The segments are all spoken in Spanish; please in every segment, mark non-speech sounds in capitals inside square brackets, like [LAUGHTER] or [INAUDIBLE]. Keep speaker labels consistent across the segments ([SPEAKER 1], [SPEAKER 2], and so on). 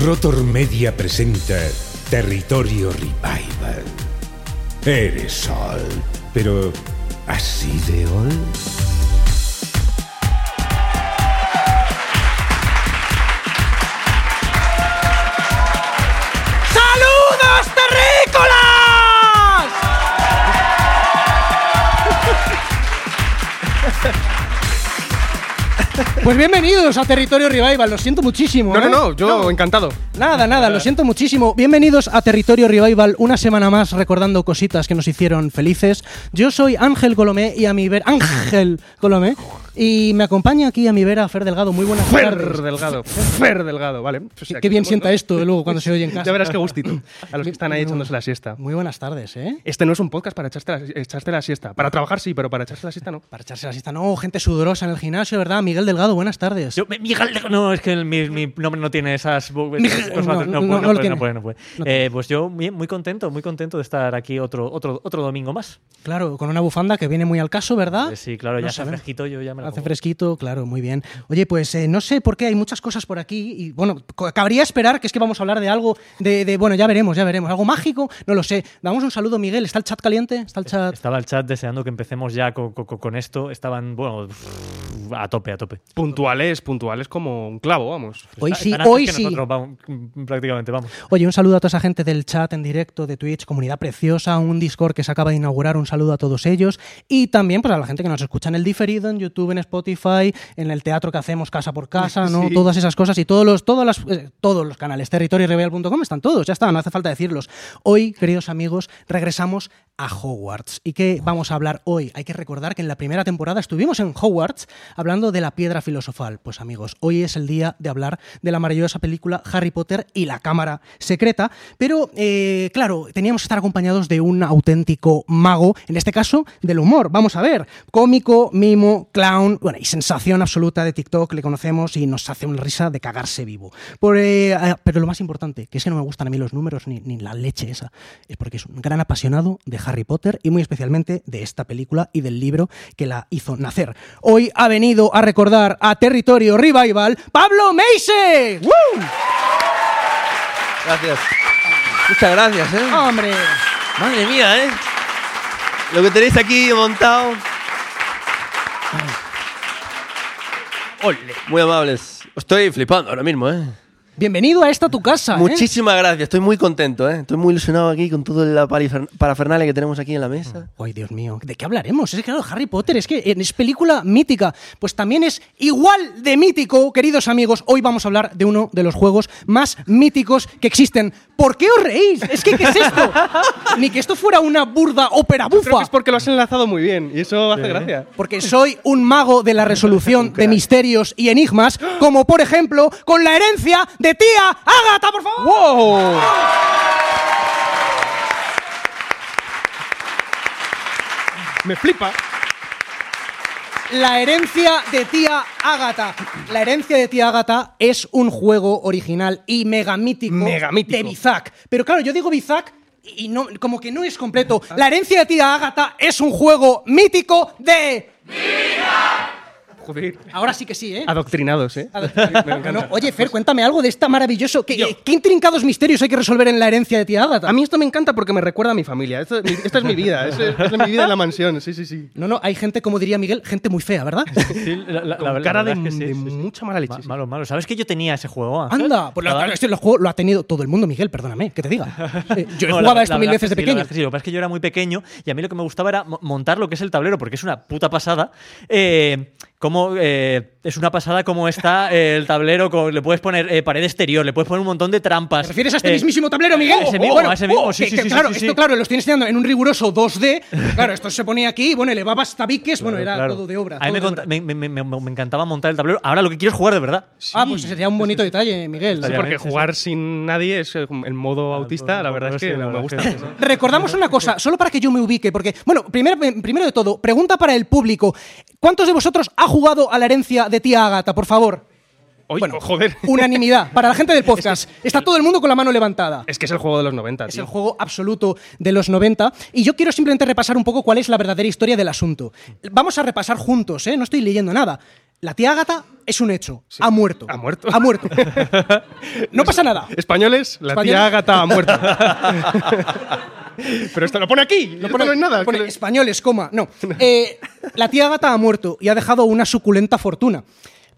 [SPEAKER 1] Rotor Media presenta Territorio Revival. Eres Ol, pero así de Ol.
[SPEAKER 2] ¡Saludos, terrícolas! Pues bienvenidos a Territorio Revival, lo siento muchísimo.
[SPEAKER 3] No, no,
[SPEAKER 2] ¿eh?
[SPEAKER 3] no, yo encantado.
[SPEAKER 2] Nada, nada, lo siento muchísimo. Bienvenidos a Territorio Revival, una semana más recordando cositas que nos hicieron felices. Yo soy Ángel Colomé y a mi ver Ángel Colomé y me acompaña aquí a mi vera Fer Delgado. Muy buenas
[SPEAKER 3] Fer
[SPEAKER 2] tardes.
[SPEAKER 3] delgado, Fer delgado, vale. O sea,
[SPEAKER 2] Qué bien
[SPEAKER 3] estamos,
[SPEAKER 2] sienta
[SPEAKER 3] ¿no?
[SPEAKER 2] esto de luego cuando se oye en casa.
[SPEAKER 3] Ya verás qué gustito. A los que están ahí echándose la siesta.
[SPEAKER 2] Muy buenas tardes, ¿eh?
[SPEAKER 3] Este no es un podcast para echarte la, echarte la siesta. Para trabajar sí, pero para echarse la siesta no.
[SPEAKER 2] Para echarse la siesta. No, gente sudorosa en el gimnasio, ¿verdad? Miguel Delgado, buenas tardes.
[SPEAKER 4] Yo- mi- Miguel de- no, es que el- mi, mi nombre no tiene esas. bu- esas
[SPEAKER 2] no,
[SPEAKER 4] cosas. No,
[SPEAKER 2] no,
[SPEAKER 4] puede,
[SPEAKER 2] no
[SPEAKER 4] no,
[SPEAKER 2] lo
[SPEAKER 4] puede,
[SPEAKER 2] tiene.
[SPEAKER 4] no puede, no puede.
[SPEAKER 2] No
[SPEAKER 4] Eh, pues yo muy, muy contento, muy contento de estar aquí otro, otro, otro domingo más.
[SPEAKER 2] Claro, con una bufanda que viene muy al caso, ¿verdad?
[SPEAKER 4] Eh, sí, claro,
[SPEAKER 2] Ah, No
[SPEAKER 4] ya hace
[SPEAKER 2] sabemos.
[SPEAKER 4] fresquito, yo ya me la
[SPEAKER 2] Hace
[SPEAKER 4] como.
[SPEAKER 2] fresquito, claro, muy bien. Oye, pues eh, no sé por qué hay muchas cosas por aquí y bueno, co- cabría esperar que es que vamos a hablar de algo de, de- bueno, ya veremos, ya veremos, algo mágico, no lo sé. Damos un saludo, Miguel, ¿está el chat caliente? ¿Está el chat?
[SPEAKER 4] Estaba el chat deseando que empecemos ya co- co- co- con, esto. Estaban, bueno, a tope, a tope.
[SPEAKER 3] Puntuales, puntuales como un clavo, vamos.
[SPEAKER 2] Hoy
[SPEAKER 4] Está-
[SPEAKER 2] sí,
[SPEAKER 4] están antes
[SPEAKER 2] hoy
[SPEAKER 4] que
[SPEAKER 2] sí.
[SPEAKER 4] nosotros, vamos, prácticamente, vamos.
[SPEAKER 2] Oye, un saludo a toda esa gente del chat en directo, de Twitch, comunidad preciosa, un Discord que se acaba de inaugurar, un saludo a todos ellos. Y también pues, a la gente que nos escucha en el diferido, en YouTube, en Spotify, en el teatro que hacemos casa por casa, ¿no?
[SPEAKER 3] Sí.
[SPEAKER 2] Todas esas cosas y todos los, todas las, eh, todos los canales, territoriorebel.com están todos, ya está, no hace falta decirlos. Hoy, queridos amigos, regresamos a Hogwarts. ¿Y qué vamos a hablar hoy? Hay que recordar que en la primera temporada estuvimos en Hogwarts hablando de la piedra filosofal. Pues amigos, hoy es el día de hablar de la maravillosa película Harry Potter y la cámara secreta. Pero, eh, claro, teníamos que estar acompañados de un auténtico mago, en este caso del humor. Vamos a ver, cómico, mimo, clown, bueno, y sensación absoluta de TikTok, le conocemos y nos hace una risa de cagarse vivo. Por, eh, ah, pero lo más importante, que es que no me gustan a mí los números ni, ni la leche esa, es porque es un gran apasionado de Harry Potter y muy especialmente de esta película y del libro que la hizo nacer. Hoy ha venido a recordar a Territorio Revival Pablo Meise. ¡Woo!
[SPEAKER 5] Gracias. Muchas gracias, ¿eh?
[SPEAKER 2] ¡Hombre!
[SPEAKER 5] Madre mía, ¿eh? Lo que tenéis aquí montado. Muy amables. Estoy flipando ahora mismo, ¿eh?
[SPEAKER 2] Bienvenido a esta tu casa. ¿eh?
[SPEAKER 5] Muchísimas gracias. Estoy muy contento, ¿eh? Estoy muy ilusionado aquí con toda la parifer- parafernalia que tenemos aquí en la mesa.
[SPEAKER 2] Ay, Dios mío, ¿de qué hablaremos? Es que, claro, Harry Potter es que eh, es película mítica, pues también es igual de mítico, queridos amigos. Hoy vamos a hablar de uno de los juegos más míticos que existen. ¿Por qué os reís? Es que, ¿qué
[SPEAKER 3] [LAUGHS]
[SPEAKER 2] es esto? Ni que esto fuera una burda ópera
[SPEAKER 3] Creo que
[SPEAKER 2] bufa.
[SPEAKER 3] es porque lo has enlazado muy bien y eso hace gracia.
[SPEAKER 2] Porque soy un mago de la resolución de misterios y enigmas, como por ejemplo con la herencia de tía Ágata, por favor.
[SPEAKER 3] ¡Wow! Me flipa.
[SPEAKER 2] La herencia de tía Ágata. La herencia de tía Ágata es un juego original y megamítico
[SPEAKER 3] Megamítico.
[SPEAKER 2] de Bizac. Pero claro, yo digo Bizac y no, como que no es completo. La herencia de tía Ágata es un juego mítico de.
[SPEAKER 3] Joder.
[SPEAKER 2] Ahora sí que sí, ¿eh?
[SPEAKER 3] Adoctrinados, ¿eh?
[SPEAKER 4] [LAUGHS]
[SPEAKER 2] No, oye, Fer, cuéntame algo de esta maravilloso. ¿Qué, qué intrincados misterios hay que resolver en la herencia de tía Ágata?
[SPEAKER 3] A mí esto me encanta porque me recuerda a mi familia. Esto- mi- esta es mi vida. Es, es mi vida en la mansión. Sí, sí, sí.
[SPEAKER 2] No, no, hay gente, como diría Miguel, gente muy fea,
[SPEAKER 4] [LAUGHS]
[SPEAKER 2] ¿verdad?
[SPEAKER 4] Sí, la, la- la-
[SPEAKER 3] Con
[SPEAKER 4] la
[SPEAKER 3] cara
[SPEAKER 4] verdad
[SPEAKER 3] de-
[SPEAKER 4] es que sí,
[SPEAKER 3] de
[SPEAKER 4] sí, sí.
[SPEAKER 3] mucha mala leche,
[SPEAKER 4] Ma-
[SPEAKER 3] sí.
[SPEAKER 4] Malo, malo. ¿Sabes que yo tenía ese juego? Ángel?
[SPEAKER 2] Anda, pues lo,
[SPEAKER 4] Estaba-
[SPEAKER 2] este lo juego lo ha tenido todo el mundo, Miguel, perdóname, que te
[SPEAKER 4] [LAUGHS]
[SPEAKER 2] diga. Eh, Yo he
[SPEAKER 4] No, la-
[SPEAKER 2] jugado a
[SPEAKER 4] la
[SPEAKER 2] esto
[SPEAKER 4] verdad
[SPEAKER 2] mil
[SPEAKER 4] es que
[SPEAKER 2] veces de
[SPEAKER 4] sí, la verdad
[SPEAKER 2] pequeño.
[SPEAKER 4] es que sí, lo que pasa es que yo era muy pequeño y a mí lo que me gustaba era mo- montar lo que es el tablero, porque es una puta pasada. Eh, como, eh, es una pasada como está eh, el tablero, con- le puedes poner eh, pared exterior, le puedes poner un montón de trampas.
[SPEAKER 2] ¿Te refieres a este
[SPEAKER 4] Eh,
[SPEAKER 2] mismísimo tablero, Miguel?
[SPEAKER 4] Ese mismo,
[SPEAKER 2] Bueno,
[SPEAKER 4] a ese mismo.
[SPEAKER 2] oh,
[SPEAKER 4] sí,
[SPEAKER 2] que-
[SPEAKER 4] sí,
[SPEAKER 2] que
[SPEAKER 4] sí,
[SPEAKER 2] claro,
[SPEAKER 4] sí, sí.
[SPEAKER 2] esto, claro, lo estoy enseñando en un riguroso 2D. Claro, esto se ponía aquí, bueno, elevabas tabiques, bueno, era
[SPEAKER 4] Claro.
[SPEAKER 2] todo de obra.
[SPEAKER 4] A
[SPEAKER 2] todo
[SPEAKER 4] mí me,
[SPEAKER 2] de
[SPEAKER 4] cont-
[SPEAKER 2] obra.
[SPEAKER 4] me- me- me- me- me encantaba montar el tablero. Ahora lo que quiero es jugar de verdad.
[SPEAKER 2] Ah, pues sería un bonito detalle, Miguel.
[SPEAKER 4] Estaría
[SPEAKER 3] Porque
[SPEAKER 4] Sí, sí.
[SPEAKER 3] jugar sin nadie es eh, el
[SPEAKER 2] Ah,
[SPEAKER 3] modo
[SPEAKER 2] pues
[SPEAKER 3] autista, la verdad es que no me
[SPEAKER 4] verdad es
[SPEAKER 3] gusta.
[SPEAKER 4] que-
[SPEAKER 2] [LAUGHS] Recordamos una cosa, solo para que yo me ubique, porque, bueno, primero, primero de todo, pregunta para el público. ¿Cuántos de vosotros ha jugado a la herencia de tía Agata, por favor?
[SPEAKER 3] Oye,
[SPEAKER 2] Bueno,
[SPEAKER 3] joder.
[SPEAKER 2] Unanimidad, para la gente del
[SPEAKER 4] [LAUGHS]
[SPEAKER 2] podcast. Está todo el mundo con la mano levantada.
[SPEAKER 3] Es que es el juego de los 90,
[SPEAKER 2] Es
[SPEAKER 3] tío.
[SPEAKER 2] el juego absoluto de los 90. Y yo quiero
[SPEAKER 3] Mm.
[SPEAKER 2] simplemente repasar un poco cuál es la verdadera historia del asunto. Vamos a repasar juntos, ¿eh? No estoy leyendo nada. La tía Ágata es un hecho. Ha muerto.
[SPEAKER 3] Ha muerto.
[SPEAKER 2] Ha muerto. no pasa nada.
[SPEAKER 3] Españoles, la
[SPEAKER 2] Españoles.
[SPEAKER 3] tía Ágata ha
[SPEAKER 2] [LAUGHS]
[SPEAKER 3] muerto. Pero esto lo pone aquí, lo pone [LAUGHS] no es nada.
[SPEAKER 2] Pone
[SPEAKER 3] que-
[SPEAKER 2] españoles, coma.
[SPEAKER 3] [LAUGHS]
[SPEAKER 2] No. Eh, la tía Gata ha muerto y ha dejado una suculenta fortuna.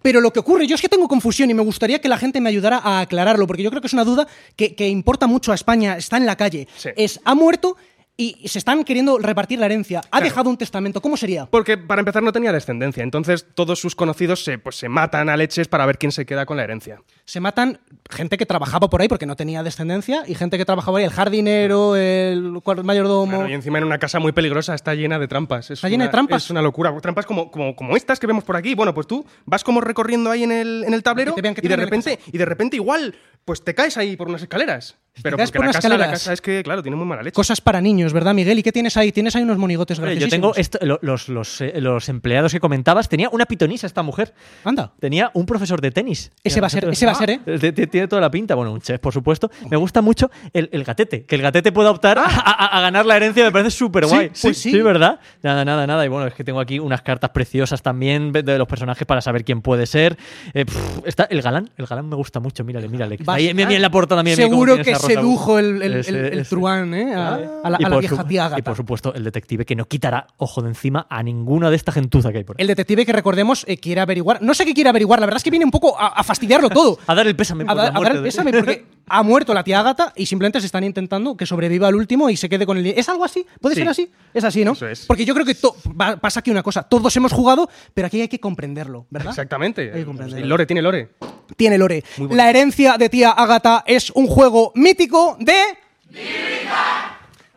[SPEAKER 2] Pero lo que ocurre, yo es que tengo confusión y me gustaría que la gente me ayudara a aclararlo, porque yo creo que es una duda que, que importa mucho a España, está en la calle.
[SPEAKER 3] Sí.
[SPEAKER 2] Es, ha muerto y se están queriendo repartir la herencia. Ha dejado un testamento, ¿cómo sería?
[SPEAKER 3] Porque para empezar no tenía descendencia, entonces todos sus conocidos se, pues, se matan a leches para ver quién se queda con la herencia.
[SPEAKER 2] Se matan gente que trabajaba por ahí porque no tenía descendencia y gente que trabajaba ahí, el jardinero, el cual- mayordomo.
[SPEAKER 3] Claro, y encima en una casa muy peligrosa está llena de trampas. Es
[SPEAKER 2] ¿Está llena
[SPEAKER 3] una-
[SPEAKER 2] de trampas?
[SPEAKER 3] Es una locura. Trampas como, como, como estas que vemos por aquí. Bueno, pues tú vas como recorriendo ahí en el, en el tablero
[SPEAKER 2] Que te vean que te
[SPEAKER 3] y, de
[SPEAKER 2] vean en la
[SPEAKER 3] repente, y de repente igual pues te caes ahí por unas escaleras. Pero
[SPEAKER 2] caes
[SPEAKER 3] porque
[SPEAKER 2] por
[SPEAKER 3] la
[SPEAKER 2] unas
[SPEAKER 3] casa, la
[SPEAKER 2] escaleras.
[SPEAKER 3] casa es que, claro, tiene muy mala leche.
[SPEAKER 2] Cosas para niños, ¿verdad, Miguel? ¿Y qué tienes ahí? Tienes ahí unos monigotes
[SPEAKER 4] Hombre,
[SPEAKER 2] graciosísimos.
[SPEAKER 4] Eh, yo tengo esto- lo- los, los, eh, los empleados que comentabas. Tenía una pitonisa esta mujer.
[SPEAKER 2] Anda.
[SPEAKER 4] Tenía un profesor de tenis.
[SPEAKER 2] Ese va a ser- ese va a ser, ¿eh?
[SPEAKER 4] T- t- Tiene toda la pinta. Bueno, un chef, por supuesto. Me gusta mucho el, el gatete. Que el gatete pueda optar a, a- a ganar la herencia me parece súper guay.
[SPEAKER 2] Ah. sí, pues sí.
[SPEAKER 4] ¿verdad? Nada, nada, nada. Y bueno, es que tengo aquí unas cartas preciosas también de de los personajes para saber quién puede ser. Eh, pff, está el galán. El galán me gusta mucho. Mírale, mírale. Está ahí, mira, mira en la portada. mira, mira cómo
[SPEAKER 2] Seguro
[SPEAKER 4] tiene
[SPEAKER 2] que
[SPEAKER 4] esa rosa. uh.
[SPEAKER 2] sedujo el, el, el-
[SPEAKER 4] Ese-
[SPEAKER 2] el
[SPEAKER 4] ese. Ah.
[SPEAKER 2] truán, ¿eh? A, a la,
[SPEAKER 4] Y
[SPEAKER 2] a la
[SPEAKER 4] por
[SPEAKER 2] vieja
[SPEAKER 4] su-
[SPEAKER 2] tía
[SPEAKER 4] Y por
[SPEAKER 2] Agatha.
[SPEAKER 4] supuesto, el detective que no quitará ojo de encima a ninguna de esta gentuza que hay por ahí.
[SPEAKER 2] El detective que recordemos eh, quiere averiguar. No sé qué quiere averiguar, la verdad es que viene un poco a, a fastidiarlo todo.
[SPEAKER 4] [LAUGHS] A dar el pésame
[SPEAKER 2] A,
[SPEAKER 4] por
[SPEAKER 2] dar-
[SPEAKER 4] la
[SPEAKER 2] a dar
[SPEAKER 4] muerte
[SPEAKER 2] el
[SPEAKER 4] de-
[SPEAKER 2] pésame porque ha muerto la tía Agatha y simplemente se están intentando que sobreviva al último y se quede con el. ¿Es algo así? ¿Puede
[SPEAKER 3] Sí.
[SPEAKER 2] ser así? Es así, ¿no?
[SPEAKER 3] Eso es.
[SPEAKER 2] Porque yo creo que to- va- pasa aquí una cosa. Todos hemos jugado, pero aquí hay que comprenderlo, ¿verdad?
[SPEAKER 3] Exactamente.
[SPEAKER 2] Hay que comprenderlo.
[SPEAKER 3] El Lore tiene lore.
[SPEAKER 2] Tiene Lore. La herencia de tía Agatha es un juego mítico de.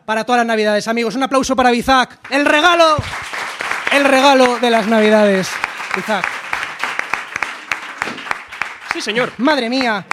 [SPEAKER 2] Para todas las navidades, amigos. Un aplauso para Bizac. El regalo. El regalo de las navidades. Bizac.
[SPEAKER 3] Sí, señor.
[SPEAKER 2] Madre mía.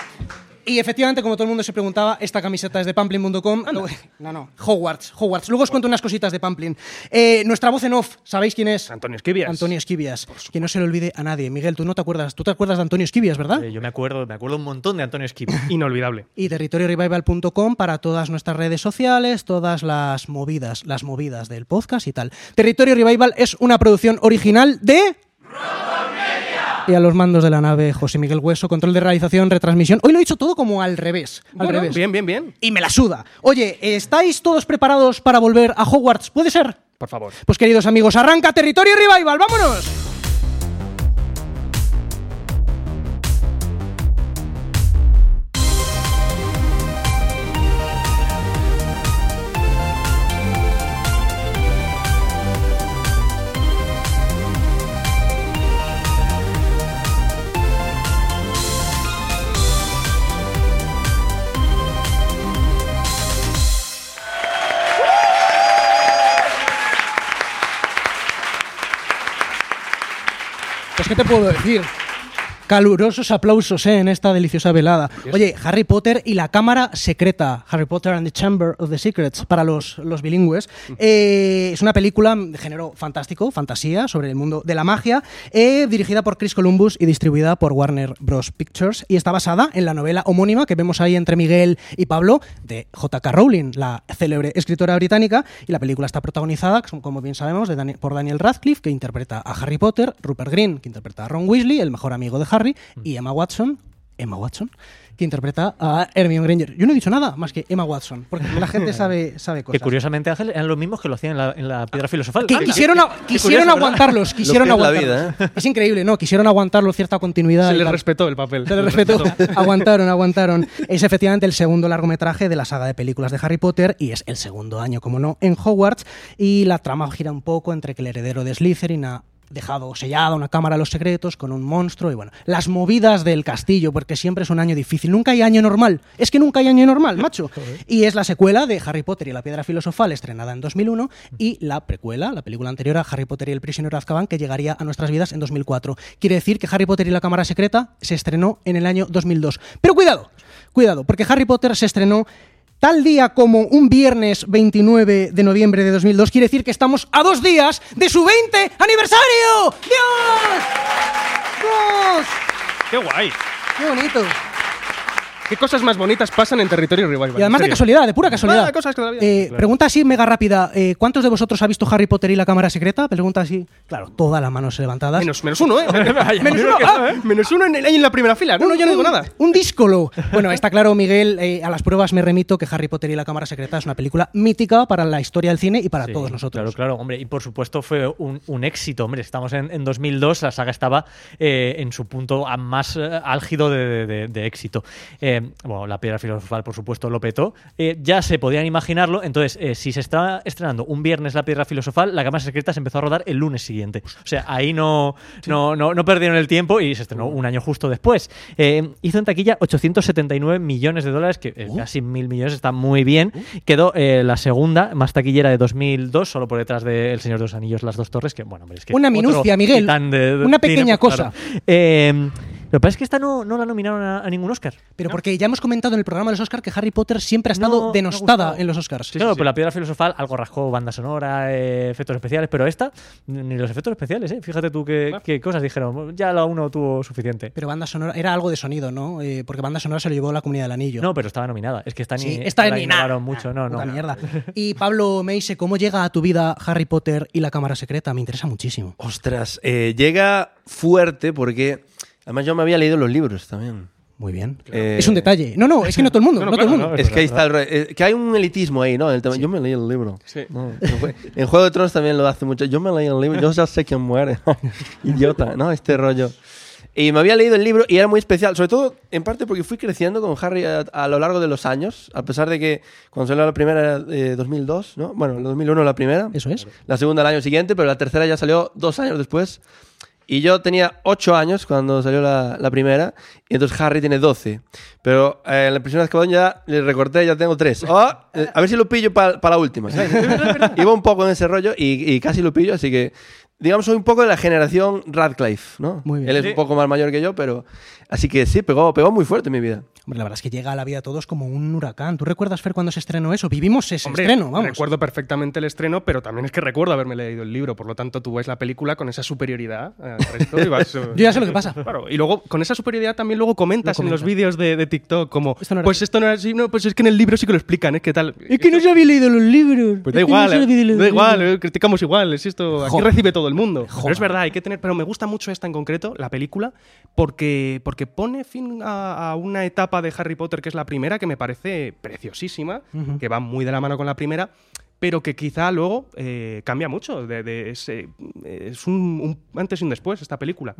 [SPEAKER 2] Y efectivamente, como todo el mundo se preguntaba, esta camiseta es de pamplin.com. [LAUGHS] No, no, Hogwarts, Hogwarts. Luego os cuento unas cositas de Pamplin. Eh, nuestra voz en off, ¿sabéis quién es?
[SPEAKER 3] Antonio Esquivias.
[SPEAKER 2] Antonio Esquivias. Que no se le olvide a nadie. Miguel, tú no te acuerdas. Tú te acuerdas de Antonio Esquivias, ¿verdad?
[SPEAKER 4] Eh, Yo me acuerdo, me acuerdo un montón de Antonio Esquivo.
[SPEAKER 2] [LAUGHS]
[SPEAKER 3] Inolvidable.
[SPEAKER 2] y territoriorevival.com para todas nuestras redes sociales, todas las movidas, las movidas del podcast y tal. Territorio Revival es una producción original de y a los mandos de la nave José Miguel Hueso, control de realización, retransmisión. Hoy lo he hecho todo como al revés, al
[SPEAKER 3] Bueno,
[SPEAKER 2] revés.
[SPEAKER 3] Bien, bien, bien.
[SPEAKER 2] Y me la suda. Oye, ¿estáis todos preparados para volver a Hogwarts? ¿Puede ser?
[SPEAKER 3] Por favor.
[SPEAKER 2] Pues queridos amigos, arranca Territorio Revival, vámonos. Pues qué te puedo decir. Calurosos aplausos eh, en esta deliciosa velada. Oye, Harry Potter y la cámara secreta. Harry Potter and the Chamber of the Secrets para los, los bilingües. Eh, es una película de género fantástico, fantasía, sobre el mundo de la magia, eh, dirigida por Chris Columbus y distribuida por Warner Bros. Pictures. Y está basada en la novela homónima que vemos ahí entre Miguel y Pablo de J.K. Rowling, la célebre escritora británica. Y la película está protagonizada, como bien sabemos, de Dani- por Daniel Radcliffe, que interpreta a Harry Potter, Rupert Green, que interpreta a Ron Weasley, el mejor amigo de Harry, y Emma Watson. Emma Watson, que interpreta a Hermione Granger. Yo no he dicho nada más que Emma Watson, porque la gente sabe, sabe
[SPEAKER 4] Que
[SPEAKER 2] cosas.
[SPEAKER 4] curiosamente, Ángel, eran los mismos que lo hacían en la, en la piedra filosofal.
[SPEAKER 2] Que
[SPEAKER 4] Ah,
[SPEAKER 2] quisieron, a-
[SPEAKER 4] qué
[SPEAKER 2] quisieron
[SPEAKER 4] curioso, ¿verdad?
[SPEAKER 2] aguantarlos, quisieron
[SPEAKER 5] que es la
[SPEAKER 2] aguantarlos.
[SPEAKER 5] vida,
[SPEAKER 2] Es increíble, ¿no? Quisieron aguantarlo cierta continuidad.
[SPEAKER 3] Se
[SPEAKER 2] y
[SPEAKER 3] les
[SPEAKER 2] tal.
[SPEAKER 3] respetó el papel.
[SPEAKER 2] Te lo respeto. aguantaron, aguantaron. Es efectivamente el segundo largometraje de la saga de películas de Harry Potter y es el segundo año, como no, en Hogwarts. Y la trama gira un poco entre que el heredero de Slytherin ha dejado sellada una cámara a los secretos con un monstruo y bueno, las movidas del castillo, porque siempre es un año difícil, nunca hay año normal, es que nunca hay año normal, macho. Y es la secuela de Harry Potter y la piedra filosofal, estrenada en 2001, y la precuela, la película anterior a Harry Potter y el prisionero de Azkaban, que llegaría a nuestras vidas en 2004. Quiere decir que Harry Potter y la cámara secreta se estrenó en el año 2002. Pero cuidado, cuidado, porque Harry Potter se estrenó tal día como un viernes 29 de noviembre de 2002. Quiere decir que estamos a dos días de su 20 aniversario. ¡Dios! ¡Dios!
[SPEAKER 3] [LAUGHS] ¡Qué guay!
[SPEAKER 2] ¡Qué bonito!
[SPEAKER 3] ¿Qué cosas más bonitas pasan en territorio revival?
[SPEAKER 2] Y además de
[SPEAKER 3] En serio.
[SPEAKER 2] casualidad, de pura casualidad.
[SPEAKER 3] Ah, cosas que todavía-
[SPEAKER 2] Eh,
[SPEAKER 3] Claro.
[SPEAKER 2] Pregunta así, mega rápida. eh, ¿Cuántos de vosotros ha visto Harry Potter y la cámara secreta? Pregunta así. Claro, todas las manos levantadas.
[SPEAKER 3] Menos, menos uno, [LAUGHS] ¿eh?
[SPEAKER 4] Vaya,
[SPEAKER 3] menos
[SPEAKER 4] creo
[SPEAKER 3] uno,
[SPEAKER 4] que
[SPEAKER 3] ah,
[SPEAKER 4] no, ¿eh?
[SPEAKER 3] menos uno en, el- en la primera fila. No, no, yo no digo nada.
[SPEAKER 2] Un díscolo. Bueno, está claro, Miguel. eh, a las pruebas me remito que Harry Potter y la cámara secreta es una película mítica para la historia del cine y para
[SPEAKER 4] Sí,
[SPEAKER 2] todos nosotros.
[SPEAKER 4] Claro, claro, hombre. Y por supuesto fue un, un éxito, hombre. Estamos en, en 2002, la saga estaba eh, en su punto a- más eh, álgido de, de- de- de éxito. Eh, bueno, la piedra filosofal, por supuesto, lo petó. Eh, ya se podían imaginarlo. Entonces, eh, si se estaba estrenando un viernes la piedra filosofal, la cámara secreta se empezó a rodar el lunes siguiente.
[SPEAKER 2] Pues,
[SPEAKER 4] O sea, ahí no, no, no, no perdieron el tiempo y se estrenó un año justo después. Eh, hizo en taquilla 879 millones de dólares, que
[SPEAKER 2] Uh.
[SPEAKER 4] eh, casi mil millones está muy bien. Quedó eh, la segunda más taquillera de 2002, solo por detrás de El Señor de los Anillos, Las Dos Torres, que bueno, hombre, es que...
[SPEAKER 2] Una
[SPEAKER 4] otro
[SPEAKER 2] minucia, Miguel.
[SPEAKER 4] titán de-
[SPEAKER 2] Una
[SPEAKER 4] de cine, pues,
[SPEAKER 2] pequeña
[SPEAKER 4] claro.
[SPEAKER 2] cosa.
[SPEAKER 4] Eh, lo que pasa es que esta no, no la nominaron a, a ningún Oscar.
[SPEAKER 2] Pero porque ya hemos comentado en el programa de los Oscars que Harry Potter siempre ha estado
[SPEAKER 4] No, no
[SPEAKER 2] denostada
[SPEAKER 4] gustó.
[SPEAKER 2] en los Oscars.
[SPEAKER 4] claro, pero la piedra filosofal algo rascó, banda sonora, eh, efectos especiales, pero esta, ni los efectos especiales, eh. Fíjate tú qué, qué cosas dijeron. Ya la uno tuvo suficiente.
[SPEAKER 2] Pero banda sonora era algo de sonido, ¿no? Eh, porque banda sonora se lo llevó la comunidad del anillo.
[SPEAKER 4] No, pero estaba nominada. Es que esta ni,
[SPEAKER 2] Sí, esta
[SPEAKER 4] la
[SPEAKER 2] ni nada.
[SPEAKER 4] ignoraron mucho. No, no.
[SPEAKER 2] Puta
[SPEAKER 4] [LAUGHS]
[SPEAKER 2] mierda. Y Pablo Meise, ¿cómo llega a tu vida Harry Potter y la cámara secreta? Me interesa muchísimo.
[SPEAKER 5] Ostras, eh, llega fuerte porque además yo me había leído los libros también.
[SPEAKER 2] Muy bien.
[SPEAKER 5] Eh,
[SPEAKER 2] es un detalle. No, no, es que no todo el mundo, no,
[SPEAKER 3] [LAUGHS] No, no,
[SPEAKER 2] todo el
[SPEAKER 3] claro,
[SPEAKER 2] mundo.
[SPEAKER 3] no,
[SPEAKER 5] Es que ahí está el re- eh, que hay un elitismo ahí, ¿no? El tema- Yo me leí el libro.
[SPEAKER 3] Sí. [LAUGHS]
[SPEAKER 5] No, en, Jue- en Juego de Tronos también lo hace mucho. Yo me leí el libro, yo ya sé quién muere.
[SPEAKER 3] [LAUGHS]
[SPEAKER 5] Idiota, ¿no? Este rollo. Y me había leído el libro y era muy especial, sobre todo en parte porque fui creciendo con Harry a, a lo largo de los años, a pesar de que cuando salió la primera era eh, 2002, ¿no? Bueno, el 2001 la primera.
[SPEAKER 2] Eso es.
[SPEAKER 5] La segunda el año siguiente, pero la tercera ya salió dos años después. Y yo tenía ocho años cuando salió la, la primera, y entonces Harry tiene 12. Pero eh, la prisión de Azkaban ya le recorté, ya tengo tres. Oh, eh, a ver si lo pillo para la última. ¿sabes? Iba un poco en ese rollo y, y casi lo pillo, así que digamos soy un poco de la generación Radcliffe, ¿no?
[SPEAKER 2] Muy bien.
[SPEAKER 5] Él es un poco más mayor que yo, pero así que sí, pegó, pegó muy fuerte en mi vida. [LAUGHS]
[SPEAKER 2] Hombre, la verdad es que llega a la vida a todos como un huracán. ¿Tú recuerdas, Fer, cuando se estrenó eso? Vivimos ese
[SPEAKER 3] Hombre,
[SPEAKER 2] estreno, vamos.
[SPEAKER 3] recuerdo perfectamente el estreno, pero también es que recuerdo haberme leído el libro. Por lo tanto, tú ves la película con esa superioridad al resto y [LAUGHS] vas, eh,
[SPEAKER 2] Yo ya sé lo que pasa.
[SPEAKER 3] Claro, y luego con esa superioridad también luego comentas,
[SPEAKER 2] Lo
[SPEAKER 3] en los
[SPEAKER 2] comentas.
[SPEAKER 3] vídeos de, de TikTok como,
[SPEAKER 2] Esto no era
[SPEAKER 3] pues
[SPEAKER 2] así".
[SPEAKER 3] esto no era así, no, pues es que en el libro sí que lo explican, es que tal.
[SPEAKER 2] se había leído los libros.
[SPEAKER 3] Pues da igual, eh, da igual, eh, criticamos igual, es esto, aquí
[SPEAKER 2] Joder.
[SPEAKER 3] recibe todo el mundo. Pero
[SPEAKER 2] Joder.
[SPEAKER 3] es verdad, hay que tener, pero me gusta mucho esta en concreto, la película, porque, porque pone fin a, a una etapa de Harry Potter que es la primera, que me parece preciosísima,
[SPEAKER 2] Ujú.
[SPEAKER 3] que va muy de la mano con la primera, pero que quizá luego eh, cambia mucho. de- de- es eh, es un, un antes y un después esta película.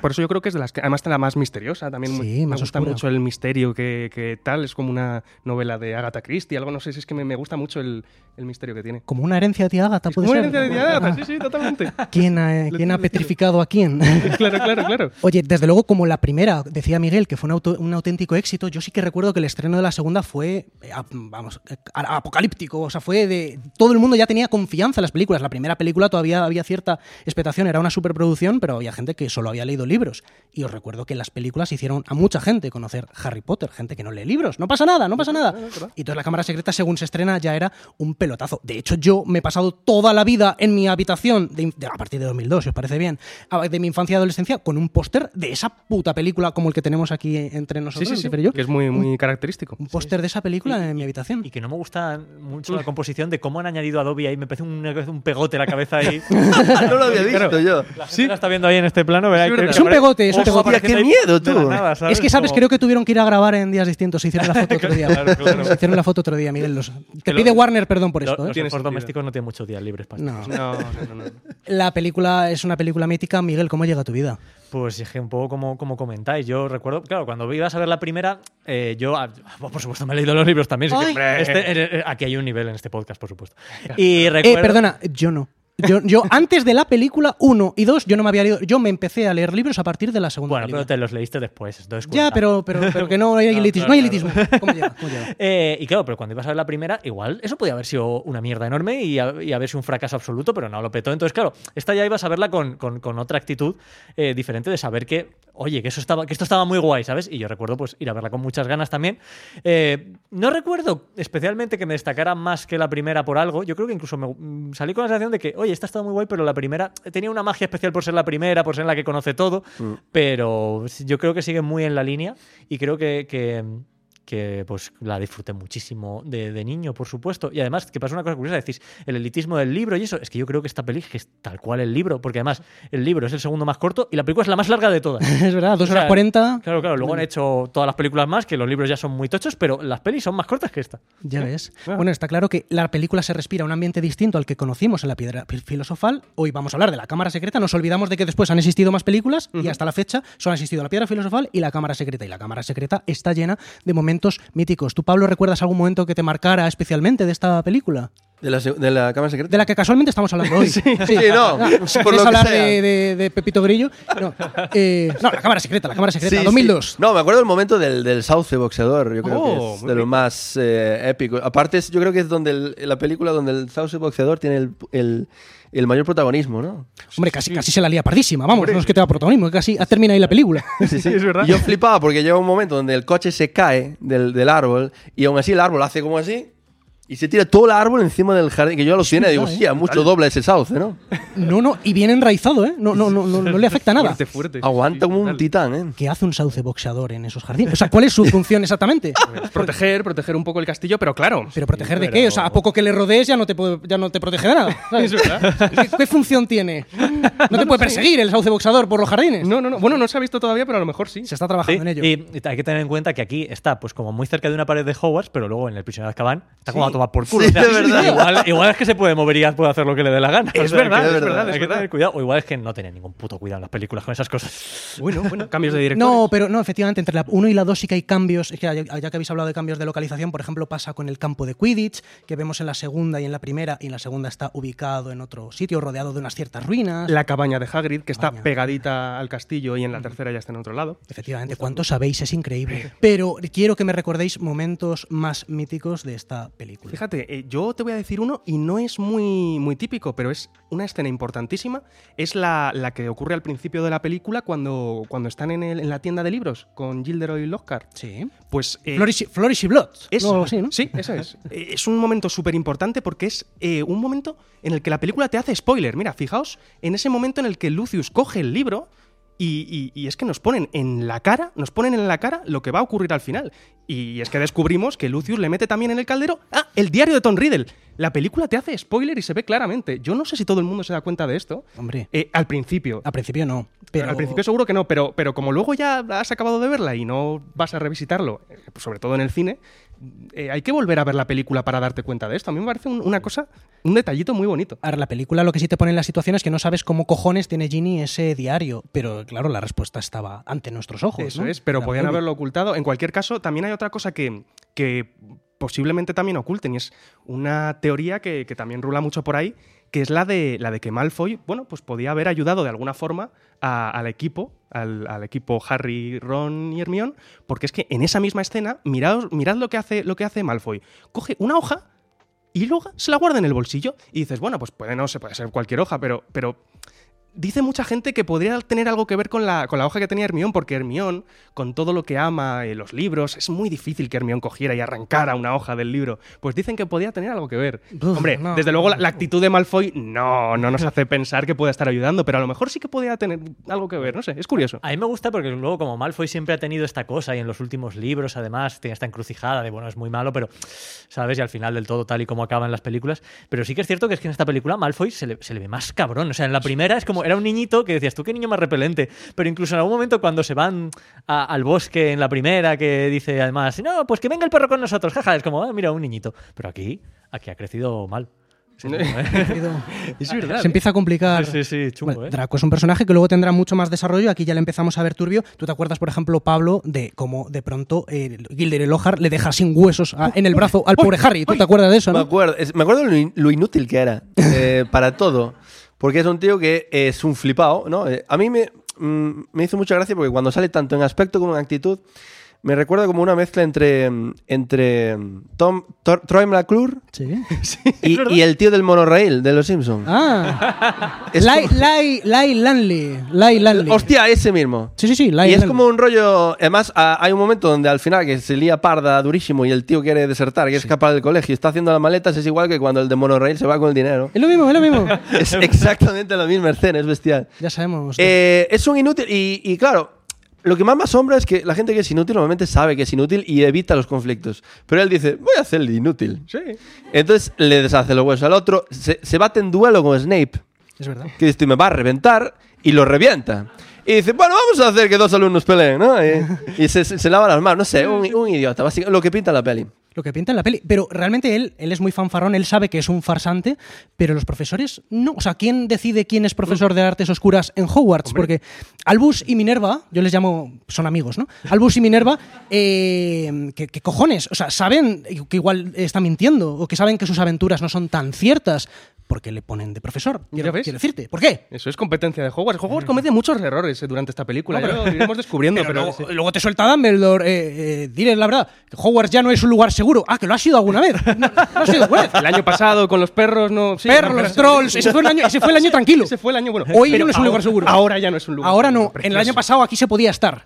[SPEAKER 3] Por eso yo creo que es de las que, además, de la más misteriosa también.
[SPEAKER 2] Sí,
[SPEAKER 3] me
[SPEAKER 2] más
[SPEAKER 3] gusta
[SPEAKER 2] oscura.
[SPEAKER 3] mucho el misterio que, que tal, es como una novela de Agatha Christie, algo, no sé si es que me, me gusta mucho el, el misterio que tiene.
[SPEAKER 2] Como una herencia de tía Agatha,
[SPEAKER 3] eh.
[SPEAKER 2] puede
[SPEAKER 3] Como
[SPEAKER 2] ser.
[SPEAKER 3] herencia de Tía Agatha, sí, sí, totalmente. [LAUGHS]
[SPEAKER 2] ¿Quién ha, quién ha petrificado a quién? [LAUGHS]
[SPEAKER 3] claro, claro, claro.
[SPEAKER 2] Oye, desde luego, como la primera, decía Miguel, que fue un, auto- un auténtico éxito, yo sí que recuerdo que el estreno de la segunda fue, eh, ap- vamos, eh, a- apocalíptico. O sea, fue de. Todo el mundo ya tenía confianza en las películas. La primera película todavía había cierta expectación, era una superproducción, pero había gente que solo había leído libros. Y os recuerdo que las películas hicieron a mucha gente conocer Harry Potter, gente que no lee libros. No pasa nada, no pasa nada. Y entonces la cámara secreta, según se estrena, ya era un pelotazo. De hecho, yo me he pasado toda la vida en mi habitación, de- de- a partir de 2002, si os parece bien, a- de mi infancia y adolescencia, con un póster de esa puta película como el que tenemos aquí entre nosotros, entre yo.
[SPEAKER 3] Que es muy, muy
[SPEAKER 2] [LAUGHS]
[SPEAKER 3] característico.
[SPEAKER 2] Un póster de esa película en mi habitación.
[SPEAKER 4] Y que no me gusta mucho la composición de cómo han añadido Adobe ahí. Me parece un, un pegote la
[SPEAKER 2] [LAUGHS]
[SPEAKER 4] cabeza ahí.
[SPEAKER 5] no lo había visto yo.
[SPEAKER 4] La gente la está viendo ahí en este plano. verá,
[SPEAKER 3] Es
[SPEAKER 4] creo
[SPEAKER 3] verdad.
[SPEAKER 4] que
[SPEAKER 3] Es
[SPEAKER 2] un
[SPEAKER 4] parece-
[SPEAKER 2] pegote, es un
[SPEAKER 4] Ojo,
[SPEAKER 2] pegote.
[SPEAKER 4] aparece
[SPEAKER 5] Hostia, qué
[SPEAKER 4] ahí
[SPEAKER 5] miedo,
[SPEAKER 4] de la
[SPEAKER 5] tú.
[SPEAKER 4] nada,
[SPEAKER 2] Es que, ¿sabes?
[SPEAKER 4] Como-
[SPEAKER 2] Creo que tuvieron que ir a grabar en días distintos. Se
[SPEAKER 4] [LAUGHS]
[SPEAKER 2] hicieron la foto otro día.
[SPEAKER 4] Claro, claro.
[SPEAKER 2] Se hicieron la foto otro día, Miguel.
[SPEAKER 4] [LAUGHS]
[SPEAKER 2] los- Te
[SPEAKER 4] Que lo-
[SPEAKER 2] pide Warner perdón por
[SPEAKER 4] Lo-
[SPEAKER 2] esto. ¿eh?
[SPEAKER 4] Los
[SPEAKER 3] Tiene
[SPEAKER 4] equipos
[SPEAKER 3] sentido.
[SPEAKER 4] domésticos no tienen muchos días libres para
[SPEAKER 2] No.
[SPEAKER 3] No, no, no. no.
[SPEAKER 2] La película es una película mítica. Miguel, ¿cómo llega a tu vida?
[SPEAKER 4] Pues es que un poco como, como comentáis, yo recuerdo, claro, cuando ibas a ver la primera, eh, yo, ah, bueno, por supuesto, me he leído los libros también. sí que,
[SPEAKER 2] Ay.
[SPEAKER 4] hombre, este- eh, eh, aquí hay un nivel en este podcast,
[SPEAKER 2] [LAUGHS]
[SPEAKER 4] por supuesto. Y recuerdo,
[SPEAKER 2] Eh, perdona, yo no. Yo,
[SPEAKER 4] [LAUGHS]
[SPEAKER 2] yo antes de la película 1 y 2, yo no me había leído. Yo me empecé a leer libros a partir de la segunda
[SPEAKER 4] Bueno, pero
[SPEAKER 2] película.
[SPEAKER 4] te los leíste después. entonces
[SPEAKER 2] Ya,
[SPEAKER 4] cuenta.
[SPEAKER 2] pero, pero, pero que
[SPEAKER 4] [LAUGHS]
[SPEAKER 2] no hay
[SPEAKER 4] No,
[SPEAKER 2] elitismo.
[SPEAKER 4] claro,
[SPEAKER 2] No hay elitismo.
[SPEAKER 4] claro.
[SPEAKER 2] ¿Cómo llega? ¿Cómo llega?
[SPEAKER 4] [LAUGHS] Eh, y claro, pero cuando ibas a ver la primera, igual eso podía haber sido una mierda enorme y, a- y haber sido un fracaso absoluto, pero no lo petó. Entonces, claro, esta ya ibas a verla con, con- con otra actitud eh, diferente de saber que, oye, que, eso estaba, que esto estaba muy guay, ¿sabes? Y yo recuerdo pues ir a verla con muchas ganas también. Eh, no recuerdo especialmente que me destacara más que la primera por algo. Yo creo que incluso me mm, salí con la sensación de que, oye, esta estaba muy guay, pero la primera eh, tenía una magia especial por ser la primera, por ser la que conoce todo, pero yo creo que sigue muy en la línea y creo que- que que pues la disfruté muchísimo de, de niño, por supuesto. Y además, que pasa una cosa curiosa, decís, el elitismo del libro y eso, es que yo creo que esta peli es tal cual el libro, porque además el libro es el segundo más corto y la película es la más larga de todas.
[SPEAKER 2] Es verdad, 2
[SPEAKER 4] O
[SPEAKER 2] horas
[SPEAKER 4] sea,
[SPEAKER 2] 40.
[SPEAKER 4] Claro, claro, luego han hecho todas las películas más, que los libros ya son muy tochos, pero las pelis son más cortas que esta.
[SPEAKER 2] Ya ves. Bueno, está claro que la película se respira un ambiente distinto al que conocimos en la piedra Fil- filosofal. Hoy vamos a hablar de la cámara secreta. Nos olvidamos de que después han existido más películas y hasta la fecha solo han existido la piedra filosofal y la cámara secreta. Y la cámara secreta está llena de momentos míticos. ¿Tú, Pablo, recuerdas algún momento que te marcara especialmente de esta película?
[SPEAKER 5] ¿De la, se- de la cámara secreta?
[SPEAKER 2] De la que casualmente estamos hablando hoy. Sí,
[SPEAKER 5] [LAUGHS] sí,
[SPEAKER 2] [LAUGHS]
[SPEAKER 5] no,
[SPEAKER 2] Ah,
[SPEAKER 5] por
[SPEAKER 2] ¿quieres
[SPEAKER 5] lo que
[SPEAKER 2] hablar
[SPEAKER 5] sea.
[SPEAKER 2] De, de- de Pepito Grillo? No, eh, no, la cámara secreta, la cámara secreta,
[SPEAKER 5] Sí,
[SPEAKER 2] 2002.
[SPEAKER 5] sí. No, me acuerdo del momento del, del sauce boxeador. Yo creo
[SPEAKER 3] Oh,
[SPEAKER 5] que es
[SPEAKER 3] muy
[SPEAKER 5] de lo
[SPEAKER 3] bien.
[SPEAKER 5] más eh, épico. Aparte, es- yo creo que es donde el- la película donde el sauce boxeador tiene el, el- el mayor protagonismo, ¿no?
[SPEAKER 2] Hombre, casi, casi se la lía pardísima, vamos, no es que te da protagonismo, casi termina ahí la película.
[SPEAKER 3] [LAUGHS]
[SPEAKER 5] Sí, sí.
[SPEAKER 3] es verdad.
[SPEAKER 5] Y yo flipaba porque llega un momento donde el coche se cae del, del árbol y aún así el árbol hace como así y se tira todo el árbol encima del jardín. Que yo a los tiene digo,
[SPEAKER 2] verdad, ¿eh?
[SPEAKER 5] sí, a mucho doble ese sauce, ¿no?
[SPEAKER 2] No, no, y bien enraizado, ¿eh? No, no, no, no, no le afecta nada.
[SPEAKER 3] Fuerte, fuerte.
[SPEAKER 5] Aguanta como un
[SPEAKER 3] Total.
[SPEAKER 5] titán, ¿eh?
[SPEAKER 2] ¿Qué hace un sauce boxeador en esos jardines? O sea, ¿cuál es su función
[SPEAKER 5] [LAUGHS]
[SPEAKER 2] exactamente?
[SPEAKER 3] Proteger, proteger un poco el castillo, pero claro.
[SPEAKER 2] ¿Pero proteger de qué? O sea, a poco que le rodees ya no te, puede- ya no te protege de nada. ¿sabes? ¿Qué, qué función
[SPEAKER 5] [LAUGHS]
[SPEAKER 2] tiene? ¿No te puede perseguir el sauce boxeador por los jardines?
[SPEAKER 3] No, no, no. Bueno, no se ha visto todavía, pero a lo mejor sí.
[SPEAKER 2] Se está trabajando en ello.
[SPEAKER 4] Y y hay que tener en cuenta que aquí está, pues como muy cerca de una pared de Hogwarts, pero luego en el prisionero de Azkaban está como a tomar por culo.
[SPEAKER 5] Sí,
[SPEAKER 4] O sea,
[SPEAKER 5] de verdad.
[SPEAKER 4] [LAUGHS] Igual, igual es que se puede mover y ya puede hacer lo que le dé la [LAUGHS] gana.
[SPEAKER 3] Es
[SPEAKER 4] O sea,
[SPEAKER 3] verdad,
[SPEAKER 4] que-
[SPEAKER 5] es verdad,
[SPEAKER 3] es
[SPEAKER 4] Hay que
[SPEAKER 3] verdad.
[SPEAKER 4] tener cuidado. O igual es que no tienen ningún puto cuidado en las películas con esas cosas.
[SPEAKER 3] Bueno, bueno. Cambios de director.
[SPEAKER 2] [LAUGHS] No, pero no, efectivamente, entre la 1 y la 2 sí que hay cambios. Es que ya, ya que habéis hablado de cambios de localización, por ejemplo, pasa con el campo de Quidditch, que vemos en la segunda y en la primera, y en la segunda está ubicado en otro sitio, rodeado de unas ciertas ruinas.
[SPEAKER 3] La cabaña de Hagrid, que está
[SPEAKER 2] Cabaña.
[SPEAKER 3] pegadita al castillo y en la tercera ya está en otro lado.
[SPEAKER 2] Efectivamente, cuánto sabéis, es increíble. Pero quiero que me recordéis momentos más míticos de esta película.
[SPEAKER 3] Fíjate, eh, yo te voy a decir uno y no es muy, muy típico, pero es una escena importantísima. Es la, la que ocurre al principio de la película cuando, cuando están en, el- en la tienda de libros con Gilderoy Lockhart.
[SPEAKER 2] Sí.
[SPEAKER 3] Pues eh,
[SPEAKER 2] Flourish, Flourish y Blood.
[SPEAKER 3] es,
[SPEAKER 2] o algo así, ¿no?
[SPEAKER 3] Sí, eso es. Eh, es un momento súper importante porque es eh, un momento en el que la película te hace spoiler. Mira, fijaos en ese momento en el que Lucius coge el libro y, y- y es que nos ponen en la cara, nos ponen en la cara lo que va a ocurrir al final. Y es que descubrimos que Lucius le mete también en el caldero ¡ah! el diario de Tom Riddle. La película te hace spoiler y se ve claramente. Yo no sé si todo el mundo se da cuenta de esto.
[SPEAKER 2] Hombre,
[SPEAKER 3] Eh, al principio.
[SPEAKER 2] al principio no. Pero
[SPEAKER 3] Al principio seguro que no, pero, pero como luego ya has acabado de verla y no vas a revisitarlo, eh, sobre todo en el cine, eh, hay que volver a ver la película para darte cuenta de esto. A mí me parece un- una cosa, un detallito muy bonito.
[SPEAKER 2] Ahora, la película lo que sí te pone en la situación es que no sabes cómo cojones tiene Ginny ese diario. Pero claro, la respuesta estaba ante nuestros ojos.
[SPEAKER 3] Eso
[SPEAKER 2] ¿no?
[SPEAKER 3] es, pero
[SPEAKER 2] La
[SPEAKER 3] podían
[SPEAKER 2] peli.
[SPEAKER 3] haberlo ocultado. En cualquier caso, también hay otra cosa que, que posiblemente también oculten y es una teoría que, que también rula mucho por ahí, que es la de, la de que Malfoy, bueno, pues podía haber ayudado de alguna forma a- al equipo, al, al equipo Harry, Ron y Hermión, porque es que en esa misma escena, mirad, mirad lo, que hace, lo que hace Malfoy. Coge una hoja y luego se la guarda en el bolsillo y dices, bueno, pues puede, no se puede ser cualquier hoja, pero... pero Dice mucha gente que podría tener algo que ver con la, con la hoja que tenía Hermión, porque Hermión, con todo lo que ama eh, los libros, es muy difícil que Hermión cogiera y arrancara una hoja del libro. Pues dicen que podía tener algo que ver.
[SPEAKER 2] Uf,
[SPEAKER 3] Hombre,
[SPEAKER 2] no.
[SPEAKER 3] desde luego la, la actitud de Malfoy no, no nos hace pensar que pueda estar ayudando, pero a lo mejor sí que podía tener algo que ver, no sé, es curioso.
[SPEAKER 4] A mí me gusta porque luego como Malfoy siempre ha tenido esta cosa y en los últimos libros además tiene esta encrucijada de bueno, es muy malo, pero sabes, y al final del todo tal y como acaban las películas. Pero sí que es cierto que es que en esta película Malfoy se le, se le ve más cabrón. O sea, en la primera es como era un niñito que decías, tú qué niño más repelente. Pero incluso en algún momento cuando se van a- al bosque en la primera que dice además, no, pues que venga el perro con nosotros, jaja, es como, "Ah, mira, un niñito. Pero aquí, aquí ha crecido mal. Sí, ¿eh? [LAUGHS]
[SPEAKER 3] Es verdad.
[SPEAKER 2] Se empieza a complicar.
[SPEAKER 4] Sí, sí, chungo,
[SPEAKER 2] Bueno,
[SPEAKER 4] ¿eh?
[SPEAKER 2] Draco es un personaje que luego tendrá mucho más desarrollo. Aquí ya le empezamos a ver turbio. ¿Tú te acuerdas, por ejemplo, Pablo, de cómo de pronto eh, Gilderoy Lockhart le deja sin huesos a- en el brazo al pobre Harry? ¿Tú te acuerdas de eso?
[SPEAKER 5] Me
[SPEAKER 2] no?
[SPEAKER 5] acuerdo, es- me acuerdo lo, in- lo inútil
[SPEAKER 2] [LAUGHS]
[SPEAKER 5] que era eh, para todo, porque es un tío que es un flipado, ¿no? Eh, a mí me, mm, me hizo mucha gracia porque cuando sale tanto en aspecto como en actitud, me recuerda como una mezcla entre, mm, entre mm, Tom, Tor- Troy
[SPEAKER 2] [LAUGHS]
[SPEAKER 5] McClure
[SPEAKER 2] Sí.
[SPEAKER 5] y, y el tío del monorail de Los Simpsons.
[SPEAKER 2] Ah,
[SPEAKER 5] Es
[SPEAKER 2] Lai,
[SPEAKER 5] como-
[SPEAKER 2] Lai, Lai Lanley. Lai Lanley.
[SPEAKER 5] hostia, ese mismo.
[SPEAKER 2] Sí, sí, sí. Lai
[SPEAKER 5] Y es
[SPEAKER 2] Lanley.
[SPEAKER 5] como un rollo. Además, a- hay un momento donde al final que se lía parda durísimo y el tío quiere desertar, quiere escapar del colegio, está haciendo las maletas, es igual que cuando el de Monorail se va con el dinero.
[SPEAKER 2] Es lo mismo, es lo mismo.
[SPEAKER 3] [LAUGHS]
[SPEAKER 5] es exactamente la misma escena, es bestial.
[SPEAKER 2] ya sabemos.
[SPEAKER 5] Eh, es un inútil. Y, y claro, Lo que más me asombra es que la gente que es inútil normalmente sabe que es inútil y evita los conflictos. Pero él dice, voy a hacer el inútil.
[SPEAKER 3] Sí.
[SPEAKER 5] Entonces le deshace los huesos al otro, se, se bate en duelo con Snape,
[SPEAKER 2] Es verdad.
[SPEAKER 5] que dice, me va a reventar, y lo revienta. Y dice, bueno, vamos a hacer que dos alumnos peleen, ¿no? Y, y se, se- se lava las manos, no sé, un, un idiota, básicamente, lo que pinta la peli.
[SPEAKER 2] Lo que pinta en la peli. Pero realmente él, él es muy fanfarrón, él sabe que es un farsante, pero los profesores no. O sea, ¿quién decide quién es profesor de artes oscuras en Hogwarts? Porque Albus y Minerva, yo les llamo, son amigos, ¿no? Albus y Minerva, eh, ¿qué, qué cojones? O sea, saben que igual está mintiendo o que saben que sus aventuras no son tan ciertas porque le ponen de profesor. Quiero,
[SPEAKER 3] Ya ves.
[SPEAKER 2] quiero decirte, ¿por qué?
[SPEAKER 3] Eso es competencia de Hogwarts. Hogwarts comete muchos errores eh, durante esta película.
[SPEAKER 2] No,
[SPEAKER 3] ya
[SPEAKER 2] pero-
[SPEAKER 3] lo iremos descubriendo,
[SPEAKER 2] [LAUGHS] Pero
[SPEAKER 3] pero.
[SPEAKER 2] luego, luego te suelta Dumbledore, eh, eh, diles la verdad, que Hogwarts ya no es un lugar seguro. Ah, que lo ha sido alguna vez. [LAUGHS] No, no ha sido alguna vez.
[SPEAKER 3] El año pasado con los perros no. sí,
[SPEAKER 2] perros,
[SPEAKER 3] no, pero-
[SPEAKER 2] los trolls. Ese fue, un año, ese fue el año tranquilo.
[SPEAKER 3] Ese fue el año bueno.
[SPEAKER 2] Hoy
[SPEAKER 3] Pero
[SPEAKER 2] no es un
[SPEAKER 3] ahora-
[SPEAKER 2] lugar seguro.
[SPEAKER 3] Ahora ya no es un lugar.
[SPEAKER 2] Ahora
[SPEAKER 3] seguro,
[SPEAKER 2] no. En el año
[SPEAKER 3] precioso.
[SPEAKER 2] pasado aquí se podía estar.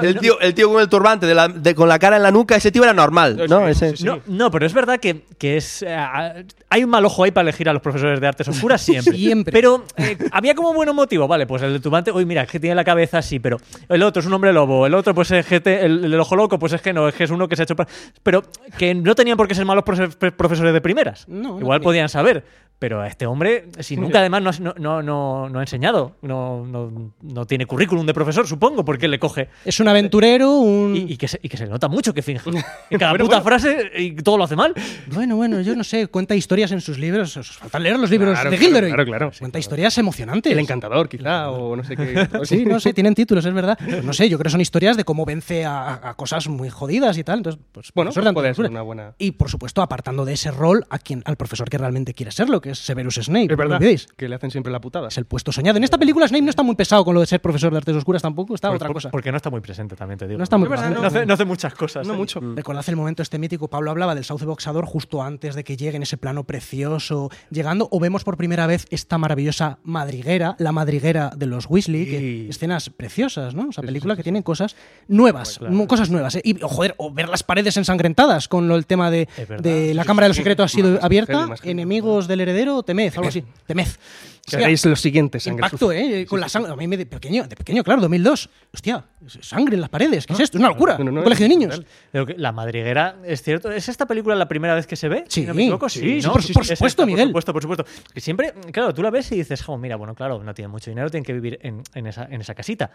[SPEAKER 5] El tío, el tío con el turbante, de la- de- con la cara en la nuca, ese tío era normal, ¿no?
[SPEAKER 3] Sí, sí,
[SPEAKER 5] Ese-
[SPEAKER 3] sí.
[SPEAKER 4] No, no, pero es verdad que, que es eh, ah, hay un mal ojo ahí para elegir a los profesores de artes oscuras siempre.
[SPEAKER 2] [LAUGHS] Siempre.
[SPEAKER 4] Pero eh, había como buen motivo, vale, pues el de turbante, uy, mira, es que tiene la cabeza así, pero el otro es un hombre lobo, el otro pues es que te- el, el ojo loco, pues es que no, es que es uno que se ha hecho... pa- Pero que no tenían por qué ser malos profe- pre- profesores de primeras.
[SPEAKER 2] No, no
[SPEAKER 4] Igual
[SPEAKER 2] tenía.
[SPEAKER 4] podían saber. Pero a este hombre, si nunca además no, has- no, no, no, no ha enseñado, no, no, no tiene currículum de profesor, supongo, porque le coge
[SPEAKER 2] Es un aventurero, un.
[SPEAKER 4] y, y que se, y que se le nota mucho
[SPEAKER 2] [LAUGHS]
[SPEAKER 4] que finge. En cada
[SPEAKER 3] Bueno,
[SPEAKER 4] puta
[SPEAKER 3] bueno.
[SPEAKER 4] frase y todo lo hace mal.
[SPEAKER 2] Bueno, bueno, yo no sé. Cuenta historias en sus libros. Os falta leer los libros
[SPEAKER 3] Claro,
[SPEAKER 2] de
[SPEAKER 3] claro,
[SPEAKER 2] Gilderoy.
[SPEAKER 3] claro, claro. Sí,
[SPEAKER 2] Cuenta
[SPEAKER 3] claro.
[SPEAKER 2] historias emocionantes.
[SPEAKER 3] El encantador, quizá, o no sé
[SPEAKER 2] [LAUGHS]
[SPEAKER 3] qué. o
[SPEAKER 2] Sí, no sé, tienen títulos, es [LAUGHS] verdad. Pues no sé, yo creo que son historias de cómo vence a, a cosas muy jodidas y tal. Entonces, pues,
[SPEAKER 3] Bueno,
[SPEAKER 2] profesor de
[SPEAKER 3] puede
[SPEAKER 2] arquitectura.
[SPEAKER 3] ser una buena-
[SPEAKER 2] Y por supuesto, apartando de ese rol a quien, al profesor que realmente quiere serlo, que es Severus Snape.
[SPEAKER 3] Es
[SPEAKER 2] no lo
[SPEAKER 3] verdad
[SPEAKER 2] olvidéis.
[SPEAKER 3] que le hacen siempre la putada.
[SPEAKER 2] Es el puesto soñado. En esta película Snape no está muy pesado con lo de ser profesor de artes oscuras tampoco, está
[SPEAKER 4] Por-
[SPEAKER 2] otra
[SPEAKER 4] por-
[SPEAKER 2] cosa.
[SPEAKER 4] Porque no está muy presente, también te digo.
[SPEAKER 2] No está muy
[SPEAKER 3] Es verdad,
[SPEAKER 2] pesado.
[SPEAKER 4] No hace, no hace muchas cosas.
[SPEAKER 3] No
[SPEAKER 4] ¿eh?
[SPEAKER 3] mucho.
[SPEAKER 2] Recordad el momento este mítico, Pablo hablaba del sauce boxador justo antes de que llegue en ese plano precioso, llegando, o vemos por primera vez esta maravillosa madriguera, la madriguera de los Weasley, que
[SPEAKER 3] Sí.
[SPEAKER 2] escenas preciosas, ¿no? O sea, película que tiene cosas nuevas, mu- cosas nuevas. ¿eh? Y, oh, joder, o ver las paredes ensangrentadas con lo, el tema de,
[SPEAKER 4] Es verdad,
[SPEAKER 2] de la Cámara de los Secretos ha sido
[SPEAKER 3] Más
[SPEAKER 2] abierta,
[SPEAKER 3] heavy, más heavy.
[SPEAKER 2] enemigos del heredero, temez,
[SPEAKER 3] [LAUGHS]
[SPEAKER 2] algo así, temez.
[SPEAKER 3] Que
[SPEAKER 2] Hostia,
[SPEAKER 3] hagáis lo siguiente, sangre.
[SPEAKER 2] Impacto,
[SPEAKER 3] sucia.
[SPEAKER 2] ¿eh? Con la sangre. A mí me de pequeño, de pequeño, claro, 2002. Hostia, sangre en las paredes. ¿Qué es esto? Es una locura.
[SPEAKER 3] No, no, no,
[SPEAKER 2] Un colegio de
[SPEAKER 3] es
[SPEAKER 2] niños.
[SPEAKER 3] brutal.
[SPEAKER 4] Pero que la madriguera, es cierto. ¿Es esta película la primera vez que se ve?
[SPEAKER 2] Sí.
[SPEAKER 4] Si no me equivoco,
[SPEAKER 2] Sí,
[SPEAKER 4] sí.
[SPEAKER 2] sí,
[SPEAKER 4] ¿no?
[SPEAKER 2] por- por
[SPEAKER 4] es
[SPEAKER 2] supuesto,
[SPEAKER 4] esta,
[SPEAKER 2] Miguel.
[SPEAKER 4] Por supuesto, por supuesto. Que siempre, claro, tú la ves y dices, "Jo, mira, bueno, claro, no tiene mucho dinero, tienen que vivir en, en esa, en esa casita.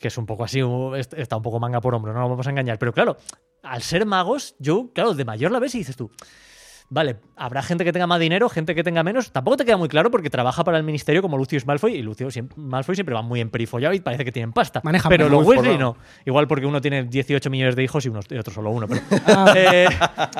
[SPEAKER 4] Que es un poco así, u- es- está un poco manga por hombro, no nos vamos a engañar. Pero claro, al ser magos, yo, claro, de mayor la ves y dices tú. Vale, habrá gente que tenga más dinero, gente que tenga menos. Tampoco te queda muy claro porque trabaja para el ministerio como Lucius Malfoy y Lucius siem- Malfoy siempre va muy emperifollado y parece que tienen pasta.
[SPEAKER 2] Maneja
[SPEAKER 4] pero
[SPEAKER 2] muy
[SPEAKER 4] los
[SPEAKER 2] forrado.
[SPEAKER 4] Weasley Pues no. Igual porque uno tiene 18 millones de hijos y, unos, y otro solo uno. Pero, [LAUGHS] Eh,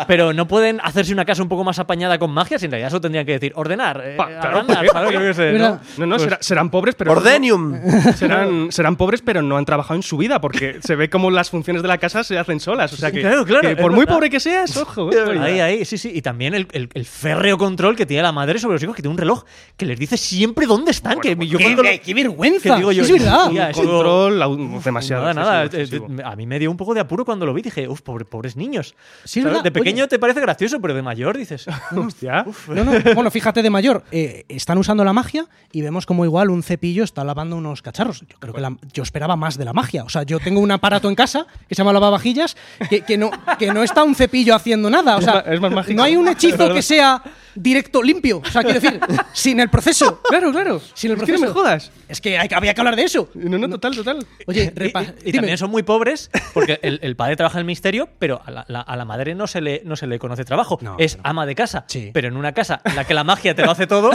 [SPEAKER 4] pero no pueden hacerse una casa un poco más apañada con magia, si en realidad eso tendrían que decir ordenar. eh,
[SPEAKER 3] Pa- claro,
[SPEAKER 4] agrandar,
[SPEAKER 3] porque-
[SPEAKER 4] ¿sabes? Yo qué sé, ¿no? Pues
[SPEAKER 2] Mira.
[SPEAKER 3] No, no, será- serán pobres, pero.
[SPEAKER 5] Ordenium.
[SPEAKER 3] Serán, serán pobres, pero no han trabajado en su vida, porque se ve como las funciones de la casa se hacen solas. O sea que,
[SPEAKER 4] Claro, claro,
[SPEAKER 3] que
[SPEAKER 4] es
[SPEAKER 3] por muy
[SPEAKER 4] verdad.
[SPEAKER 3] pobre que seas, ojo. eh, oiga.
[SPEAKER 4] Ahí, ahí, sí, sí. Y también el, el- el férreo control que tiene la madre sobre los hijos, que tiene un reloj que les dice siempre dónde están. que yo cuando lo-
[SPEAKER 2] vergüenza!
[SPEAKER 4] que digo yo,
[SPEAKER 2] es verdad.
[SPEAKER 4] ya, eso-
[SPEAKER 3] Control, au- demasiado.
[SPEAKER 4] Nada, nada.
[SPEAKER 3] excesivo,
[SPEAKER 4] eh,
[SPEAKER 3] excesivo.
[SPEAKER 4] eh, a mí me dio un poco de apuro cuando lo vi. Dije, uff, pobre- pobres niños.
[SPEAKER 2] Sí, es
[SPEAKER 4] ¿Sabes?
[SPEAKER 2] verdad.
[SPEAKER 4] De pequeño
[SPEAKER 2] Oye.
[SPEAKER 4] te parece gracioso, pero de mayor dices.
[SPEAKER 3] Hostia.
[SPEAKER 2] No, no, bueno, fíjate de mayor, eh, están usando la magia y vemos como igual un cepillo está lavando unos cacharros. Yo creo que la- yo esperaba más de la magia. O sea, yo tengo un aparato en casa que se llama lavavajillas que, que no, que no está un cepillo haciendo nada. O sea,
[SPEAKER 3] Es ma- es más mágico.
[SPEAKER 2] no hay un hechizo que sea directo, limpio. O sea, quiero decir, sin el proceso.
[SPEAKER 3] Claro, claro.
[SPEAKER 2] Sin el
[SPEAKER 3] Es que no
[SPEAKER 2] proceso.
[SPEAKER 3] me jodas.
[SPEAKER 2] Es que hay que- había que hablar de eso.
[SPEAKER 3] No, no, total, total.
[SPEAKER 2] Oye,
[SPEAKER 4] [LAUGHS] Y-
[SPEAKER 2] repa-
[SPEAKER 4] y- y,
[SPEAKER 2] dime.
[SPEAKER 4] también son muy pobres porque el, el padre trabaja en el ministerio, pero a la, la- a la madre no se le, no se le conoce trabajo.
[SPEAKER 2] No,
[SPEAKER 4] es
[SPEAKER 2] no.
[SPEAKER 4] ama de casa.
[SPEAKER 2] Sí.
[SPEAKER 4] Pero en una casa en la que la magia te lo
[SPEAKER 2] [LAUGHS]
[SPEAKER 4] hace todo,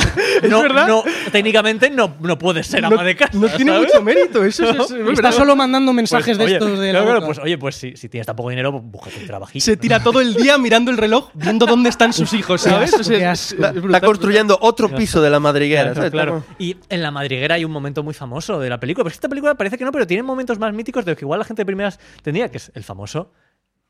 [SPEAKER 4] no,
[SPEAKER 3] verdad?
[SPEAKER 4] no- técnicamente no, no puedes ser ama de casa.
[SPEAKER 3] No tiene
[SPEAKER 4] ¿sabes?
[SPEAKER 3] mucho mérito. Eso es, es- es
[SPEAKER 2] Está
[SPEAKER 3] verdad.
[SPEAKER 2] solo mandando
[SPEAKER 4] Pues,
[SPEAKER 2] mensajes de
[SPEAKER 4] oye,
[SPEAKER 2] estos de la
[SPEAKER 4] claro, claro,
[SPEAKER 2] boca.
[SPEAKER 4] pues, oye, pues si, si tienes tan poco dinero, pues, búscate un trabajito.
[SPEAKER 3] Se
[SPEAKER 4] ¿no?
[SPEAKER 3] tira todo el día mirando el reloj, viendo dónde están sus hijos, ¿sabes?
[SPEAKER 2] asco,
[SPEAKER 3] O sea,
[SPEAKER 2] qué
[SPEAKER 3] es-
[SPEAKER 2] asco.
[SPEAKER 5] Está,
[SPEAKER 3] es
[SPEAKER 5] está
[SPEAKER 3] brutal.
[SPEAKER 5] construyendo otro piso de la madriguera.
[SPEAKER 4] Claro,
[SPEAKER 5] ¿sabes?
[SPEAKER 4] claro. Y en La Madriguera hay un momento muy famoso de la película. Pero es que esta película parece que no, pero tiene momentos más míticos de los que igual la gente de primeras tendría, que es el famoso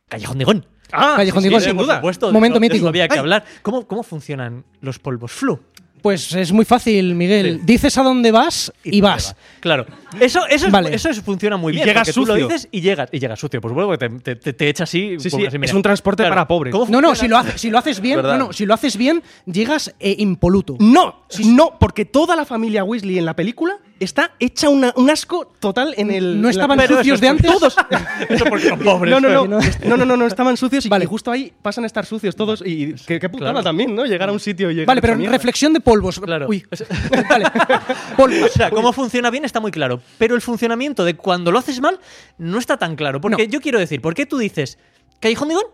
[SPEAKER 4] Callejón de Gón.
[SPEAKER 3] Ah,
[SPEAKER 2] Callejón
[SPEAKER 3] sí,
[SPEAKER 2] de Gol.
[SPEAKER 3] sí, sin
[SPEAKER 4] por
[SPEAKER 3] duda.
[SPEAKER 4] supuesto,
[SPEAKER 2] Momento
[SPEAKER 4] de eso- de eso
[SPEAKER 2] mítico.
[SPEAKER 4] había que
[SPEAKER 2] Ay.
[SPEAKER 4] hablar. ¿Cómo, ¿Cómo funcionan los polvos flu?
[SPEAKER 2] Pues es muy fácil, Miguel.
[SPEAKER 4] Sí.
[SPEAKER 2] Dices a dónde vas y,
[SPEAKER 4] te
[SPEAKER 2] vas.
[SPEAKER 4] vas. Claro. Eso, eso, es-
[SPEAKER 2] Vale.
[SPEAKER 4] eso es- funciona muy
[SPEAKER 3] Y
[SPEAKER 4] bien.
[SPEAKER 3] llegas
[SPEAKER 4] porque tú lo
[SPEAKER 3] sucio.
[SPEAKER 4] dices y llegas, y llegas sucio. Por supuesto, porque te, te, te- te echa así.
[SPEAKER 3] Sí,
[SPEAKER 4] como
[SPEAKER 3] sí,
[SPEAKER 4] así,
[SPEAKER 3] es
[SPEAKER 4] mira.
[SPEAKER 3] un transporte para pobres.
[SPEAKER 4] ¿Cómo
[SPEAKER 2] No, no, si
[SPEAKER 4] funciona?
[SPEAKER 2] lo, hace- si lo haces bien,
[SPEAKER 5] Verdad.
[SPEAKER 2] no, no, si lo haces bien, llegas eh, impoluto.
[SPEAKER 4] Mm.
[SPEAKER 3] No, no, porque toda la familia Weasley en la película está hecha una- un asco total en el.
[SPEAKER 2] No
[SPEAKER 3] en la-
[SPEAKER 2] estaban
[SPEAKER 3] Pero
[SPEAKER 2] sucios
[SPEAKER 3] eso-
[SPEAKER 2] de antes.
[SPEAKER 3] Todos.
[SPEAKER 4] Eso porque son pobres.
[SPEAKER 3] No, no,
[SPEAKER 4] pero-
[SPEAKER 3] no, no, no, no, no, estaban sucios y,
[SPEAKER 2] Vale.
[SPEAKER 3] y justo ahí pasan a estar sucios todos. Y qué, qué putada
[SPEAKER 4] Claro.
[SPEAKER 3] también, ¿no? Llegar a un sitio y llegar
[SPEAKER 2] Vale,
[SPEAKER 3] hecho
[SPEAKER 2] pero
[SPEAKER 3] mierda.
[SPEAKER 2] reflexión de polvos.
[SPEAKER 4] Claro. [LAUGHS]
[SPEAKER 2] Uy. [LAUGHS] Vale. Polvos.
[SPEAKER 4] O sea, cómo funciona bien está muy claro, pero el funcionamiento de cuando lo haces mal no está tan claro. Porque yo quiero decir, ¿por qué tú dices Callejón de Gol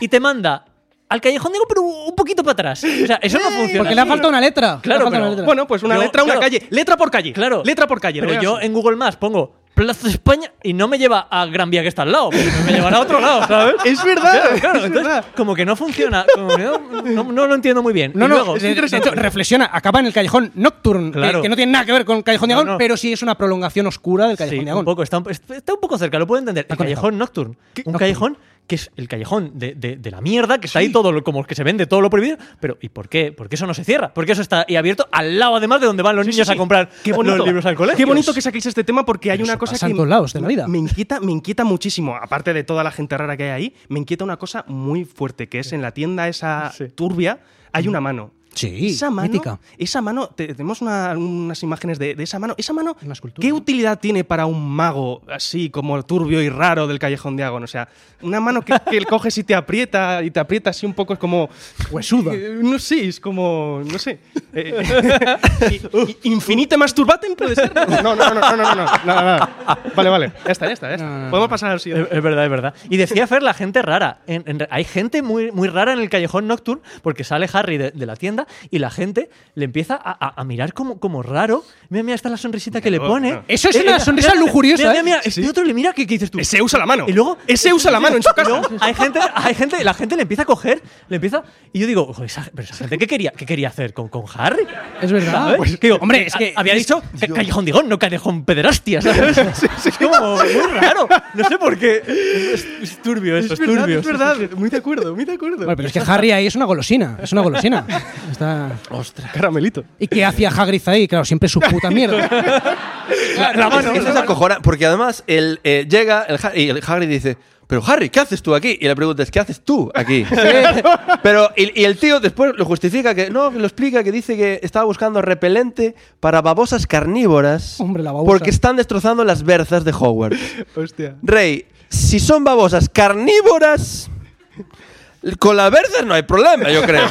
[SPEAKER 4] y te manda al Callejón de Gol pero un poquito para atrás? O sea, eso no funciona.
[SPEAKER 2] Porque le ha faltado una letra.
[SPEAKER 4] Claro,
[SPEAKER 2] Le ha faltado
[SPEAKER 4] pero-
[SPEAKER 2] una letra.
[SPEAKER 3] Bueno, pues una
[SPEAKER 4] Yo-
[SPEAKER 3] letra, una
[SPEAKER 4] claro.
[SPEAKER 3] calle. Letra por calle.
[SPEAKER 4] Claro.
[SPEAKER 3] Letra por calle. lo
[SPEAKER 4] Pero
[SPEAKER 3] veo
[SPEAKER 4] yo
[SPEAKER 3] así.
[SPEAKER 4] en Google Maps pongo Plaza de España y no me lleva a Gran Vía que está al lado, me llevará a otro lado, ¿sabes?
[SPEAKER 3] [LAUGHS] Es verdad.
[SPEAKER 4] Claro, claro,
[SPEAKER 3] es
[SPEAKER 4] entonces,
[SPEAKER 3] verdad.
[SPEAKER 4] como que no funciona, como que no, no- no lo entiendo muy bien.
[SPEAKER 2] No,
[SPEAKER 4] Y
[SPEAKER 2] no,
[SPEAKER 4] luego-
[SPEAKER 2] de- de, hecho, reflexiona, acaba en el callejón Nocturne, que-
[SPEAKER 4] Claro.
[SPEAKER 2] que, no tiene nada que ver con el callejón
[SPEAKER 4] No,
[SPEAKER 2] Diagon,
[SPEAKER 4] no.
[SPEAKER 2] pero sí es una prolongación oscura del
[SPEAKER 4] Sí,
[SPEAKER 2] callejón
[SPEAKER 4] un
[SPEAKER 2] Diagon.
[SPEAKER 4] poco, está un, está un poco cerca, lo puedo entender. El
[SPEAKER 2] conectado.
[SPEAKER 4] callejón Nocturne. Un
[SPEAKER 2] Nocturne.
[SPEAKER 4] callejón que es el callejón de, de- de la mierda, que está ahí todo lo- como que se vende todo lo prohibido. Pero, ¿y por qué? ¿Por qué eso no se cierra? Porque eso está ahí abierto al lado, además, de donde van los
[SPEAKER 3] Sí, sí,
[SPEAKER 4] niños
[SPEAKER 3] sí.
[SPEAKER 4] a comprar
[SPEAKER 3] Qué bonito.
[SPEAKER 4] los libros al colegio.
[SPEAKER 3] Qué bonito que saquéis este tema porque hay una cosa
[SPEAKER 2] pasa
[SPEAKER 3] que
[SPEAKER 2] en todos lados de la vida.
[SPEAKER 3] me inquieta, me inquieta muchísimo. Aparte de toda la gente rara que hay ahí, me inquieta una cosa muy fuerte que es en la tienda esa
[SPEAKER 4] Sí.
[SPEAKER 3] turbia hay una mano.
[SPEAKER 2] Sí,
[SPEAKER 3] esa mano,
[SPEAKER 2] mítica.
[SPEAKER 3] esa mano, te- tenemos una- unas imágenes de, de esa mano. Esa mano,
[SPEAKER 2] Una escultura,
[SPEAKER 3] ¿qué
[SPEAKER 2] ¿no?
[SPEAKER 3] utilidad tiene para un mago así como turbio y raro del callejón de Agón? O sea, una mano que, que coges y te aprieta y te aprieta así un poco es como
[SPEAKER 2] Huesuda.
[SPEAKER 3] eh, No sé, es como. No sé. Eh, [LAUGHS] i- i- infinite masturbatem puede ser. No, no, no, no, no, no, no, nada, nada. Vale, vale. Ya está, ya está. ya está.
[SPEAKER 2] No, no, no,
[SPEAKER 3] Podemos pasar al siguiente.
[SPEAKER 4] Es, es verdad, es verdad. Y decía Fer, la gente rara. En- en- hay gente muy, muy rara en el callejón Nocturne porque sale Harry de, de la tienda y la gente le empieza a, a- a mirar como, como raro. Mira, mira, está la sonrisita que le
[SPEAKER 3] No,
[SPEAKER 4] pone. Eh,
[SPEAKER 3] no.
[SPEAKER 2] Eso es una sonrisa
[SPEAKER 4] mira,
[SPEAKER 2] lujuriosa,
[SPEAKER 4] Mira, mira,
[SPEAKER 2] ¿eh?
[SPEAKER 4] mira, este otro le mira, ¿qué, qué dices tú?
[SPEAKER 3] Ese usa la mano.
[SPEAKER 4] Y luego
[SPEAKER 3] Ese usa la [LAUGHS] mano en su casa.
[SPEAKER 4] [LAUGHS] Luego, hay gente, hay gente, la gente le empieza a coger, le empieza y yo digo, "Joder, esa- pero esa gente qué quería, qué quería hacer con, con Harry.
[SPEAKER 2] Es verdad.
[SPEAKER 4] ¿Sabes?
[SPEAKER 2] Pues,
[SPEAKER 4] Que digo,
[SPEAKER 2] hombre, es
[SPEAKER 4] a-
[SPEAKER 2] que-
[SPEAKER 4] había dicho que callejón digón, no callejón pederastia, ¿sabes? Es como muy raro. No sé por qué. Es, es turbio eso, es,
[SPEAKER 3] verdad,
[SPEAKER 4] turbio.
[SPEAKER 3] es verdad. Muy de acuerdo, muy de acuerdo.
[SPEAKER 2] Bueno, pero es que Harry ahí es una golosina, es una golosina. Está-
[SPEAKER 3] Caramelito.
[SPEAKER 2] ¿Y qué hacía Hagrid ahí? Claro, siempre su puta mierda. Ah,
[SPEAKER 4] La, la mano.
[SPEAKER 5] Eso es
[SPEAKER 4] la mano.
[SPEAKER 5] acojonante, porque además él eh, llega el Har- y el Harry dice, pero Harry, ¿qué haces tú aquí? Y la pregunta es, ¿qué haces tú aquí? pero, y, y el tío después lo justifica, que no, que lo explica, que dice que estaba buscando repelente para babosas carnívoras
[SPEAKER 2] Hombre, la babosa.
[SPEAKER 5] porque están destrozando las berzas de Hogwarts.
[SPEAKER 3] Hostia.
[SPEAKER 5] Rey, si son babosas carnívoras, con las berzas no hay problema, yo creo.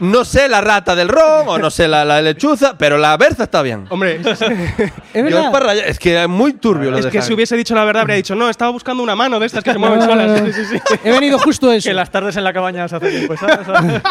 [SPEAKER 5] No sé la rata del ron o no sé la, la lechuza, pero la berza está bien.
[SPEAKER 3] Hombre,
[SPEAKER 2] Es
[SPEAKER 5] Yo
[SPEAKER 2] verdad.
[SPEAKER 5] para rayar- es que es muy turbio lo
[SPEAKER 3] es
[SPEAKER 5] de
[SPEAKER 3] que
[SPEAKER 5] Harry.
[SPEAKER 3] si hubiese dicho la verdad, habría dicho, no, estaba buscando una mano de estas que se mueven
[SPEAKER 2] No, no, no, [LAUGHS]
[SPEAKER 3] solas.
[SPEAKER 2] no.
[SPEAKER 3] Sí, sí, sí.
[SPEAKER 2] He venido justo a eso.
[SPEAKER 4] Que las tardes en la cabaña se hacen pues,
[SPEAKER 3] [LAUGHS]
[SPEAKER 4] ¿sabes? ¿sabes?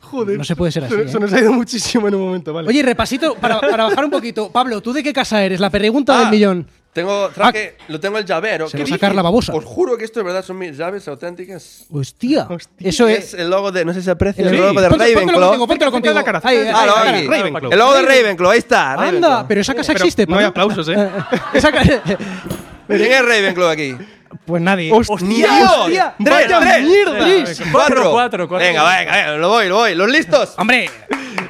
[SPEAKER 3] Joder.
[SPEAKER 2] No se puede ser así,
[SPEAKER 3] Se,
[SPEAKER 2] ¿eh?
[SPEAKER 3] se nos ha ido muchísimo en un momento, vale.
[SPEAKER 2] Oye, repasito, para, para bajar un poquito. Pablo, ¿tú de qué casa eres? La pregunta
[SPEAKER 5] Ah,
[SPEAKER 2] del millón. Ah.
[SPEAKER 5] Tengo, traje, lo tengo el llavero.
[SPEAKER 2] Se
[SPEAKER 5] ¿Qué
[SPEAKER 2] va a sacar
[SPEAKER 5] dije?
[SPEAKER 2] la babosa.
[SPEAKER 5] Os juro que esto de verdad son mis llaves auténticas.
[SPEAKER 2] Hostia.
[SPEAKER 3] Hostia.
[SPEAKER 2] Eso
[SPEAKER 5] es
[SPEAKER 2] es.
[SPEAKER 5] el logo de, no sé si se aprecia,
[SPEAKER 2] Sí.
[SPEAKER 5] el logo
[SPEAKER 2] Ponte-
[SPEAKER 5] de
[SPEAKER 2] póntelo
[SPEAKER 5] Ravenclaw.
[SPEAKER 2] contigo, póntelo
[SPEAKER 3] Cerca de
[SPEAKER 2] contigo.
[SPEAKER 3] la cara,
[SPEAKER 2] Ahí,
[SPEAKER 3] cerca de
[SPEAKER 5] Ah,
[SPEAKER 2] ahí, ahí.
[SPEAKER 5] lo hago
[SPEAKER 3] cara,
[SPEAKER 5] aquí.
[SPEAKER 3] Ravenclaw.
[SPEAKER 5] El logo de Ravenclaw, ahí está.
[SPEAKER 2] Anda,
[SPEAKER 5] Ravenclaw.
[SPEAKER 2] pero esa casa
[SPEAKER 3] Pero
[SPEAKER 2] existe.
[SPEAKER 3] No hay
[SPEAKER 2] ¿no?
[SPEAKER 3] aplausos, ¿eh?
[SPEAKER 2] [LAUGHS] Esa ca-
[SPEAKER 5] ¿Quién es Ravenclaw aquí?
[SPEAKER 2] Pues nadie.
[SPEAKER 5] ¡Dios! ¡Tres,
[SPEAKER 3] ¡Vaya
[SPEAKER 5] tres!
[SPEAKER 3] mierda!
[SPEAKER 5] ¡Tres,
[SPEAKER 4] Cuatro, cuatro, cuatro.
[SPEAKER 5] Venga, venga, venga, lo voy, lo voy. ¿Los listos?
[SPEAKER 2] Hombre,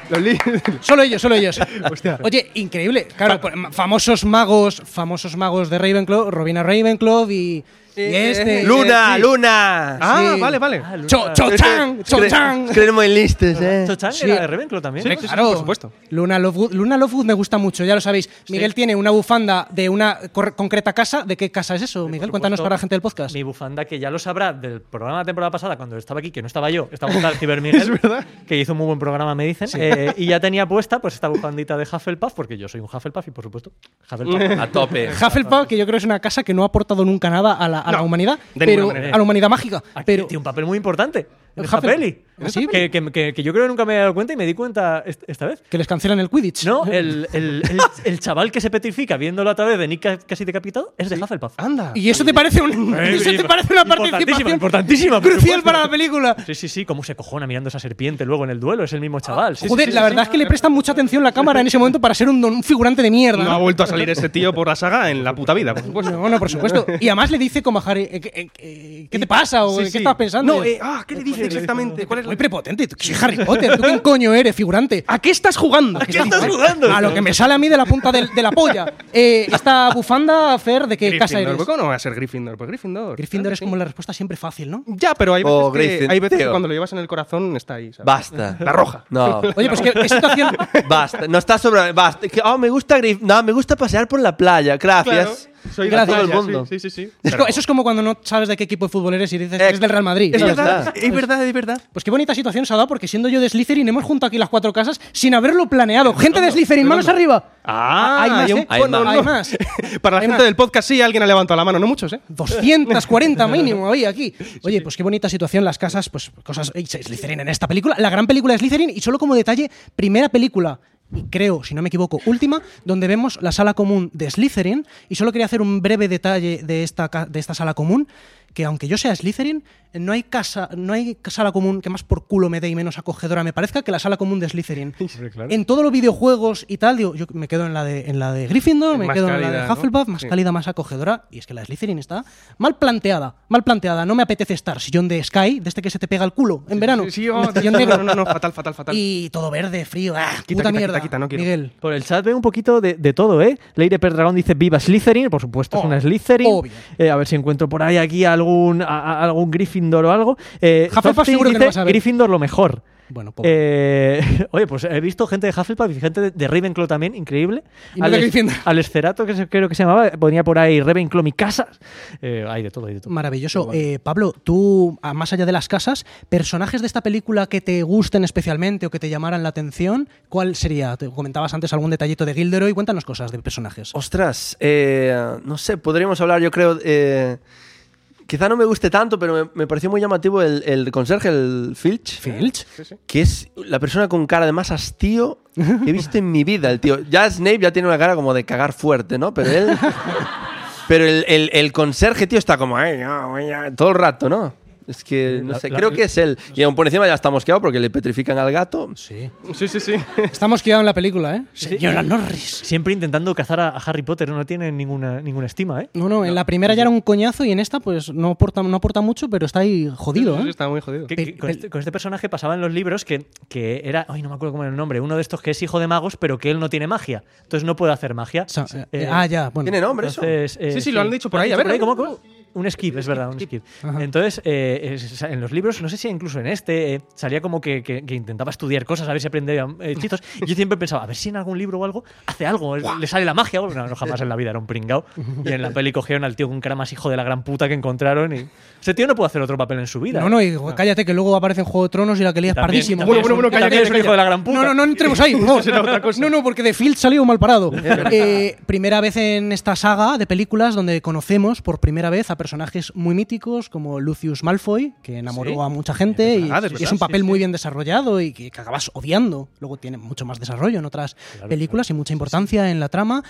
[SPEAKER 3] Lo li-
[SPEAKER 2] solo ellos, solo ellos.
[SPEAKER 3] Hostia.
[SPEAKER 2] Oye, increíble. Claro, pues, ma- famosos magos, famosos magos de Ravenclaw, Robina Ravenclaw y, y este.
[SPEAKER 5] ¡Luna,
[SPEAKER 2] Sí.
[SPEAKER 5] Luna!
[SPEAKER 3] Ah,
[SPEAKER 2] Sí.
[SPEAKER 3] vale, vale.
[SPEAKER 2] Cho, Cho Chang, Cho Chang.
[SPEAKER 5] Creen muy listos, eh.
[SPEAKER 4] Chochang
[SPEAKER 2] Sí.
[SPEAKER 4] era de Ravenclaw también.
[SPEAKER 3] Sí.
[SPEAKER 4] ¿no?
[SPEAKER 3] sí,
[SPEAKER 2] Claro,
[SPEAKER 3] por supuesto.
[SPEAKER 2] Luna Lovegood, Luna Lovegood me gusta mucho, ya lo sabéis. Miguel tiene una bufanda de una cor- concreta casa. ¿De qué casa es eso, Miguel?
[SPEAKER 4] Por
[SPEAKER 2] Cuéntanos
[SPEAKER 4] supuesto,
[SPEAKER 2] para la gente del podcast.
[SPEAKER 4] Mi bufanda, que ya lo sabrá del programa de la temporada pasada, cuando estaba aquí, que no estaba yo, estaba
[SPEAKER 2] [LAUGHS]
[SPEAKER 4] junto al Ciber Miguel, que hizo un muy buen programa, me dicen, eh, y ya tenía puesta pues esta bufandita de Hufflepuff, porque yo soy un Hufflepuff y por supuesto, Hufflepuff.
[SPEAKER 5] [LAUGHS] A tope.
[SPEAKER 2] Hufflepuff, que yo creo que es una casa que no ha aportado nunca nada a la, a la
[SPEAKER 3] No,
[SPEAKER 2] humanidad,
[SPEAKER 3] de
[SPEAKER 2] pero
[SPEAKER 3] ninguna manera.
[SPEAKER 2] a la humanidad mágica.
[SPEAKER 4] Aquí
[SPEAKER 2] Pero
[SPEAKER 4] tiene un papel muy importante en
[SPEAKER 2] El
[SPEAKER 4] esta
[SPEAKER 2] Hufflepuff.
[SPEAKER 4] peli.
[SPEAKER 2] ¿Ah, sí?
[SPEAKER 4] Que, que- que- que yo creo que nunca me había dado cuenta y me di cuenta est- esta vez.
[SPEAKER 2] que les cancelan el Quidditch. [LAUGHS]
[SPEAKER 4] No, el, el- el- el chaval que se petrifica viéndolo a través de Nick ca- casi decapitado es de Hufflepuff.
[SPEAKER 2] Ah.
[SPEAKER 3] Anda.
[SPEAKER 2] Y eso te parece
[SPEAKER 4] [LAUGHS]
[SPEAKER 2] un, [LAUGHS] eso te parece una
[SPEAKER 4] Eh, Importantísima,
[SPEAKER 2] participación
[SPEAKER 4] importantísima, por
[SPEAKER 2] crucial
[SPEAKER 4] supuesto.
[SPEAKER 2] para la película.
[SPEAKER 4] Sí, sí, sí, cómo se cojona mirando esa serpiente luego en el duelo, es el mismo chaval. Sí, sí,
[SPEAKER 2] Joder,
[SPEAKER 4] sí,
[SPEAKER 2] la
[SPEAKER 4] sí,
[SPEAKER 2] verdad es que le prestan mucha atención la cámara en ese momento para ser un, don- un figurante de mierda.
[SPEAKER 3] No ha vuelto a salir ese tío por la saga en la puta vida, Pues, por supuesto.
[SPEAKER 2] No, no, por supuesto. Y además le dice como a Harry, eh, que- eh, que- ¿qué te pasa? ¿O
[SPEAKER 3] Sí,
[SPEAKER 2] qué
[SPEAKER 3] sí.
[SPEAKER 2] estabas pensando?
[SPEAKER 4] eh,
[SPEAKER 3] No, eh, ah, ¿qué le dice exactamente? ¿Cuál es
[SPEAKER 2] muy prepotente. Tú, ¿qué Harry Potter, ¿tú
[SPEAKER 4] [LAUGHS]
[SPEAKER 2] quién coño eres, figurante?
[SPEAKER 3] ¿A qué estás jugando?
[SPEAKER 4] qué estás jugando?
[SPEAKER 2] A lo que me sale a mí de la punta del- de, la polla. Eh, esta bufanda, Fer, ¿de qué casa
[SPEAKER 3] Gryffindor,
[SPEAKER 2] eres?
[SPEAKER 3] ¿por qué no va a ser Gryffindor? Pues Gryffindor.
[SPEAKER 2] Gryffindor
[SPEAKER 3] Claro
[SPEAKER 2] es
[SPEAKER 3] que
[SPEAKER 2] como
[SPEAKER 3] sí.
[SPEAKER 2] la respuesta siempre fácil, ¿no?
[SPEAKER 3] Ya, pero hay veces,
[SPEAKER 5] Oh,
[SPEAKER 3] que-
[SPEAKER 5] Gryffindor,
[SPEAKER 3] hay veces que
[SPEAKER 5] tío.
[SPEAKER 3] cuando lo llevas en el corazón está ahí. ¿sabes?
[SPEAKER 5] Basta.
[SPEAKER 3] La roja.
[SPEAKER 5] No.
[SPEAKER 2] Oye, pues que ¿qué situación?
[SPEAKER 5] [LAUGHS] Basta. No está sobre. Basta. Que, oh, me gusta Grif. No, me gusta pasear por la playa. Gracias.
[SPEAKER 3] Claro, soy
[SPEAKER 5] Gracias.
[SPEAKER 3] de
[SPEAKER 5] Todo el
[SPEAKER 3] playa,
[SPEAKER 5] mundo.
[SPEAKER 3] Sí, sí, sí. sí.
[SPEAKER 2] Es
[SPEAKER 3] Claro.
[SPEAKER 2] co- eso es como cuando no sabes de qué equipo de fútbol eres y dices
[SPEAKER 5] Eh,
[SPEAKER 2] que es del Real Madrid.
[SPEAKER 5] es
[SPEAKER 2] Y ya
[SPEAKER 5] verdad.
[SPEAKER 2] está.
[SPEAKER 3] Es verdad, es verdad.
[SPEAKER 2] Pues qué bonita situación se ha dado, porque siendo yo de Slytherin hemos juntado aquí las cuatro casas sin haberlo planeado. Gente de Slytherin, manos arriba.
[SPEAKER 3] Ah,
[SPEAKER 2] hay más,
[SPEAKER 3] hay un-
[SPEAKER 2] ¿eh?
[SPEAKER 5] hay
[SPEAKER 2] Bueno,
[SPEAKER 5] más.
[SPEAKER 2] hay más.
[SPEAKER 3] [LAUGHS]
[SPEAKER 2] [LAUGHS]
[SPEAKER 3] Para la
[SPEAKER 2] Hay
[SPEAKER 3] gente
[SPEAKER 2] más.
[SPEAKER 3] del podcast, sí, alguien ha levantado la mano, no muchos, ¿eh? [LAUGHS]
[SPEAKER 2] 240 mínimo hoy aquí. Oye, pues qué bonita situación las casas, pues cosas Ey, Slytherin en esta película, la gran película de Slytherin y solo como detalle, primera película y creo, si no me equivoco, última, donde vemos la sala común de Slytherin y solo quería hacer un breve detalle de esta ca- de esta sala común que aunque yo sea Slytherin, no hay casa, no hay sala común que más por culo me dé y menos acogedora me parezca que la sala común de Slytherin. En todos los videojuegos y tal, digo, yo me quedo en la de en la de Gryffindor, me
[SPEAKER 3] Más
[SPEAKER 2] quedo en la
[SPEAKER 3] cálida,
[SPEAKER 2] de
[SPEAKER 3] ¿no?
[SPEAKER 2] Hufflepuff, más
[SPEAKER 3] Sí.
[SPEAKER 2] cálida, más acogedora. Y es que la de Slytherin está mal planteada, mal planteada. No me apetece estar. Sillón de Sky, de este que se te pega el culo en verano. [LAUGHS]
[SPEAKER 3] Sí, sí, oh,
[SPEAKER 2] Un sillón
[SPEAKER 3] no,
[SPEAKER 2] negro.
[SPEAKER 3] no, no, no, fatal, fatal, fatal.
[SPEAKER 2] Y todo verde, frío. Ah,
[SPEAKER 3] Quita,
[SPEAKER 2] puta
[SPEAKER 3] quita,
[SPEAKER 2] mierda.
[SPEAKER 3] quita, quita, no quiero.
[SPEAKER 2] Miguel.
[SPEAKER 4] Por el chat veo un poquito de, de todo, ¿eh? Leire Perdragón dice viva Slytherin, por supuesto es una Slytherin.
[SPEAKER 2] Oh, obvio.
[SPEAKER 4] Eh, a ver si encuentro por ahí aquí algún, a- a- algún Gryffindor o algo. Eh,
[SPEAKER 2] Hufflepuff
[SPEAKER 4] Zofti
[SPEAKER 2] seguro que
[SPEAKER 4] dice,
[SPEAKER 2] no vas a ver.
[SPEAKER 4] Gryffindor lo mejor.
[SPEAKER 2] Bueno, pobre.
[SPEAKER 4] Eh, [LAUGHS] oye, pues he visto gente de Hufflepuff y gente de, de Ravenclaw también, increíble.
[SPEAKER 2] Y no de Gryffindor.
[SPEAKER 4] [LAUGHS] al Escerato, que se- creo que se llamaba, ponía por ahí Ravenclaw mi casa. Eh, hay de todo, hay de todo.
[SPEAKER 2] Maravilloso. Eh, Pablo, tú, a- más allá de las casas, personajes de esta película que te gusten especialmente o que te llamaran la atención, ¿cuál sería? Te comentabas antes algún detallito de Gilderoy. Cuéntanos cosas de personajes.
[SPEAKER 5] Ostras. eh, no sé, podríamos hablar, yo creo. eh, quizá no me guste tanto, pero me, me pareció muy llamativo el, el conserje, el Filch.
[SPEAKER 2] Filch.
[SPEAKER 5] que es la persona con cara de más hastío que he visto en mi vida, el tío. Ya Snape ya tiene una cara como de cagar fuerte, ¿no? Pero él... Pero el, el- el conserje, tío, está como... "Ay, no, ay, no", todo el rato, ¿no? Es que, no sé, creo que es él. Y aún por encima ya está mosqueado porque le petrifican al gato.
[SPEAKER 2] Sí.
[SPEAKER 3] Sí, sí, sí.
[SPEAKER 2] Estamos quedados en la película, ¿eh? Señora Norris.
[SPEAKER 4] Siempre intentando cazar a, a Harry Potter, no tiene ninguna, ninguna estima, ¿eh?
[SPEAKER 2] No, no, en la primera ya era un coñazo y en esta pues no aporta, no aporta mucho, pero está ahí
[SPEAKER 3] [LAUGHS]
[SPEAKER 2] jodido,
[SPEAKER 3] Sí, sí,
[SPEAKER 2] ¿eh?
[SPEAKER 3] Está muy jodido.
[SPEAKER 4] Que-
[SPEAKER 2] Pe-
[SPEAKER 4] que con,
[SPEAKER 2] pe-
[SPEAKER 4] este, con este personaje pasaba en los libros que, que era, ay, no me acuerdo cómo era el nombre, uno de estos que es hijo de magos, pero que él no tiene magia. Entonces no puede hacer magia.
[SPEAKER 2] O sea, eh,
[SPEAKER 4] Eh,
[SPEAKER 2] ah, ya, bueno.
[SPEAKER 5] ¿Tiene nombre eso?
[SPEAKER 4] entonces, eh,
[SPEAKER 3] Sí, sí, lo han dicho por ahí, a ver,
[SPEAKER 4] ¿cómo-
[SPEAKER 3] a ver. ¿eh?
[SPEAKER 4] cómo? Un skip, es verdad, un skip.
[SPEAKER 2] Ajá.
[SPEAKER 4] Entonces, eh, es- o sea, en los libros, no sé si incluso en este, eh, salía como que, que- que intentaba estudiar cosas, a ver si aprendía eh, hechizos. Y Yo siempre pensaba, a ver si en algún libro o algo hace algo, eh, le sale la magia. o algo. No, no, jamás en la vida era un pringao. Y en la peli cogieron al tío con cara más hijo de la gran puta que encontraron. Y... Ese tío no puede hacer otro papel en su vida.
[SPEAKER 2] No, no, y cállate que luego aparece en Juego de Tronos y la que lía es
[SPEAKER 4] Ah. También-
[SPEAKER 2] pardísima.
[SPEAKER 3] Bueno,
[SPEAKER 4] también es
[SPEAKER 3] bueno,
[SPEAKER 4] un-
[SPEAKER 3] bueno, calla,
[SPEAKER 4] también es
[SPEAKER 3] calla,
[SPEAKER 4] un
[SPEAKER 3] calla.
[SPEAKER 4] hijo de la gran puta.
[SPEAKER 2] No, no, no entremos ahí. No, no, no, porque de Field salió mal parado. Eh, primera vez en esta saga de películas donde conocemos por primera vez a personajes muy míticos como Lucius Malfoy, que enamoró
[SPEAKER 4] Sí.
[SPEAKER 2] a mucha gente
[SPEAKER 3] Es
[SPEAKER 2] y,
[SPEAKER 3] verdad, es
[SPEAKER 2] y es
[SPEAKER 3] verdad,
[SPEAKER 2] un papel
[SPEAKER 3] sí,
[SPEAKER 2] muy bien desarrollado y que, que acabas odiando. Luego tiene mucho más desarrollo en otras películas y mucha importancia en la trama.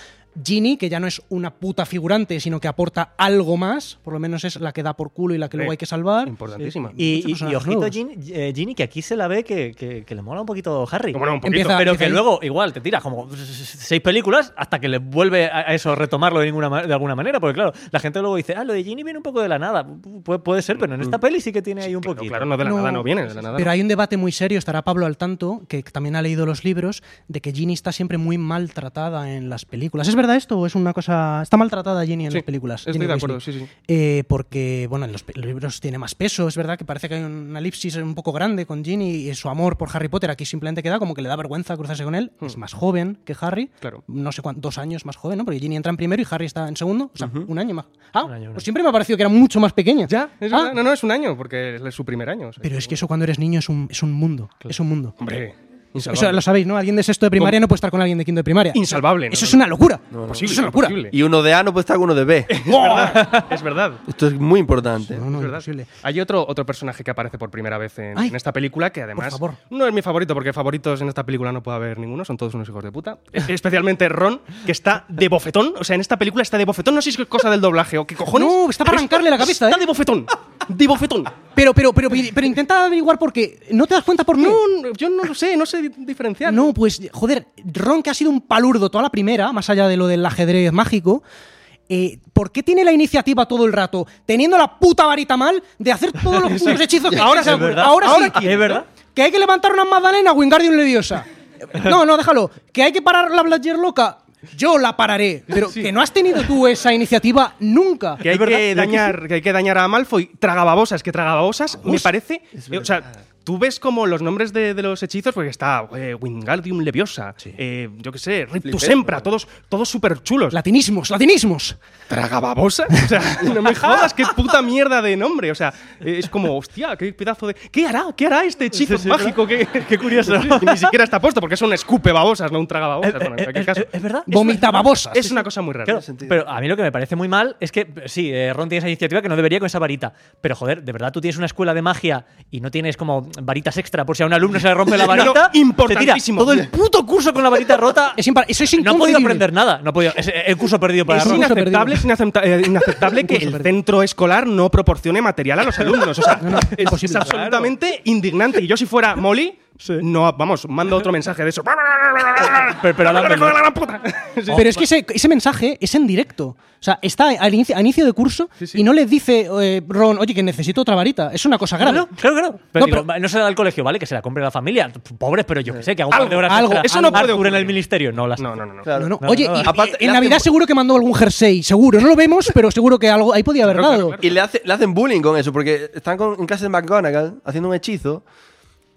[SPEAKER 2] Ginny, que ya no es una puta figurante, sino que aporta algo más, por lo menos es la que da por culo y la que luego hay que salvar.
[SPEAKER 3] Importantísima.
[SPEAKER 4] Y,
[SPEAKER 2] Muchos
[SPEAKER 4] y- y
[SPEAKER 2] personajes
[SPEAKER 4] ojito,
[SPEAKER 2] nuevos.
[SPEAKER 4] Gin- eh, Ginny, que aquí se la ve que, que- que le mola un poquito Harry.
[SPEAKER 3] Como no, un poquito.
[SPEAKER 2] Empieza-
[SPEAKER 4] pero que
[SPEAKER 2] ahí.
[SPEAKER 4] luego, igual, te tiras como seis películas hasta que le vuelve a a eso retomarlo de, ninguna, ma- de alguna manera. Porque, claro, la gente luego dice, ah, lo de Ginny viene un poco de la nada. Pu- puede- puede ser, pero en esta peli sí que tiene ahí un
[SPEAKER 3] Claro,
[SPEAKER 4] poquito.
[SPEAKER 3] Claro, no de la
[SPEAKER 2] No.
[SPEAKER 3] nada no viene, de la nada.
[SPEAKER 2] Pero hay un debate muy serio, estará Pablo al tanto, que también ha leído los libros, de que Ginny está siempre muy maltratada en las películas. ¿Es verdad esto o es una cosa... Está maltratada Ginny en
[SPEAKER 3] Sí,
[SPEAKER 2] las películas?
[SPEAKER 3] estoy
[SPEAKER 2] Ginny
[SPEAKER 3] de
[SPEAKER 2] Weasley.
[SPEAKER 3] acuerdo, sí, sí.
[SPEAKER 2] Eh, porque, bueno, en los, pe- los libros tiene más peso, es verdad que parece que hay una elipsis un poco grande con Ginny y su amor por Harry Potter. Aquí simplemente queda como que le da vergüenza cruzarse con él. Es más joven que Harry.
[SPEAKER 3] Hmm. Claro.
[SPEAKER 2] No sé cuántos, dos años más joven, ¿no? Porque Ginny entra en primero y Harry está en segundo. O sea, un año más. Ah,
[SPEAKER 4] Un año, un año.
[SPEAKER 2] pues siempre me ha parecido que era mucho más pequeña.
[SPEAKER 3] Ya, es
[SPEAKER 2] Ah,
[SPEAKER 3] verdad. No, no, es un año, porque es su primer año. o sea,
[SPEAKER 2] pero es que eso cuando eres niño es un, es un mundo. Es un mundo.
[SPEAKER 3] Hombre,
[SPEAKER 2] Eso lo
[SPEAKER 3] insalvable.
[SPEAKER 2] sabéis, ¿no? Alguien de sexto de primaria no puede estar con alguien de quinto de primaria.
[SPEAKER 3] Insalvable, ¿no?
[SPEAKER 2] Eso es una locura. Eso
[SPEAKER 3] Imposible,
[SPEAKER 2] es una locura.
[SPEAKER 3] imposible.
[SPEAKER 5] Y uno de A no puede estar con uno de B.
[SPEAKER 3] Es verdad.
[SPEAKER 5] Esto es muy importante.
[SPEAKER 2] No, no,
[SPEAKER 3] Es verdad.
[SPEAKER 2] imposible.
[SPEAKER 3] Hay otro, otro personaje que aparece por primera vez en,
[SPEAKER 2] Ay,
[SPEAKER 3] en esta película que además
[SPEAKER 2] favor.
[SPEAKER 3] no es mi favorito, porque favoritos en esta película no puede haber ninguno, son todos unos hijos de puta. E, Especialmente Ron, que está de bofetón. O sea, en esta película está de bofetón. No sé si es cosa del doblaje o qué cojones.
[SPEAKER 2] No, está para arrancarle la cabeza,
[SPEAKER 3] Está
[SPEAKER 2] ¿eh?
[SPEAKER 3] de bofetón. De bofetón.
[SPEAKER 2] Pero, pero, pero, pero intenta averiguar por qué. ¿No te das cuenta por qué?
[SPEAKER 3] No, no, yo no lo sé, no sé di- diferenciar.
[SPEAKER 2] No, pues, joder, Ron que ha sido un palurdo toda la primera, más allá de lo del ajedrez mágico, eh, ¿por qué tiene la iniciativa todo el rato, teniendo la puta varita mal, de hacer todos
[SPEAKER 4] [LAUGHS]
[SPEAKER 2] los putos hechizos que ahora se
[SPEAKER 4] es verdad.
[SPEAKER 2] ahora se
[SPEAKER 4] Ahora
[SPEAKER 2] le
[SPEAKER 4] quiere. Es verdad.
[SPEAKER 2] Que hay que levantar una magdalena, Wingardium Leviosa. No, no, déjalo. Que hay que parar la Black Loca. Yo la pararé, pero que no has tenido tú esa iniciativa nunca.
[SPEAKER 3] Que hay
[SPEAKER 4] ¿Es verdad?
[SPEAKER 3] que,
[SPEAKER 4] ¿Verdad que
[SPEAKER 3] dañar, que hay que dañar a Malfoy. Tragababosas, que tragababosas, me parece. eh, o sea, tú ves como los nombres de, de los hechizos, porque está eh, Wingardium Leviosa, eh, yo qué sé, Riptus Sempra, todos, todos súper chulos.
[SPEAKER 2] Latinismos, latinismos.
[SPEAKER 3] ¿Tragababosas? [LAUGHS] O sea, no me jodas, qué puta mierda de nombre. O sea, eh, es como, hostia, qué pedazo de. ¿Qué hará? ¿Qué hará este hechizo mágico? Qué, qué curioso. Ni siquiera está puesto, porque es un escupe babosas, no un tragababosas.
[SPEAKER 4] Eh,
[SPEAKER 3] Bueno, en cualquier
[SPEAKER 4] es,
[SPEAKER 3] caso.
[SPEAKER 4] es- es verdad.
[SPEAKER 2] Vomita babosas.
[SPEAKER 3] Es una cosa muy rara.
[SPEAKER 4] Claro, pero a mí lo que me parece muy mal es que, sí, eh, Ron tiene esa iniciativa que no debería con esa varita. Pero joder, de verdad tú tienes una escuela de magia y no tienes como varitas extra por si a un alumno se le rompe
[SPEAKER 3] [LAUGHS]
[SPEAKER 4] la
[SPEAKER 3] No, no,
[SPEAKER 4] varita.
[SPEAKER 3] importantísimo.
[SPEAKER 4] Te tira todo el puto curso con la varita rota.
[SPEAKER 2] Es impar- eso es
[SPEAKER 4] no ha podido
[SPEAKER 2] inconcebible.
[SPEAKER 4] aprender nada. No ha podido. Es el curso perdido para
[SPEAKER 3] Es
[SPEAKER 4] Ron.
[SPEAKER 2] Incluso
[SPEAKER 3] inaceptable, es inacepta- eh, inaceptable que
[SPEAKER 2] Incluso
[SPEAKER 3] el
[SPEAKER 2] perdido.
[SPEAKER 3] centro escolar no proporcione material a los alumnos. O sea, es,
[SPEAKER 2] imposible.
[SPEAKER 3] es absolutamente indignante. Y yo, si fuera Molly, no, vamos, mando otro mensaje de eso.
[SPEAKER 4] Pero- pero hablan
[SPEAKER 3] ¡Hijo de la
[SPEAKER 4] de-
[SPEAKER 3] gran puta! Sí.
[SPEAKER 2] Pero es que ese, ese mensaje es en directo. O sea, está al inicio, a inicio de curso y no le dice eh, Ron, oye, que necesito otra varita. Es una cosa grave.
[SPEAKER 4] Claro, claro, claro.
[SPEAKER 2] No,
[SPEAKER 4] Pero digo,
[SPEAKER 2] pero-
[SPEAKER 4] no se la da al colegio, ¿vale? Que se la compre la familia. Pobres, pero yo qué sé, que hago un par de horas
[SPEAKER 2] algo.
[SPEAKER 4] extra.
[SPEAKER 3] Eso no puede
[SPEAKER 4] Arthur en
[SPEAKER 3] ocurrir.
[SPEAKER 4] el ministerio. No, las
[SPEAKER 3] No, no, no. no.
[SPEAKER 5] Claro.
[SPEAKER 2] No, no.
[SPEAKER 4] No,
[SPEAKER 2] Oye, y-
[SPEAKER 4] no, no.
[SPEAKER 2] y-
[SPEAKER 5] Aparte, le
[SPEAKER 2] en
[SPEAKER 5] hacen-
[SPEAKER 2] Navidad seguro que mandó algún jersey, seguro. No lo vemos, pero seguro que algo ahí podía haber dado.
[SPEAKER 5] Y le, hace- le hacen bullying con eso, porque están con- en clase de McGonagall haciendo un hechizo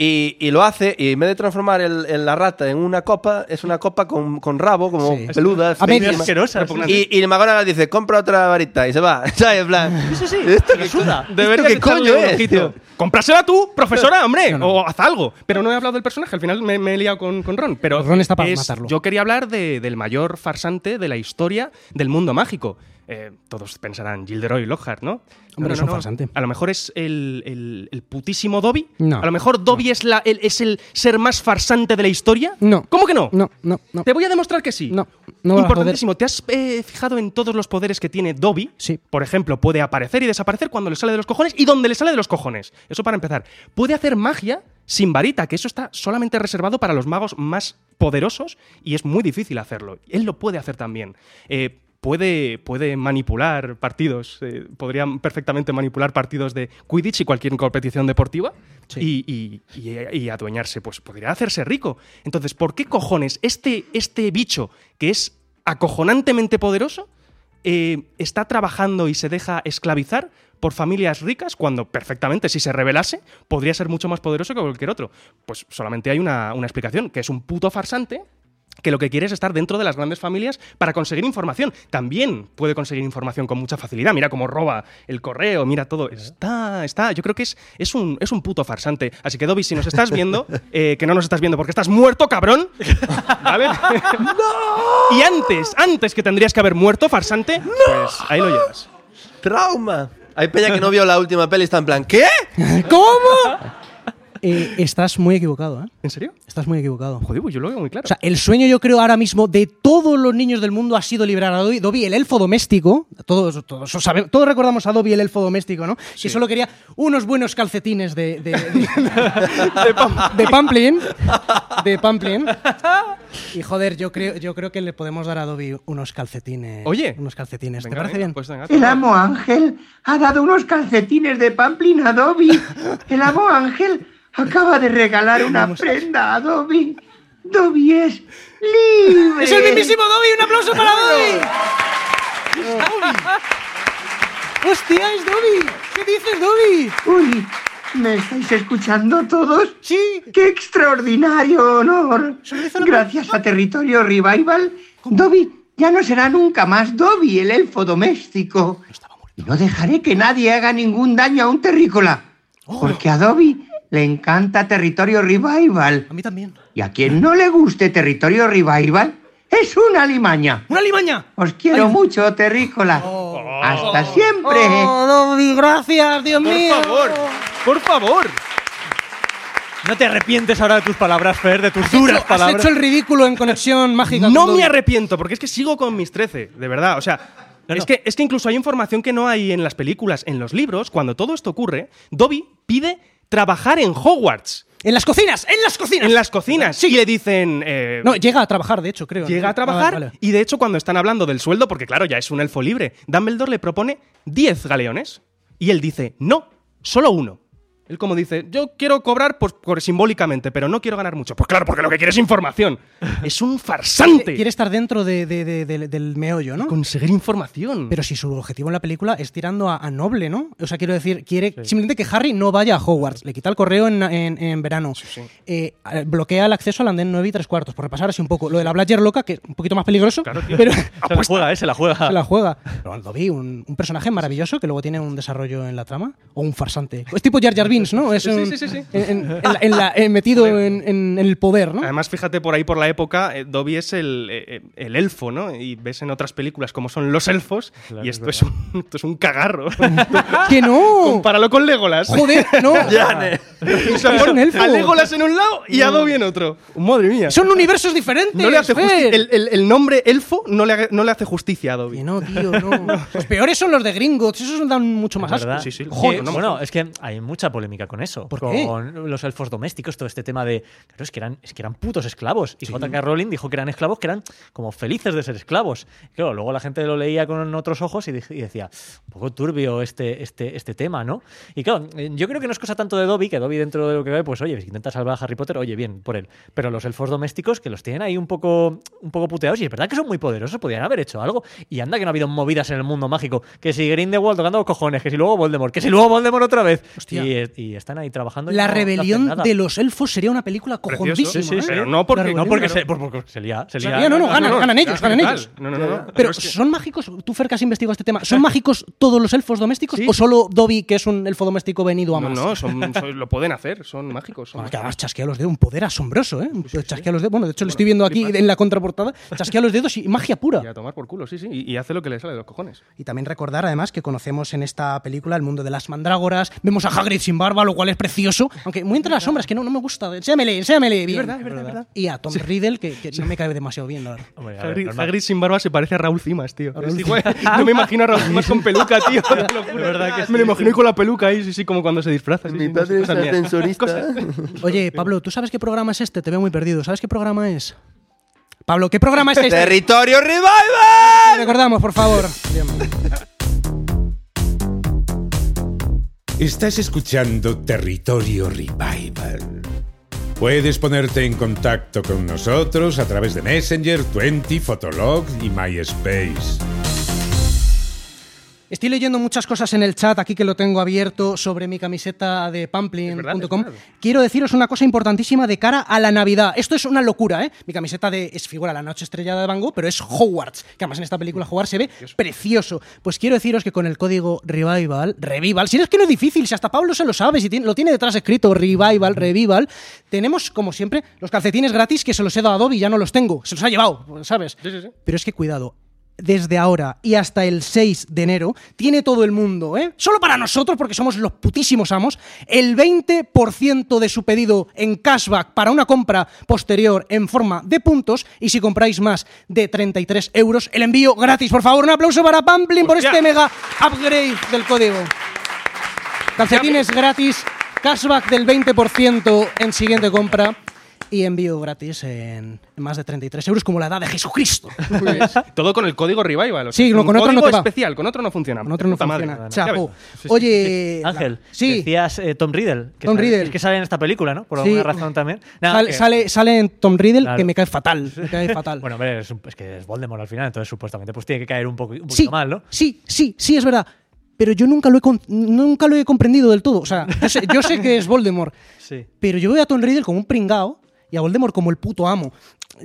[SPEAKER 5] y, y lo hace, y en vez de transformar el- el- la rata en una copa, es una copa con, con rabo, como
[SPEAKER 2] Sí.
[SPEAKER 5] peluda,
[SPEAKER 2] A medias.
[SPEAKER 5] feísima.
[SPEAKER 4] asquerosas.
[SPEAKER 5] Y, y McGonagall dice, compra otra varita y se va. [LAUGHS] ¿Sabes? En plan,
[SPEAKER 4] Sí, sí,
[SPEAKER 5] ¿esto
[SPEAKER 4] me
[SPEAKER 5] qué,
[SPEAKER 4] suda.
[SPEAKER 5] co-
[SPEAKER 2] Este
[SPEAKER 3] Deberías
[SPEAKER 5] ¿esto qué
[SPEAKER 3] echarle
[SPEAKER 5] coño
[SPEAKER 3] un
[SPEAKER 5] es?
[SPEAKER 3] ojito.
[SPEAKER 5] tío?
[SPEAKER 3] Comprásela tú, profesora, hombre,
[SPEAKER 2] No, no.
[SPEAKER 3] o haz algo. Pero no he hablado del personaje, al final me, me he liado con, con Ron. Pero
[SPEAKER 2] Ron está para
[SPEAKER 3] es-
[SPEAKER 2] matarlo.
[SPEAKER 3] Yo quería hablar de- del mayor farsante de la historia del mundo mágico. Eh, todos pensarán Gilderoy Lockhart, ¿no?
[SPEAKER 2] Hombre, es un farsante.
[SPEAKER 3] A lo mejor es el, el- el putísimo Dobby.
[SPEAKER 2] No.
[SPEAKER 3] A lo mejor Dobby es, la, el, es el ser más farsante de la historia.
[SPEAKER 2] No.
[SPEAKER 3] ¿Cómo que no?
[SPEAKER 2] No, no, no.
[SPEAKER 3] Te voy a demostrar que sí.
[SPEAKER 2] No, no vas a
[SPEAKER 3] Importantísimo. ¿Te has eh, fijado en todos los poderes que tiene Dobby?
[SPEAKER 2] Sí.
[SPEAKER 3] Por ejemplo, puede aparecer y desaparecer cuando le sale de los cojones y donde le sale de los cojones. Eso para empezar. Puede hacer magia sin varita, que eso está solamente reservado para los magos más poderosos y es muy difícil hacerlo. Él lo puede hacer también. Eh, Puede, puede manipular partidos, eh, podrían perfectamente manipular partidos de Quidditch y cualquier competición deportiva y, y- y- y adueñarse, pues podría hacerse rico. Entonces, ¿por qué cojones este, este bicho que es acojonantemente poderoso eh, está trabajando y se deja esclavizar por familias ricas cuando perfectamente, si se revelase, podría ser mucho más poderoso que cualquier otro. Pues solamente hay una, una explicación, que es un puto farsante que lo que quiere es estar dentro de las grandes familias para conseguir información. También puede conseguir información con mucha facilidad. Mira cómo roba el correo, mira todo. Está, está. Yo creo que es, es, un, es un puto farsante. Así que, Dobby, si nos estás viendo, eh, que no nos estás viendo porque estás muerto, cabrón. ¿Vale? Y antes, antes que tendrías que haber muerto, farsante, pues ahí lo llevas.
[SPEAKER 5] ¡Trauma! Hay peña que no vio la última peli y está en plan, ¿qué?
[SPEAKER 2] [LAUGHS] ¿Cómo? Eh, estás muy equivocado, ¿eh?
[SPEAKER 3] ¿En serio?
[SPEAKER 2] Estás muy equivocado.
[SPEAKER 3] Joder, pues yo lo veo muy claro.
[SPEAKER 2] O sea, el sueño, yo creo, ahora mismo de todos los niños del mundo ha sido librar a Dobby. Dobby, el elfo doméstico. Todos, todos, lo sabemos- todos recordamos a Dobby, el elfo doméstico, ¿no? Que solo quería unos buenos calcetines de. de,
[SPEAKER 3] [LAUGHS]
[SPEAKER 2] de Pamplin. De Pamplin. Y joder, yo creo, yo creo que le podemos dar a Dobby unos calcetines.
[SPEAKER 3] Oye.
[SPEAKER 2] Unos calcetines.
[SPEAKER 3] Venga,
[SPEAKER 2] ¿Te parece
[SPEAKER 3] venga,
[SPEAKER 2] bien?
[SPEAKER 3] pues venga.
[SPEAKER 6] El amo Ángel ha dado unos calcetines de pamplin a Dobby. El amo Ángel acaba de regalar una prenda a Dobby. Dobby es libre.
[SPEAKER 2] ¡Es el mismísimo Dobby! ¡Un aplauso para Dobby! ¡Hostia, es Dobby! ¿Qué dices, Dobby?
[SPEAKER 6] Uy, ¿me estáis escuchando todos?
[SPEAKER 2] Sí.
[SPEAKER 6] ¡Qué extraordinario honor!
[SPEAKER 2] Solo hizo una
[SPEAKER 6] Gracias a Territorio Revival, Dobby ya no será nunca más Dobby, el elfo doméstico. Y no dejaré que nadie haga ningún daño a un terrícola,
[SPEAKER 2] Oh.
[SPEAKER 6] porque a Dobby le encanta Territorio Revival.
[SPEAKER 2] A mí también.
[SPEAKER 6] Y a quien no le guste Territorio Revival, es una limaña.
[SPEAKER 2] ¡Una limaña!
[SPEAKER 6] Os quiero mucho, terrícola. Hasta siempre.
[SPEAKER 2] Oh, Dobby, gracias, Dios
[SPEAKER 3] Por
[SPEAKER 2] mío.
[SPEAKER 3] favor, por favor.
[SPEAKER 4] No te arrepientes ahora de tus palabras, Fer, de tus
[SPEAKER 2] Has hecho-
[SPEAKER 4] duras
[SPEAKER 2] Has
[SPEAKER 4] palabras.
[SPEAKER 2] hecho el ridículo en conexión mágica.
[SPEAKER 3] No
[SPEAKER 2] con
[SPEAKER 3] me
[SPEAKER 2] Dobby.
[SPEAKER 3] arrepiento, porque es que sigo con mis 13, de verdad. O sea,
[SPEAKER 4] No,
[SPEAKER 3] es,
[SPEAKER 4] no.
[SPEAKER 3] Que, es que incluso hay información que no hay en las películas, en los libros. Cuando todo esto ocurre, Dobby pide trabajar en Hogwarts.
[SPEAKER 2] En las cocinas, en las cocinas.
[SPEAKER 3] En las cocinas. Sí, le dicen. eh,
[SPEAKER 2] No, llega a trabajar, de hecho, creo.
[SPEAKER 3] Llega
[SPEAKER 2] ¿no?
[SPEAKER 3] a trabajar
[SPEAKER 2] Ah, vale.
[SPEAKER 3] y de hecho cuando están hablando del sueldo, porque claro, ya es un elfo libre, Dumbledore le propone 10 galeones y él dice, no, solo uno. Él como dice, yo quiero cobrar pues, por- simbólicamente, pero no quiero ganar mucho. Pues claro, porque lo que quiere es información.
[SPEAKER 2] [LAUGHS]
[SPEAKER 3] es un farsante.
[SPEAKER 2] Quiere estar dentro de- de- de- de- del meollo, ¿no?
[SPEAKER 3] conseguir información.
[SPEAKER 2] Pero si su objetivo en la película es tirando a, a Noble, ¿no? O sea, quiero decir, quiere simplemente que Harry no vaya a Hogwarts. Le quita el correo en, en- en verano. Eh, a- bloquea el acceso al andén 9 y 3 cuartos, por repasar así un poco. Lo de la Bladger loca, que es un poquito más peligroso,
[SPEAKER 3] [LAUGHS]
[SPEAKER 2] pero se
[SPEAKER 4] Se la juega, ¿eh? Se la juega.
[SPEAKER 2] la juega. Pero bueno, Dobby, un, un personaje maravilloso que luego tiene un desarrollo en la trama. O un farsante. Es tipo Jar Jar Binks, ¿no? Es
[SPEAKER 3] Sí, sí,
[SPEAKER 2] un-
[SPEAKER 3] sí, sí, sí.
[SPEAKER 2] en- en- en la- en la- eh, metido en, en- en el poder, ¿no?
[SPEAKER 3] Además, fíjate por ahí por la época, eh, Dobby es el, eh, el elfo, ¿no? Y ves en otras películas cómo son los elfos y esto es, un, esto es un cagarro.
[SPEAKER 2] [LAUGHS] ¡Que no!
[SPEAKER 3] [LAUGHS] Compáralo con Legolas.
[SPEAKER 2] Pues ¡Joder, no!
[SPEAKER 3] [LAUGHS] O sea,
[SPEAKER 2] Es un elfo.
[SPEAKER 3] A Legolas en un lado y a Dobby en otro. Madre mía.
[SPEAKER 2] Son universos diferentes.
[SPEAKER 3] no le hace justi-
[SPEAKER 2] Fer.
[SPEAKER 3] el, el- el nombre elfo no le, ha- no le hace justicia a
[SPEAKER 2] Que
[SPEAKER 3] Dobby.
[SPEAKER 2] no, tío, no. Los peores son los de Gringotts, esos dan mucho más asco.
[SPEAKER 4] ¿Verdad?
[SPEAKER 3] sí, sí, lo-
[SPEAKER 4] Joder,
[SPEAKER 3] Eh, no me-
[SPEAKER 4] bueno, es que hay mucha polémica con eso.
[SPEAKER 2] ¿Por
[SPEAKER 4] con
[SPEAKER 2] qué?
[SPEAKER 4] los elfos domésticos, todo este tema de. Claro, es que eran, es que eran putos esclavos. Y J.K. Rowling dijo que eran esclavos que eran como felices de ser esclavos. Claro, luego la gente lo leía con otros ojos y, dij- y decía, un poco turbio este, este, este tema, ¿no? Y claro, eh, yo creo que no es cosa tanto de Dobby, que Dobby dentro de lo que cabe, pues oye, si intenta salvar a Harry Potter, oye, bien, por él. Pero los elfos domésticos que los tienen ahí un poco, un poco puteados y es verdad que son muy poderosos, podrían haber hecho algo. Y anda que no ha habido movidas en el mundo mágico. Que si Grindelwald tocando los cojones, que si luego Voldemort, que si luego Voldemort otra vez.
[SPEAKER 2] Hostia.
[SPEAKER 4] Y, eh, y están ahí trabajando. y
[SPEAKER 2] La
[SPEAKER 4] no- no hacen
[SPEAKER 2] rebelión
[SPEAKER 4] nada.
[SPEAKER 2] de los elfos sería una película
[SPEAKER 3] Precioso.
[SPEAKER 2] cojonadísima.
[SPEAKER 3] Sí, sí,
[SPEAKER 2] ¿eh?
[SPEAKER 3] sí, pero no porque-
[SPEAKER 2] La
[SPEAKER 4] No,
[SPEAKER 2] rebelión,
[SPEAKER 4] porque
[SPEAKER 2] claro.
[SPEAKER 4] se, por- por- se lía. Se
[SPEAKER 2] Se
[SPEAKER 4] lía.
[SPEAKER 2] lía, no, no,
[SPEAKER 4] Ah,
[SPEAKER 2] ganan, ganan ellos,
[SPEAKER 3] es
[SPEAKER 2] ganan
[SPEAKER 3] brutal.
[SPEAKER 2] ellos.
[SPEAKER 3] No, no, no, no.
[SPEAKER 2] Pero
[SPEAKER 3] es que-
[SPEAKER 2] ¿son mágicos? Tú, Fer, que has investigado este tema. ¿Son mágicos todos los elfos domésticos
[SPEAKER 3] Sí.
[SPEAKER 2] o solo Dobby, que es un elfo doméstico venido a
[SPEAKER 3] no,
[SPEAKER 2] más?
[SPEAKER 3] no, son- son- lo pueden hacer, son mágicos. son
[SPEAKER 2] Bueno, que
[SPEAKER 3] mágicos.
[SPEAKER 2] además chasquea los dedos, un poder asombroso, ¿eh? Chasquea los dedos. Bueno, de hecho lo estoy viendo aquí en la contraportada. Chasquea
[SPEAKER 3] [LAUGHS]
[SPEAKER 2] los dedos y magia pura.
[SPEAKER 3] Y a tomar por culo, sí, sí. Y, y hace lo que le sale de los cojones.
[SPEAKER 2] Y también recordar, además, que conocemos en esta película el mundo de las mandrágoras. Vemos a Hagrid sin barba, lo cual es precioso. Aunque muy entre las sombras, que no, no me gusta. Enséamele, enséamele bien.
[SPEAKER 3] verdad, es verdad, es verdad.
[SPEAKER 2] Y a Tom Riddle, que, que no me cae demasiado bien, la verdad.
[SPEAKER 4] Hombre, a ver,
[SPEAKER 3] Hagrid,
[SPEAKER 4] normal.
[SPEAKER 3] Hagrid sin barba se parece a Raúl Cimas, tío.
[SPEAKER 2] Raúl
[SPEAKER 3] Es igual- no me imagino a Raúl Cimas con peluca, tío. te lo juro. me lo imagino y con la peluca ahí, sí, sí, como cuando se disfraza. sí,
[SPEAKER 5] Mi
[SPEAKER 3] sí, no
[SPEAKER 5] padre
[SPEAKER 3] sé,
[SPEAKER 5] es
[SPEAKER 3] cosas mías.
[SPEAKER 5] ascensorista.
[SPEAKER 2] Oye, Pablo, ¿tú sabes qué programa es este? Te veo muy perdido. ¿Sabes qué programa es? Pablo, ¿qué
[SPEAKER 5] [LAUGHS]
[SPEAKER 2] programa es este?
[SPEAKER 5] [LAUGHS] ¡Territorio Revival!
[SPEAKER 2] Recordamos, por favor.
[SPEAKER 1] Estás escuchando Territorio Revival. Puedes ponerte en contacto con nosotros a través de Messenger, Twenty, Fotolog y MySpace.
[SPEAKER 2] Estoy leyendo muchas cosas en el chat aquí que lo tengo abierto sobre mi camiseta de
[SPEAKER 3] Es
[SPEAKER 2] pamplin.com.
[SPEAKER 3] verdad, es verdad.
[SPEAKER 2] Quiero deciros una cosa importantísima de cara a la Navidad. Esto es una locura, ¿eh? Mi camiseta de es figura La Noche Estrellada de Van Gogh, pero es Hogwarts, que además en esta película Hogwarts se ve precioso. Pues quiero deciros que con el código Revival, Revival, si es que no es difícil, si hasta Pablo se lo sabe, si tiene- lo tiene detrás escrito Revival, Revival, tenemos como siempre los calcetines gratis que se los he dado a Adobe y ya no los tengo, se los ha llevado, ¿sabes?
[SPEAKER 3] Sí, sí, sí.
[SPEAKER 2] Pero es que cuidado, desde ahora y hasta el 6 de enero, tiene todo el mundo, ¿eh? Solo para nosotros, porque somos los putísimos amos, el 20% de su pedido en cashback para una compra posterior en forma de puntos. Y si compráis más de 33 euros, el envío gratis. Por favor, un aplauso para Pamplin por
[SPEAKER 3] Hostia.
[SPEAKER 2] este mega upgrade del código. Calcetines gratis, cashback del 20% en siguiente compra. Y envío gratis en más de 33 euros, como la edad de Jesucristo.
[SPEAKER 3] Todo con el código Revival. o sea,
[SPEAKER 2] Sí, no, con
[SPEAKER 3] un
[SPEAKER 2] otro no
[SPEAKER 3] código
[SPEAKER 2] te va.
[SPEAKER 3] especial, con otro no funciona.
[SPEAKER 2] Con otro no
[SPEAKER 3] puta madre.
[SPEAKER 2] funciona.
[SPEAKER 3] Ya ves.
[SPEAKER 2] Chapo.
[SPEAKER 3] Sí, sí.
[SPEAKER 2] Oye,
[SPEAKER 4] Ángel,
[SPEAKER 2] la- sí,
[SPEAKER 4] decías eh, Tom Riddle. Que
[SPEAKER 2] Tom
[SPEAKER 4] sale,
[SPEAKER 2] Riddle.
[SPEAKER 4] Es que sale en esta película, ¿no? Por
[SPEAKER 2] Sí.
[SPEAKER 4] alguna razón también. Nada,
[SPEAKER 2] sale,
[SPEAKER 4] que-
[SPEAKER 2] sale, sale en Tom Riddle
[SPEAKER 4] Claro.
[SPEAKER 2] que me cae fatal, me
[SPEAKER 4] [LAUGHS]
[SPEAKER 2] cae fatal.
[SPEAKER 4] Bueno, hombre, es, un- es que es Voldemort al final, entonces supuestamente pues tiene que caer un, poco, un poquito
[SPEAKER 2] sí,
[SPEAKER 4] mal, ¿no?
[SPEAKER 2] sí, sí, sí, es verdad. Pero yo nunca lo he, con- nunca lo he comprendido del todo. O sea, yo sé, yo sé que es Voldemort,
[SPEAKER 4] Sí.
[SPEAKER 2] pero yo veo a Tom Riddle como un pringao y a Voldemort como el puto amo.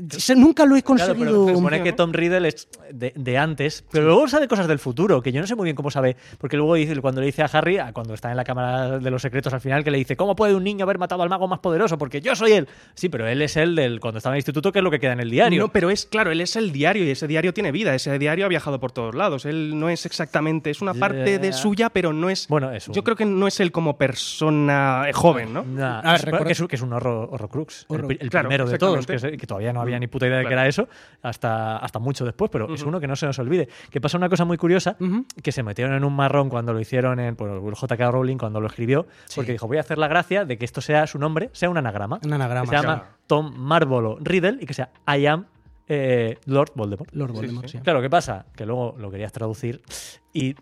[SPEAKER 2] Se- nunca lo he
[SPEAKER 4] Claro, pero
[SPEAKER 2] conseguido.
[SPEAKER 4] se supone que Tom Riddle es de, de antes, pero luego sabe cosas del futuro, que yo no sé muy bien cómo sabe, porque luego dice, cuando le dice a Harry, a cuando está en la Cámara de los Secretos al final, que le dice, ¿cómo puede un niño haber matado al mago más poderoso? Porque yo soy él. Sí, pero él es el del cuando estaba en el instituto, que es lo que queda en el diario.
[SPEAKER 3] No, pero es claro, él es el diario y ese diario tiene vida. Ese diario ha viajado por todos lados. Él no es exactamente, es una parte de
[SPEAKER 4] Ya.
[SPEAKER 3] suya, pero no es.
[SPEAKER 4] Bueno, es un-
[SPEAKER 3] Yo creo que no es él como persona eh, joven, ¿no?
[SPEAKER 4] Nah,
[SPEAKER 2] A ver,
[SPEAKER 4] es-
[SPEAKER 2] recuerda-
[SPEAKER 4] que, es, un- que es un horror, horrocrux, el,
[SPEAKER 2] Horro-
[SPEAKER 4] pri- el
[SPEAKER 3] Ah, claro,
[SPEAKER 4] primero de todos, que,
[SPEAKER 3] exactamente. Mm.
[SPEAKER 4] es- que todavía no había ni puta idea de que
[SPEAKER 3] Claro.
[SPEAKER 4] era eso, hasta, hasta mucho después, pero es uno que no se nos olvide. Que pasa una cosa muy
[SPEAKER 3] Mm.
[SPEAKER 4] curiosa, que se metieron en un marrón cuando lo hicieron en bueno, el J.K. Rowling, cuando lo escribió, porque dijo, voy a hacer la gracia de que esto sea su nombre, sea un anagrama.
[SPEAKER 2] Un anagrama.
[SPEAKER 4] Que se llama Tom Marvolo Riddle y que sea I am eh, Lord Voldemort.
[SPEAKER 2] Lord Voldemort, sí.
[SPEAKER 4] Claro, ¿qué pasa? Que luego lo querías traducir y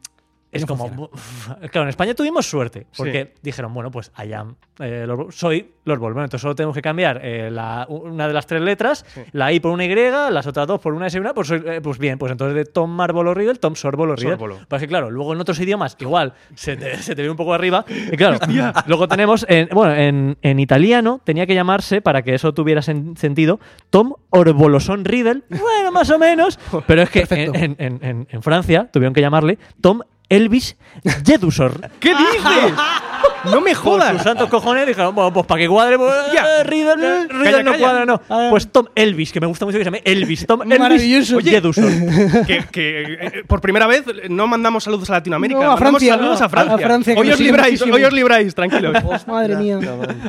[SPEAKER 4] es
[SPEAKER 2] no
[SPEAKER 4] como.
[SPEAKER 2] funciona.
[SPEAKER 4] uf, Claro, en España tuvimos suerte porque dijeron, bueno, pues I am, eh, Lord Vol- soy Lord Voldemort. Entonces solo tenemos que cambiar eh, la- una de las tres letras, la I por una Y, las otras dos por una S y una. Pues, soy- eh, pues bien, pues entonces de Tom Marvolo Riddle, Tom Sorbolo Riddle.
[SPEAKER 3] Sorbolo.
[SPEAKER 4] Pasa que claro, luego en otros idiomas igual se te, se te ve un poco arriba. Y claro, luego tenemos, en, bueno, en, en italiano tenía que llamarse, para que eso tuviera sen- sentido, Tom Orbolosón Riddle. Bueno, más o menos. Pero es que en, en- en- en- en Francia tuvieron que llamarle Tom Elvis
[SPEAKER 3] [LAUGHS]
[SPEAKER 4] Jedusor.
[SPEAKER 3] ¿Qué
[SPEAKER 4] [LAUGHS]
[SPEAKER 3] dices? ¡No me
[SPEAKER 4] Por sus
[SPEAKER 3] jodas!
[SPEAKER 4] santos cojones dijeron, bueno, pues para que cuadre, pues,
[SPEAKER 3] Ya.
[SPEAKER 4] eh, Riddle, eh, Riddle
[SPEAKER 3] Calla,
[SPEAKER 4] no
[SPEAKER 3] calla.
[SPEAKER 4] cuadra, no.
[SPEAKER 2] Ah.
[SPEAKER 4] Pues Tom Elvis, que me gusta mucho que se llame Elvis. Tom Elvis
[SPEAKER 2] Maravilloso.
[SPEAKER 3] [LAUGHS]
[SPEAKER 2] Oye.
[SPEAKER 4] Jedusor.
[SPEAKER 3] que, que, eh, por primera vez eh, no mandamos saludos a Latinoamérica,
[SPEAKER 2] No, a
[SPEAKER 3] mandamos
[SPEAKER 2] Francia,
[SPEAKER 3] saludos
[SPEAKER 2] no,
[SPEAKER 3] a Francia.
[SPEAKER 2] a Francia, que
[SPEAKER 3] hoy
[SPEAKER 2] nos
[SPEAKER 3] os
[SPEAKER 2] sigue
[SPEAKER 3] libráis,
[SPEAKER 2] muchísimo.
[SPEAKER 3] hoy os libráis, tranquilos.
[SPEAKER 2] Madre mía.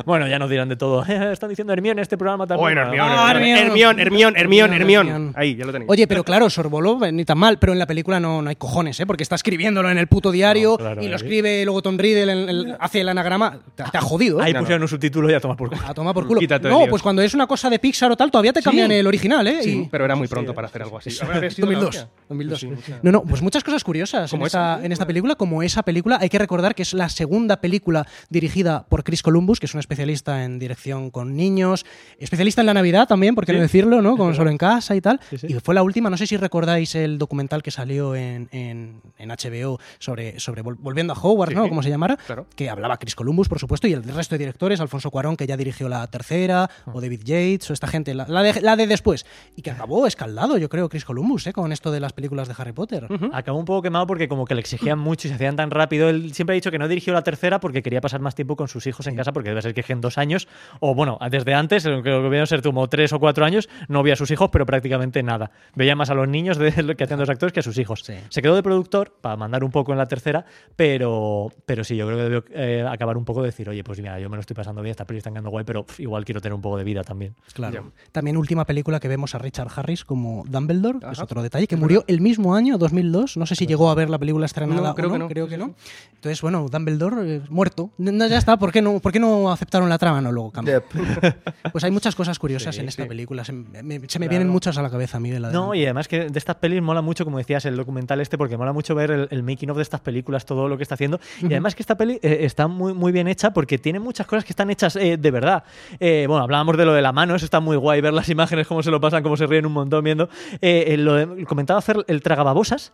[SPEAKER 4] Bueno, ya nos dirán de todo. [LAUGHS] Están diciendo Hermione en este programa también.
[SPEAKER 3] Bueno, Hermión,
[SPEAKER 2] Ah,
[SPEAKER 3] Hermión, Hermión,
[SPEAKER 2] Hermión.
[SPEAKER 3] Hermión, Hermión,
[SPEAKER 2] Hermión,
[SPEAKER 3] Hermión. Ahí, ya lo tenéis.
[SPEAKER 2] Oye, pero claro, Sorbolo eh, ni tan mal, pero en la película no, no hay cojones, ¿eh? Porque está escribiéndolo en el puto diario
[SPEAKER 4] No, claro,
[SPEAKER 2] y lo
[SPEAKER 4] eh.
[SPEAKER 2] escribe luego Tom Riddle, en el- hace el anagrama. Te, te ha jodido, ¿eh?
[SPEAKER 4] Ahí pusieron un subtítulo y ya tomas por culo.
[SPEAKER 2] A tomar por culo.
[SPEAKER 3] Quítate de
[SPEAKER 2] no,
[SPEAKER 3] líos.
[SPEAKER 2] pues cuando es una cosa de Pixar o tal, todavía te cambian el original, ¿eh?
[SPEAKER 3] Sí,
[SPEAKER 2] Y-
[SPEAKER 3] pero era muy pronto para hacer algo así. Habría sido la
[SPEAKER 2] 2002.
[SPEAKER 3] hostia.
[SPEAKER 2] 2002.
[SPEAKER 3] Sí, sí.
[SPEAKER 2] No, no, pues muchas cosas curiosas en
[SPEAKER 3] Como esa
[SPEAKER 2] esta, en esta película, como esa película. Hay que recordar que es la segunda película dirigida por Chris Columbus, que es un especialista en dirección con niños, especialista en la Navidad también, por qué no decirlo,
[SPEAKER 3] [LAUGHS]
[SPEAKER 2] ¿no? Con Solo en Casa y tal. Y fue la última, no sé si recordáis el documental que salió en, en- en HBO sobre, sobre vol- Volviendo a Howard, ¿no?
[SPEAKER 3] Sí.
[SPEAKER 2] Como se llamara,
[SPEAKER 3] Claro.
[SPEAKER 2] que hablaba Chris Columbus, por supuesto, y el resto de directores, Alfonso Cuarón, que ya dirigió la
[SPEAKER 3] Ah.
[SPEAKER 2] tercera, o David Yates, o esta gente, la, la de, la de después, y
[SPEAKER 3] Ah.
[SPEAKER 2] que acabó escaldado, yo creo, Chris Columbus, ¿eh? con esto de las películas de Harry Potter.
[SPEAKER 4] Acabó un poco quemado porque como que le exigían mucho y se hacían tan rápido. Él siempre ha dicho que no dirigió la tercera porque quería pasar más tiempo con sus hijos en casa porque debe ser que en dos años, o bueno, desde antes, lo que debieron ser como tres o cuatro años, no veía a sus hijos, pero prácticamente nada. Veía más a los niños de lo que hacían los actores que a sus hijos.
[SPEAKER 2] Sí.
[SPEAKER 4] Se quedó de productor para mandar un poco en la tercera, pero, pero sí, yo creo que debió eh, acabar un poco de decir, oye, pues mira, yo me lo estoy pasando bien, esta peli está quedando guay, pero pff, igual quiero tener un poco de vida también.
[SPEAKER 2] Claro. También última película que vemos a Richard Harris como Dumbledore, que es otro detalle, que murió el mismo año, 2002. No sé si llegó a ver la película estrenada
[SPEAKER 3] No,
[SPEAKER 2] o
[SPEAKER 3] creo que no.
[SPEAKER 2] Creo
[SPEAKER 3] Sí,
[SPEAKER 2] que
[SPEAKER 3] sí,
[SPEAKER 2] no. Entonces, bueno, Dumbledore eh, muerto. No, ya está, ¿por qué no, por qué no aceptaron la trama? No, luego cambia.
[SPEAKER 5] Yep.
[SPEAKER 2] Pues hay muchas cosas curiosas en esta película. Se me, me- se me vienen muchas a la cabeza, Miguel.
[SPEAKER 4] No,
[SPEAKER 2] adelante.
[SPEAKER 4] y además que de estas pelis mola mucho, como decías, el documental este, porque mola mucho ver el, el making of de estas películas, todo lo que está haciendo. Y además que esta peli eh, está muy, muy bien hecha porque tiene muchas cosas que están hechas eh, de verdad. Eh, bueno, hablábamos de lo de la mano, eso está muy guay, ver las imágenes, cómo se lo pasan, cómo se ríen un montón viendo. Eh, eh, lo de- comentaba hacer el tragababosas,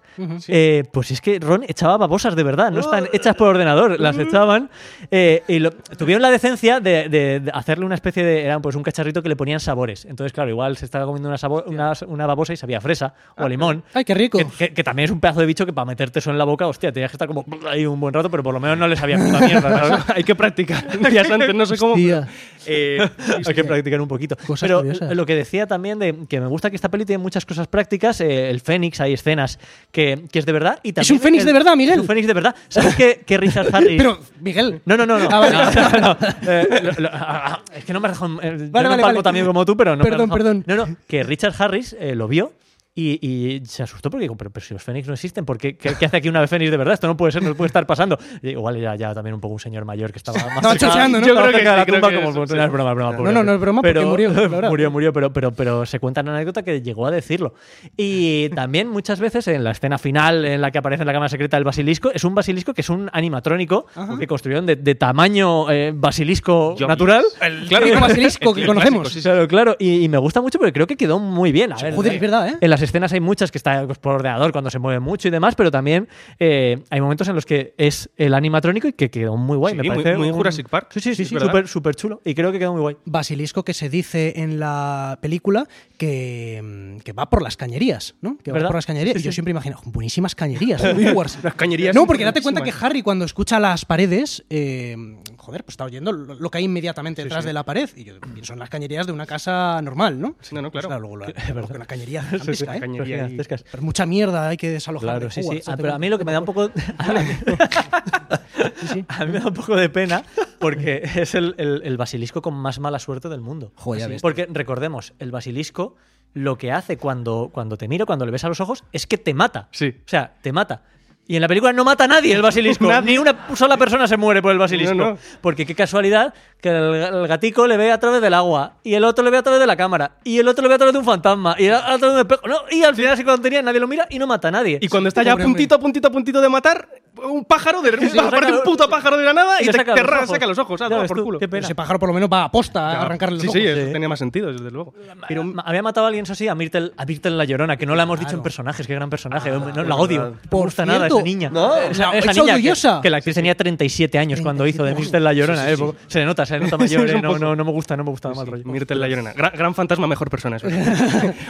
[SPEAKER 4] eh, pues es que Ron echaba babosas de verdad, no
[SPEAKER 3] Uh.
[SPEAKER 4] están hechas por ordenador, las echaban. eh, y lo- tuvieron la decencia de, de- de hacerle una especie de. Era pues un cacharrito que le ponían sabores. Entonces, claro, igual se estaba comiendo una, sabo- una, una babosa y sabía a fresa
[SPEAKER 3] Ah,
[SPEAKER 4] o a limón.
[SPEAKER 2] ¡Ay, qué rico!
[SPEAKER 4] Que, que- que también es un pedazo de bicho que para meterte eso en la boca, hostia, tenías que estar como ahí un buen rato, pero por lo menos no le sabía puta mierda. ¿sabes?
[SPEAKER 3] [LAUGHS] Hay que practicar. Días antes, no sé cómo.
[SPEAKER 2] Hostia.
[SPEAKER 3] Eh,
[SPEAKER 4] Hay que practicar un poquito.
[SPEAKER 2] Cosas
[SPEAKER 4] Pero
[SPEAKER 2] curiosas.
[SPEAKER 4] lo que decía también de que me gusta que esta peli tiene muchas cosas prácticas. eh, el Fénix, hay escenas que, que es de verdad. Y también
[SPEAKER 2] un Fénix
[SPEAKER 4] el-
[SPEAKER 2] de verdad, Miguel.
[SPEAKER 4] Es un Fénix de verdad. ¿Sabes qué,
[SPEAKER 2] [LAUGHS]
[SPEAKER 4] qué Richard Harris?
[SPEAKER 2] Pero, Miguel.
[SPEAKER 4] No, no, no. no.
[SPEAKER 2] Ah, vale.
[SPEAKER 4] No, no, no.
[SPEAKER 2] [LAUGHS]
[SPEAKER 4] Eh, lo- lo- ah, ah, es que no me dejó. yo
[SPEAKER 2] Vale,
[SPEAKER 4] no
[SPEAKER 2] vale,
[SPEAKER 4] palpo
[SPEAKER 2] vale.
[SPEAKER 4] también como tú, pero no. me
[SPEAKER 2] Perdón,
[SPEAKER 4] dejó-
[SPEAKER 2] perdón.
[SPEAKER 4] No, no, que Richard Harris eh, lo vio. Y, y se asustó porque dijo, pero, pero si los Fénix no existen, ¿por qué, qué, qué hace aquí una Fénix de verdad? Esto no puede ser, no puede estar pasando. Y igual era ya también un poco un señor mayor que estaba más
[SPEAKER 2] Estaba
[SPEAKER 4] cerca-
[SPEAKER 2] chocheando, ¿no?
[SPEAKER 4] Yo
[SPEAKER 2] Estaba
[SPEAKER 4] creo que,
[SPEAKER 3] cerca de la
[SPEAKER 4] la tumba
[SPEAKER 3] tumba
[SPEAKER 4] como...
[SPEAKER 3] que-
[SPEAKER 4] no, es broma, es broma, pobre
[SPEAKER 2] no,
[SPEAKER 4] hombre.
[SPEAKER 2] no es broma porque
[SPEAKER 4] Pero- [LAUGHS]
[SPEAKER 2] murió, la verdad.
[SPEAKER 4] murió, murió, pero, pero, pero se cuenta una anécdota que llegó a decirlo.
[SPEAKER 2] [LAUGHS]
[SPEAKER 4] Y también muchas veces en la escena final en la que aparece en la cámara secreta el basilisco, es un basilisco que es un animatrónico que construyeron de, de tamaño eh, basilisco
[SPEAKER 3] Yo-
[SPEAKER 4] natural.
[SPEAKER 3] El
[SPEAKER 2] Qué
[SPEAKER 3] [LAUGHS]
[SPEAKER 2] rico basilisco que
[SPEAKER 3] El
[SPEAKER 2] conocemos.
[SPEAKER 3] clásico, sí, sí.
[SPEAKER 4] Claro, claro. Y, y me gusta mucho porque creo que quedó muy bien. A ver,
[SPEAKER 2] Joder,
[SPEAKER 4] eh,
[SPEAKER 2] es verdad, ¿eh?
[SPEAKER 4] en las escenas hay muchas que está pues, por ordenador cuando se mueve mucho y demás, pero también eh, hay momentos en los que es el animatrónico y que quedó muy guay.
[SPEAKER 3] Sí,
[SPEAKER 4] me
[SPEAKER 3] muy-
[SPEAKER 4] parece
[SPEAKER 3] muy
[SPEAKER 4] un-
[SPEAKER 3] Jurassic Park,
[SPEAKER 4] Sí, sí, sí,
[SPEAKER 3] es
[SPEAKER 4] sí,
[SPEAKER 3] verdad.
[SPEAKER 4] súper súper chulo. Y creo que quedó muy guay.
[SPEAKER 2] Basilisco que se dice en la película que, mm, que va por las cañerías, ¿no? Que va
[SPEAKER 4] ¿Verdad?
[SPEAKER 2] por las cañerías.
[SPEAKER 4] Sí,
[SPEAKER 2] Y yo
[SPEAKER 4] sí.
[SPEAKER 2] siempre imagino, "Jo,
[SPEAKER 4] [LAUGHS]
[SPEAKER 2] buenísimas cañerías. ¿no? Hogwarts".
[SPEAKER 3] Las cañerías
[SPEAKER 2] No,
[SPEAKER 3] son
[SPEAKER 2] porque date cuenta que
[SPEAKER 3] buenísimas.
[SPEAKER 2] Harry cuando escucha las paredes, eh, joder, pues está oyendo lo, lo que hay inmediatamente detrás de la pared. Y yo pienso en las cañerías de una casa normal, ¿no?
[SPEAKER 3] Sí, no, no, claro.
[SPEAKER 2] Pues luego
[SPEAKER 4] [LAUGHS]
[SPEAKER 2] la- porque una cañería gigantesca,
[SPEAKER 3] sí, una
[SPEAKER 2] ¿eh?
[SPEAKER 3] cañería.
[SPEAKER 4] Pero gigantescas.
[SPEAKER 2] Pero mucha mierda hay que desalojar.
[SPEAKER 4] Claro,
[SPEAKER 2] de
[SPEAKER 4] sí, sí.
[SPEAKER 2] Hogwarts,
[SPEAKER 4] Ah,
[SPEAKER 2] hace
[SPEAKER 4] pero a mí lo que me da un poco. [LAUGHS] A mí,
[SPEAKER 2] [LAUGHS]
[SPEAKER 4] a mí me da un poco de pena porque es el, el- el basilisco con más mala suerte del mundo.
[SPEAKER 2] Joder, ya
[SPEAKER 4] Sí.
[SPEAKER 2] ves.
[SPEAKER 4] porque recordemos, el basilisco lo que hace cuando, cuando te mira, cuando le ves a los ojos, es que te mata.
[SPEAKER 3] Sí.
[SPEAKER 4] O sea, te mata. Y en la película no mata a nadie el basilisco.
[SPEAKER 3] [LAUGHS] Nadie.
[SPEAKER 4] Ni una sola persona se muere por el basilisco.
[SPEAKER 3] No, no.
[SPEAKER 4] Porque qué casualidad que el, el gatico le ve a través del agua, y el otro le ve a través de la cámara, y el otro le ve a través de un fantasma, y el otro de un espejo. No, y al final se contenía, nadie lo mira y no mata a nadie.
[SPEAKER 3] Y cuando está ya a
[SPEAKER 2] Pobre hombre.
[SPEAKER 3] puntito, a puntito, a puntito de matar, un pájaro, de repente
[SPEAKER 4] sí,
[SPEAKER 3] [LAUGHS]
[SPEAKER 4] saca
[SPEAKER 3] aparece un
[SPEAKER 4] los-
[SPEAKER 3] puto pájaro de la nada y,
[SPEAKER 4] le
[SPEAKER 3] te,
[SPEAKER 4] saca
[SPEAKER 3] te
[SPEAKER 4] los
[SPEAKER 3] ra-
[SPEAKER 4] ojos.
[SPEAKER 3] saca los ojos, ah,
[SPEAKER 4] Ya
[SPEAKER 3] toma
[SPEAKER 4] ves
[SPEAKER 3] por
[SPEAKER 4] tú,
[SPEAKER 3] culo.
[SPEAKER 4] qué pena.
[SPEAKER 2] Ese pájaro por lo menos va a posta a
[SPEAKER 3] Claro.
[SPEAKER 2] arrancarle los
[SPEAKER 3] sí,
[SPEAKER 2] ojos.
[SPEAKER 3] Sí,
[SPEAKER 4] Sí.
[SPEAKER 3] eso tenía más sentido, desde luego. Pero
[SPEAKER 4] Ma- Había matado a alguien, eso sí, a Myrtle, a Myrtle la Llorona, que no la hemos dicho en personajes, qué gran personaje.
[SPEAKER 3] Ah,
[SPEAKER 4] no, la odio. No me
[SPEAKER 2] Por
[SPEAKER 4] gusta nada esa
[SPEAKER 2] cierto,
[SPEAKER 4] niña.
[SPEAKER 5] no,
[SPEAKER 4] esa,
[SPEAKER 2] la-
[SPEAKER 4] esa
[SPEAKER 2] es
[SPEAKER 4] niña
[SPEAKER 2] odiosa.
[SPEAKER 4] que, que la actriz tenía 37 años cuando hizo de
[SPEAKER 2] 37
[SPEAKER 4] Myrtle la Llorona. eh, poco- Se le nota, se le nota mayor.
[SPEAKER 3] Es
[SPEAKER 4] eh,
[SPEAKER 3] un
[SPEAKER 4] no,
[SPEAKER 3] poco-
[SPEAKER 4] no, no me gusta, no me gusta mal rollo.
[SPEAKER 3] Myrtle la Llorona. Gran, gran fantasma, mejor persona.
[SPEAKER 2] [LAUGHS]
[SPEAKER 3] eso.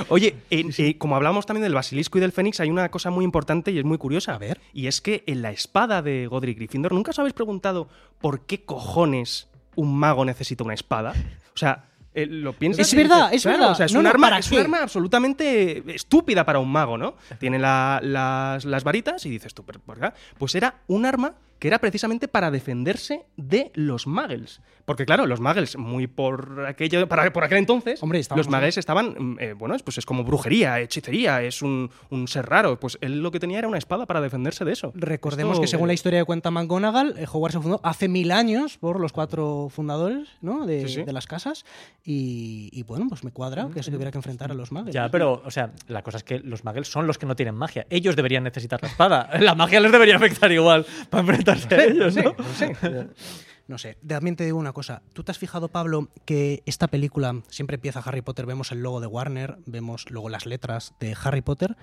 [SPEAKER 3] Oye, en- eh, como hablábamos también del basilisco y del fénix, hay una cosa muy importante y es muy curiosa.
[SPEAKER 2] A ver.
[SPEAKER 3] Y es que en la espada de Godric Gryffindor, ¿nunca os habéis preguntado por qué cojones un mago necesita una espada? O sea, eh, lo piensas.
[SPEAKER 2] Es
[SPEAKER 3] y dices,
[SPEAKER 2] verdad, es
[SPEAKER 3] claro,
[SPEAKER 2] verdad.
[SPEAKER 3] o sea, es,
[SPEAKER 2] No,
[SPEAKER 3] un,
[SPEAKER 2] no,
[SPEAKER 3] arma,
[SPEAKER 2] ¿para
[SPEAKER 3] es un
[SPEAKER 2] qué?
[SPEAKER 3] arma absolutamente estúpida para un mago, ¿no? Tiene la- las, las varitas y dices tú, ¿pero por qué? Pues era un arma que era precisamente para defenderse de los muggles. Porque claro, los muggles, muy por aquello, para, por aquel entonces,
[SPEAKER 2] Hombre, estábamos-
[SPEAKER 3] los muggles estaban, mm, eh, bueno, es- pues es como brujería, hechicería, es un, un ser raro. Pues él lo que tenía era una espada para defenderse de eso.
[SPEAKER 2] Recordemos
[SPEAKER 3] Esto-
[SPEAKER 2] que
[SPEAKER 3] [LAUGHS]
[SPEAKER 2] según la historia de cuenta McGonagall, eh, Hogwarts se fundó hace mil años por los cuatro fundadores ¿no? de,
[SPEAKER 3] Sí, sí.
[SPEAKER 2] de las casas. Y, y bueno, pues me cuadra que se tuviera que enfrentar a los magos.
[SPEAKER 4] Ya, pero, o sea, la cosa es que los muggles son los que no tienen magia. Ellos deberían necesitar la espada. La magia les debería afectar igual para enfrentarse a ellos, ¿no?
[SPEAKER 2] No sé, también te digo una cosa. ¿Tú te has fijado, Pablo, que esta película siempre empieza Harry Potter? Vemos el logo de Warner, vemos luego las letras de Harry Potter.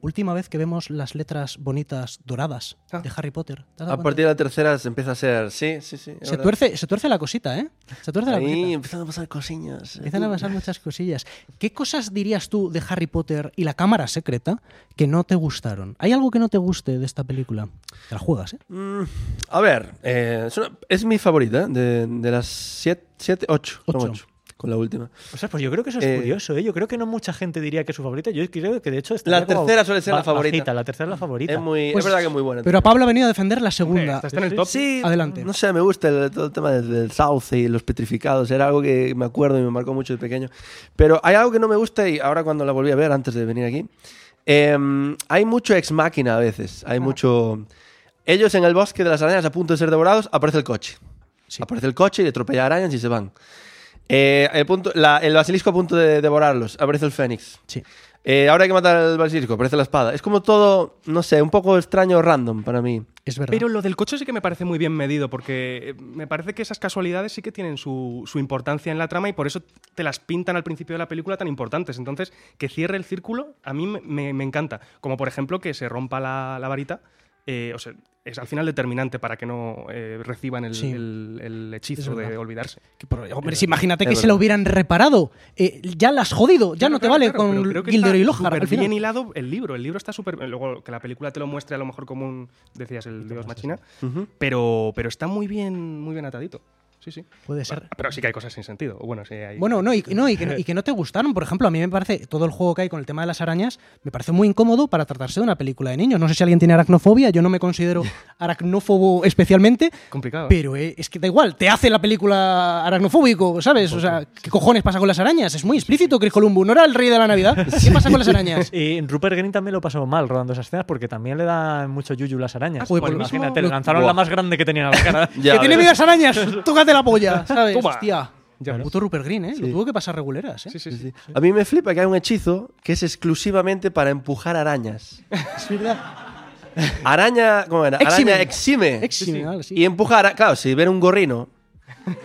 [SPEAKER 2] Última vez que vemos las letras bonitas doradas
[SPEAKER 3] Ah.
[SPEAKER 2] de Harry Potter. ¿Te has dado
[SPEAKER 5] A
[SPEAKER 2] cuenta?
[SPEAKER 5] partir de la tercera se empieza a ser. Sí, sí, sí. es
[SPEAKER 2] se
[SPEAKER 5] verdad.
[SPEAKER 2] tuerce, se tuerce la cosita, ¿eh? Se tuerce la cosita.
[SPEAKER 5] Ahí empiezan a pasar cosillas. eh.
[SPEAKER 2] Empiezan a pasar muchas cosillas. ¿Qué cosas dirías tú de Harry Potter y la cámara secreta que no te gustaron? ¿Hay algo que no te guste de esta película? Te la juegas, ¿eh?
[SPEAKER 5] Mm, a ver, eh, es, una- es mi favorita ¿eh? de, de las 7, 8,
[SPEAKER 2] Ocho.
[SPEAKER 5] con la última.
[SPEAKER 4] O sea, pues yo creo que eso es
[SPEAKER 5] Eh,
[SPEAKER 4] curioso, ¿eh? Yo creo que no mucha gente diría que es su favorita. Yo creo que de hecho estaría
[SPEAKER 5] La
[SPEAKER 4] como
[SPEAKER 5] tercera suele ser la
[SPEAKER 4] ba-
[SPEAKER 5] favorita.
[SPEAKER 4] bajita, la tercera es la favorita.
[SPEAKER 5] Es, muy,
[SPEAKER 2] Pues-
[SPEAKER 5] es verdad que es muy buena.
[SPEAKER 2] Pero a Pablo ha venido a defender la segunda. Eh,
[SPEAKER 3] Está, está en el top.
[SPEAKER 5] sí,
[SPEAKER 2] Adelante.
[SPEAKER 5] no sé, me gusta el, todo el tema del, del sauce y los petrificados. Era algo que me acuerdo y me marcó mucho de pequeño. Pero hay algo que no me gusta y ahora cuando la volví a ver, antes de venir aquí, em, hay mucho ex máquina a veces. Hay mucho... Ellos en el bosque de las arañas a punto de ser devorados, aparece el coche. Aparece el coche y atropella arañas y se van. Eh, el, punto, la- el basilisco a punto de devorarlos. Aparece el fénix.
[SPEAKER 2] Sí.
[SPEAKER 5] Eh, ahora hay que matar al basilisco. Aparece la espada. Es como todo, no sé, un poco extraño random para mí.
[SPEAKER 2] Es verdad.
[SPEAKER 3] Pero lo del coche sí que me parece muy bien medido, porque eh, me parece que esas casualidades sí que tienen su, su importancia en la trama y por eso te las pintan al principio de la película tan importantes. Entonces, que cierre el círculo a mí me, me- me encanta. Como por ejemplo que se rompa la, la varita. eh, o sea, es al final determinante para que no eh, reciban el,
[SPEAKER 2] Sí.
[SPEAKER 3] el- el hechizo
[SPEAKER 2] Es verdad.
[SPEAKER 3] de olvidarse.
[SPEAKER 2] Que por- hombre, si imagínate
[SPEAKER 5] Es
[SPEAKER 2] que
[SPEAKER 5] verdad.
[SPEAKER 2] se lo hubieran reparado. Eh, ya la has jodido. Ya
[SPEAKER 3] Claro,
[SPEAKER 2] no te
[SPEAKER 3] claro,
[SPEAKER 2] vale
[SPEAKER 3] claro, pero creo
[SPEAKER 2] con
[SPEAKER 3] que
[SPEAKER 2] Gilderoy
[SPEAKER 3] está
[SPEAKER 2] Lockhart.
[SPEAKER 3] súper
[SPEAKER 2] al final.
[SPEAKER 3] bien hilado el libro. El libro está súper. Luego que la película te lo muestre a lo mejor como un. Decías el Dios Machina. pero, pero está muy bien, muy bien atadito. Sí, sí.
[SPEAKER 2] Puede ser.
[SPEAKER 3] Pero sí que hay cosas sin sentido. O Bueno, sí hay.
[SPEAKER 2] Bueno, no, y, no, y que no, y que no te gustaron. Por ejemplo, a mí me parece todo el juego que hay con el tema de las arañas me parece muy incómodo para tratarse de una película de niños. No sé si alguien tiene aracnofobia. Yo no
[SPEAKER 3] [LAUGHS]
[SPEAKER 2] me considero aracnófobo especialmente,
[SPEAKER 3] Complicado. ¿eh?
[SPEAKER 2] Pero eh, es que da igual, te hace la película aracnofóbico, ¿sabes? O sea, ¿qué cojones pasa con las arañas? Es muy explícito, Chris Columbus, ¿no era el rey de la
[SPEAKER 3] [LAUGHS]
[SPEAKER 2] Navidad? ¿Qué pasa con las arañas?
[SPEAKER 4] Y Rupert Green también lo pasó mal rodando esas escenas porque también le dan mucho yuyu las
[SPEAKER 2] Ah, joder,
[SPEAKER 4] arañas. Pues
[SPEAKER 2] por lo
[SPEAKER 4] imagínate,
[SPEAKER 2] mismo-
[SPEAKER 4] le lanzaron
[SPEAKER 5] Buah.
[SPEAKER 4] la más grande que tenían a la cara.
[SPEAKER 5] [LAUGHS] Ya
[SPEAKER 2] que tiene
[SPEAKER 5] ves.
[SPEAKER 2] miedo a
[SPEAKER 3] [LAUGHS]
[SPEAKER 2] las arañas, tócate la polla, ¿sabes?
[SPEAKER 3] Toma.
[SPEAKER 2] Hostia.
[SPEAKER 3] Ya ves.
[SPEAKER 2] Puto Rupert Green, ¿eh? Lo tuvo que pasar reguleras, ¿eh?
[SPEAKER 3] Sí, sí,
[SPEAKER 5] Sí,
[SPEAKER 3] sí.
[SPEAKER 5] sí. A mí me flipa que hay un hechizo que es exclusivamente para empujar arañas.
[SPEAKER 2] Es verdad.
[SPEAKER 5] Araña, ¿cómo era?
[SPEAKER 2] Exime.
[SPEAKER 5] Araña exime.
[SPEAKER 2] Exime, algo así.
[SPEAKER 5] Y empuja, ara- claro, si ven un gorrino,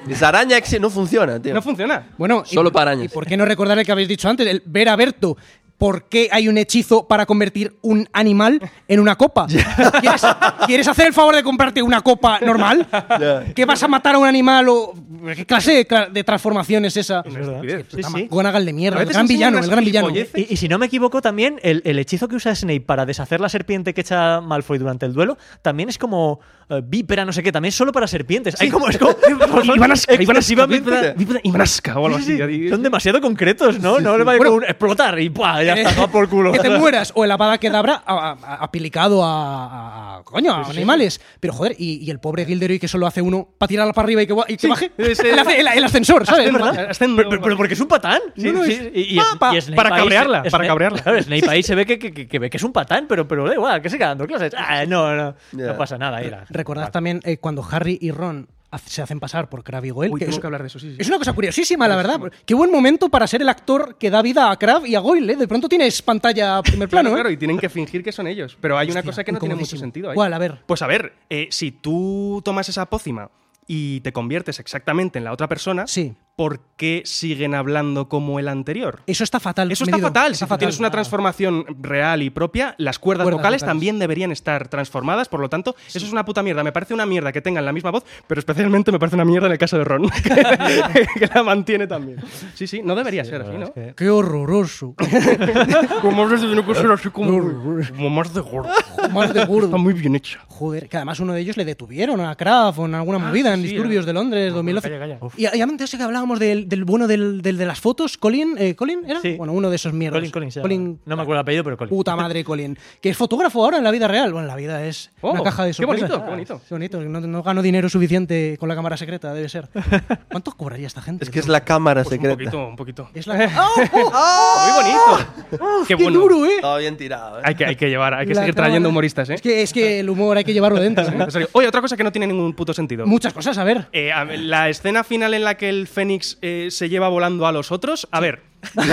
[SPEAKER 5] dice araña exime, no funciona, tío.
[SPEAKER 3] No funciona.
[SPEAKER 2] Bueno, y-
[SPEAKER 5] Solo para arañas.
[SPEAKER 2] ¿Y por qué no recordar el que habéis dicho antes? El ver a Berto. ¿Por qué hay un hechizo para convertir un animal en una
[SPEAKER 5] [LAUGHS]
[SPEAKER 2] copa? ¿Quieres, quieres hacer el favor de comprarte una copa normal?
[SPEAKER 5] Ya.
[SPEAKER 2] ¿Qué vas a matar a un animal o ¿Qué clase de, cla- de transformación es esa?
[SPEAKER 3] Es una estupidez.
[SPEAKER 4] Sí, sí.
[SPEAKER 2] Gonagal de mierda,
[SPEAKER 3] A
[SPEAKER 2] el
[SPEAKER 3] veces
[SPEAKER 2] gran
[SPEAKER 3] enseñan
[SPEAKER 2] villano,
[SPEAKER 3] unas
[SPEAKER 2] el gran villano.
[SPEAKER 3] gilipolleces.
[SPEAKER 4] Y, y si no me equivoco, también el, el hechizo que usa Snape para deshacer la serpiente que echa Malfoy durante el duelo también es como eh, vípera, no sé qué, también es solo para serpientes. Hay como,
[SPEAKER 3] [LAUGHS]
[SPEAKER 4] es como-
[SPEAKER 3] Ivanasca, Ivanasca,
[SPEAKER 4] excesivamente-
[SPEAKER 3] Vípera- Vípera- Ivanasca o algo
[SPEAKER 4] Sí, sí,
[SPEAKER 3] así. ya di-
[SPEAKER 4] Son demasiado concretos, ¿no? no le va a ir
[SPEAKER 2] Bueno.
[SPEAKER 4] con un explotar y ¡pua! ya está,
[SPEAKER 2] Eh,
[SPEAKER 4] va por culo.
[SPEAKER 3] [LAUGHS]
[SPEAKER 2] Que te
[SPEAKER 4] [LAUGHS]
[SPEAKER 2] mueras. O el apada que dabra a- a- apilicado a, a- a- Coño, a animales. Pero joder, y, y el pobre Gilderoy que solo hace uno para tirarla para arriba y que, gua- y que baje.
[SPEAKER 3] ese-
[SPEAKER 2] el, hace- el- el ascensor, ¿sabes?
[SPEAKER 3] Es verdad,
[SPEAKER 2] ¿Verdad?
[SPEAKER 3] está en-
[SPEAKER 4] Pero, pero- pero porque es un patán.
[SPEAKER 2] No, no, es- pa, pa,
[SPEAKER 4] Snape
[SPEAKER 3] para
[SPEAKER 4] ahí
[SPEAKER 3] cabrearla, para
[SPEAKER 4] Snape-
[SPEAKER 3] cabrearla.
[SPEAKER 4] Claro, Snape ahí se ve que, que- que- que ve que es un patán, pero, pero da igual, que siga dando clases. Ah, no, no,
[SPEAKER 5] Ya.
[SPEAKER 4] no pasa nada, era.
[SPEAKER 2] Recordad también eh, cuando Harry y Ron hace- se hacen pasar por Crabbe y Goyle.
[SPEAKER 3] Uy,
[SPEAKER 2] que
[SPEAKER 3] tengo
[SPEAKER 2] es,
[SPEAKER 3] que hablar de eso, sí, sí.
[SPEAKER 2] es una cosa curiosísima, la verdad. Qué buen momento para ser el actor que da vida a Crabbe y a Goyle. ¿eh? De pronto tienes pantalla a primer
[SPEAKER 3] Claro,
[SPEAKER 2] plano. ¿eh?
[SPEAKER 3] claro, y tienen que fingir que son ellos. Pero hay una
[SPEAKER 2] Hostia,
[SPEAKER 3] cosa que no tiene mucho
[SPEAKER 2] incomodísimo.
[SPEAKER 3] sentido ahí.
[SPEAKER 2] ¿Cuál? A ver.
[SPEAKER 3] Pues a ver, eh, si tú tomas esa pócima y te conviertes exactamente en la otra persona,
[SPEAKER 2] Sí.
[SPEAKER 3] ¿por qué siguen hablando como el anterior?
[SPEAKER 2] Eso está fatal.
[SPEAKER 3] Eso
[SPEAKER 2] medido.
[SPEAKER 3] está fatal. si
[SPEAKER 2] Está
[SPEAKER 3] tú tienes una
[SPEAKER 2] Ah.
[SPEAKER 3] transformación real y propia, las cuerdas,
[SPEAKER 2] Cuerdas
[SPEAKER 3] vocales,
[SPEAKER 2] vocales.
[SPEAKER 3] también deberían estar transformadas. Por lo tanto, eso es una puta mierda. Me parece una mierda que tengan la misma voz, pero especialmente me parece una mierda en el caso de Ron, [LAUGHS] que, que la mantiene también. Sí, sí, no debería ser así, ¿no? [LAUGHS]
[SPEAKER 2] Qué horroroso.
[SPEAKER 3] Como hablas de una cosa así como, como más de gordo.
[SPEAKER 2] Más de gordo.
[SPEAKER 3] Está muy bien hecha.
[SPEAKER 2] Joder, que además uno de ellos le detuvieron a Kraft o en alguna movida, en
[SPEAKER 3] sí,
[SPEAKER 2] disturbios
[SPEAKER 3] eh.
[SPEAKER 2] de Londres, 2011.
[SPEAKER 3] calla, calla.
[SPEAKER 2] Y, y antes que hablábamos del, del bueno del, del de las fotos, Colin, eh, ¿Colin era?
[SPEAKER 4] Sí.
[SPEAKER 2] Bueno, uno de esos mierdas.
[SPEAKER 4] Colin, Colin, se llama. No me acuerdo el apellido, pero Colin.
[SPEAKER 2] Puta madre, Colin. Que es fotógrafo ahora en la vida real. Bueno, en la vida es una
[SPEAKER 3] Oh,
[SPEAKER 2] caja de
[SPEAKER 3] qué
[SPEAKER 2] sorpresas.
[SPEAKER 3] bonito, qué bonito.
[SPEAKER 2] Qué bonito. No, no gano dinero suficiente con la cámara secreta, debe
[SPEAKER 3] [LAUGHS]
[SPEAKER 2] ser. ¿Cuántos cobraría esta gente?
[SPEAKER 5] Es que es la cámara
[SPEAKER 3] Pues un
[SPEAKER 5] secreta.
[SPEAKER 3] poquito, un poquito.
[SPEAKER 2] Es la- ¡Oh!
[SPEAKER 3] Muy
[SPEAKER 5] [LAUGHS]
[SPEAKER 3] bonito. [LAUGHS] qué,
[SPEAKER 2] ¡Qué
[SPEAKER 3] bueno.
[SPEAKER 2] duro, eh!
[SPEAKER 5] Estaba bien tirado, ¿eh?
[SPEAKER 3] Hay que, hay que llevar, hay que
[SPEAKER 2] La
[SPEAKER 3] seguir trayendo
[SPEAKER 2] cámara.
[SPEAKER 3] humoristas, ¿eh?
[SPEAKER 2] Es que, es que el humor hay que llevarlo dentro.
[SPEAKER 3] [LAUGHS]
[SPEAKER 2] ¿eh?
[SPEAKER 3] En serio. Oye, otra cosa que no tiene ningún puto sentido.
[SPEAKER 2] Muchas cosas, a ver.
[SPEAKER 3] Eh, a ver, la escena final en la que el Fénix eh, se lleva volando a los otros. A ver. eh,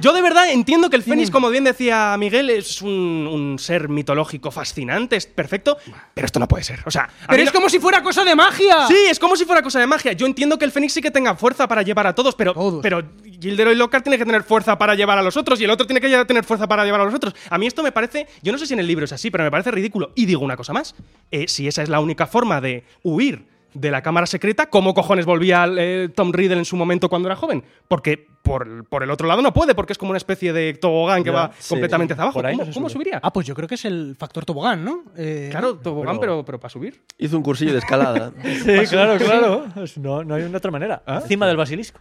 [SPEAKER 3] yo de verdad entiendo que el Fénix, como bien decía Miguel, es un, un ser mitológico fascinante, es perfecto, pero esto no puede ser. O sea, a mí
[SPEAKER 2] Pero es
[SPEAKER 3] no-
[SPEAKER 2] como si fuera cosa de
[SPEAKER 4] Ah.
[SPEAKER 2] magia.
[SPEAKER 3] Sí, es como si fuera cosa de magia. Yo entiendo que el Fénix sí que tenga fuerza para llevar a todos, pero,
[SPEAKER 2] Todos.
[SPEAKER 3] pero Gilderoy Lockhart tiene que tener fuerza para llevar a los otros y el otro tiene que ya tener fuerza para llevar a los otros. A mí esto me parece, yo no sé si en el libro es así, pero me parece ridículo. Y digo una cosa más, eh, si esa es la única forma de huir de la cámara secreta, ¿cómo cojones volvía eh, Tom Riddle en su momento cuando era joven? Porque por, por el otro lado no puede, porque es como una especie de tobogán que
[SPEAKER 5] Ya,
[SPEAKER 3] va
[SPEAKER 5] sí.
[SPEAKER 3] completamente hacia abajo.
[SPEAKER 4] Por ahí
[SPEAKER 3] ¿Cómo,
[SPEAKER 4] no se
[SPEAKER 3] cómo
[SPEAKER 4] sube. Eh,
[SPEAKER 3] subiría?
[SPEAKER 2] Ah, pues yo creo que es el factor tobogán, ¿no? Eh,
[SPEAKER 3] Claro, tobogán, pero, pero para subir.
[SPEAKER 5] Hizo un cursillo
[SPEAKER 3] [LAUGHS]
[SPEAKER 5] de escalada.
[SPEAKER 4] Sí, claro, claro. No, no hay una otra manera.
[SPEAKER 2] Ah,
[SPEAKER 4] Encima del basilisco.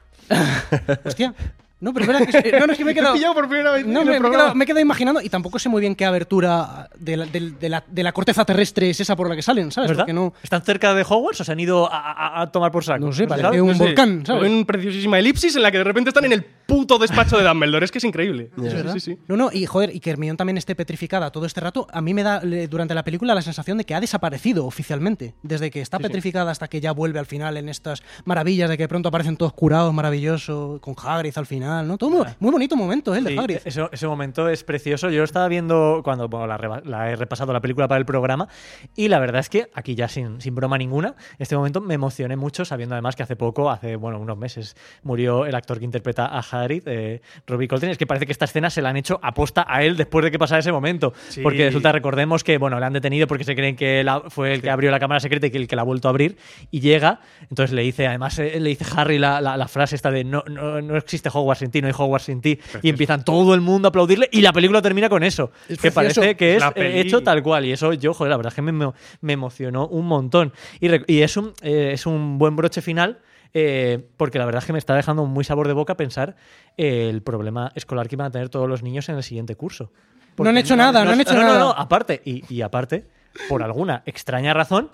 [SPEAKER 2] Hostia. No, pero espera, que
[SPEAKER 3] [LAUGHS]
[SPEAKER 2] es- eh, no, no, es que me he quedado.
[SPEAKER 3] Pillado por primera vez en
[SPEAKER 2] No, me,
[SPEAKER 3] el
[SPEAKER 2] me he
[SPEAKER 3] programa.
[SPEAKER 2] quedado, me he quedado imaginando y tampoco sé muy bien qué abertura de la, del- de la- de la corteza terrestre es esa por la que salen, ¿sabes?
[SPEAKER 4] ¿Verdad?
[SPEAKER 2] Porque no,
[SPEAKER 4] ¿Están cerca de Hogwarts o se han ido a, a- a tomar por saco?
[SPEAKER 2] no sé,
[SPEAKER 4] ¿Sabes?
[SPEAKER 2] parece un
[SPEAKER 3] No sé,
[SPEAKER 2] volcán, ¿sabes?
[SPEAKER 3] En una preciosísima elipsis en la que de repente están en el puto despacho de Dumbledore. Es que es
[SPEAKER 2] [LAUGHS]
[SPEAKER 3] increíble.
[SPEAKER 5] Es
[SPEAKER 2] ¿Verdad?
[SPEAKER 3] Sí, sí.
[SPEAKER 2] No, no, y joder, y que Hermione también esté petrificada todo este rato, a mí me da le- durante la película la sensación de que ha desaparecido oficialmente. Desde que está petrificada hasta que ya vuelve al final en estas maravillas de que pronto aparecen todos curados, maravilloso, con Hagrid al final, ¿no? Todo muy, muy bonito momento, ¿eh? El de
[SPEAKER 4] Sí,
[SPEAKER 2] Hagrid.
[SPEAKER 4] ese, ese momento es precioso. Yo estaba viendo cuando bueno, la, reba- la he repasado la película para el programa y la verdad es que aquí ya sin, sin broma ninguna, este momento me emocioné mucho sabiendo además que hace poco, hace bueno unos meses, murió el actor que interpreta a Hagrid, eh, Robbie Coltrane. Es que parece que esta escena se la han hecho aposta a él después de que pasara ese momento.
[SPEAKER 3] Sí.
[SPEAKER 4] Porque resulta, recordemos que bueno, le han detenido porque se creen que la- fue el que abrió la cámara secreta y que el que la ha vuelto a abrir y llega. Entonces le dice, además eh, le dice Harry la, la- la frase esta de no, no, no existe Hogwarts sin ti, no hay Hogwarts sin ti. Y empiezan todo el mundo a aplaudirle y la película termina con eso.
[SPEAKER 2] Es
[SPEAKER 4] que
[SPEAKER 2] precioso.
[SPEAKER 4] parece que es
[SPEAKER 3] La
[SPEAKER 4] eh,
[SPEAKER 3] peli.
[SPEAKER 4] hecho tal cual. Y eso yo, joder, la verdad es que me, emo- me emocionó un montón. Y, rec- y es, un, eh, es un buen broche final. eh, porque la verdad es que me está dejando muy sabor de boca pensar eh, el problema escolar que van a tener todos los niños en el siguiente curso.
[SPEAKER 2] No han hecho nada, no han hecho nada.
[SPEAKER 4] aparte, y, y aparte, por alguna extraña razón,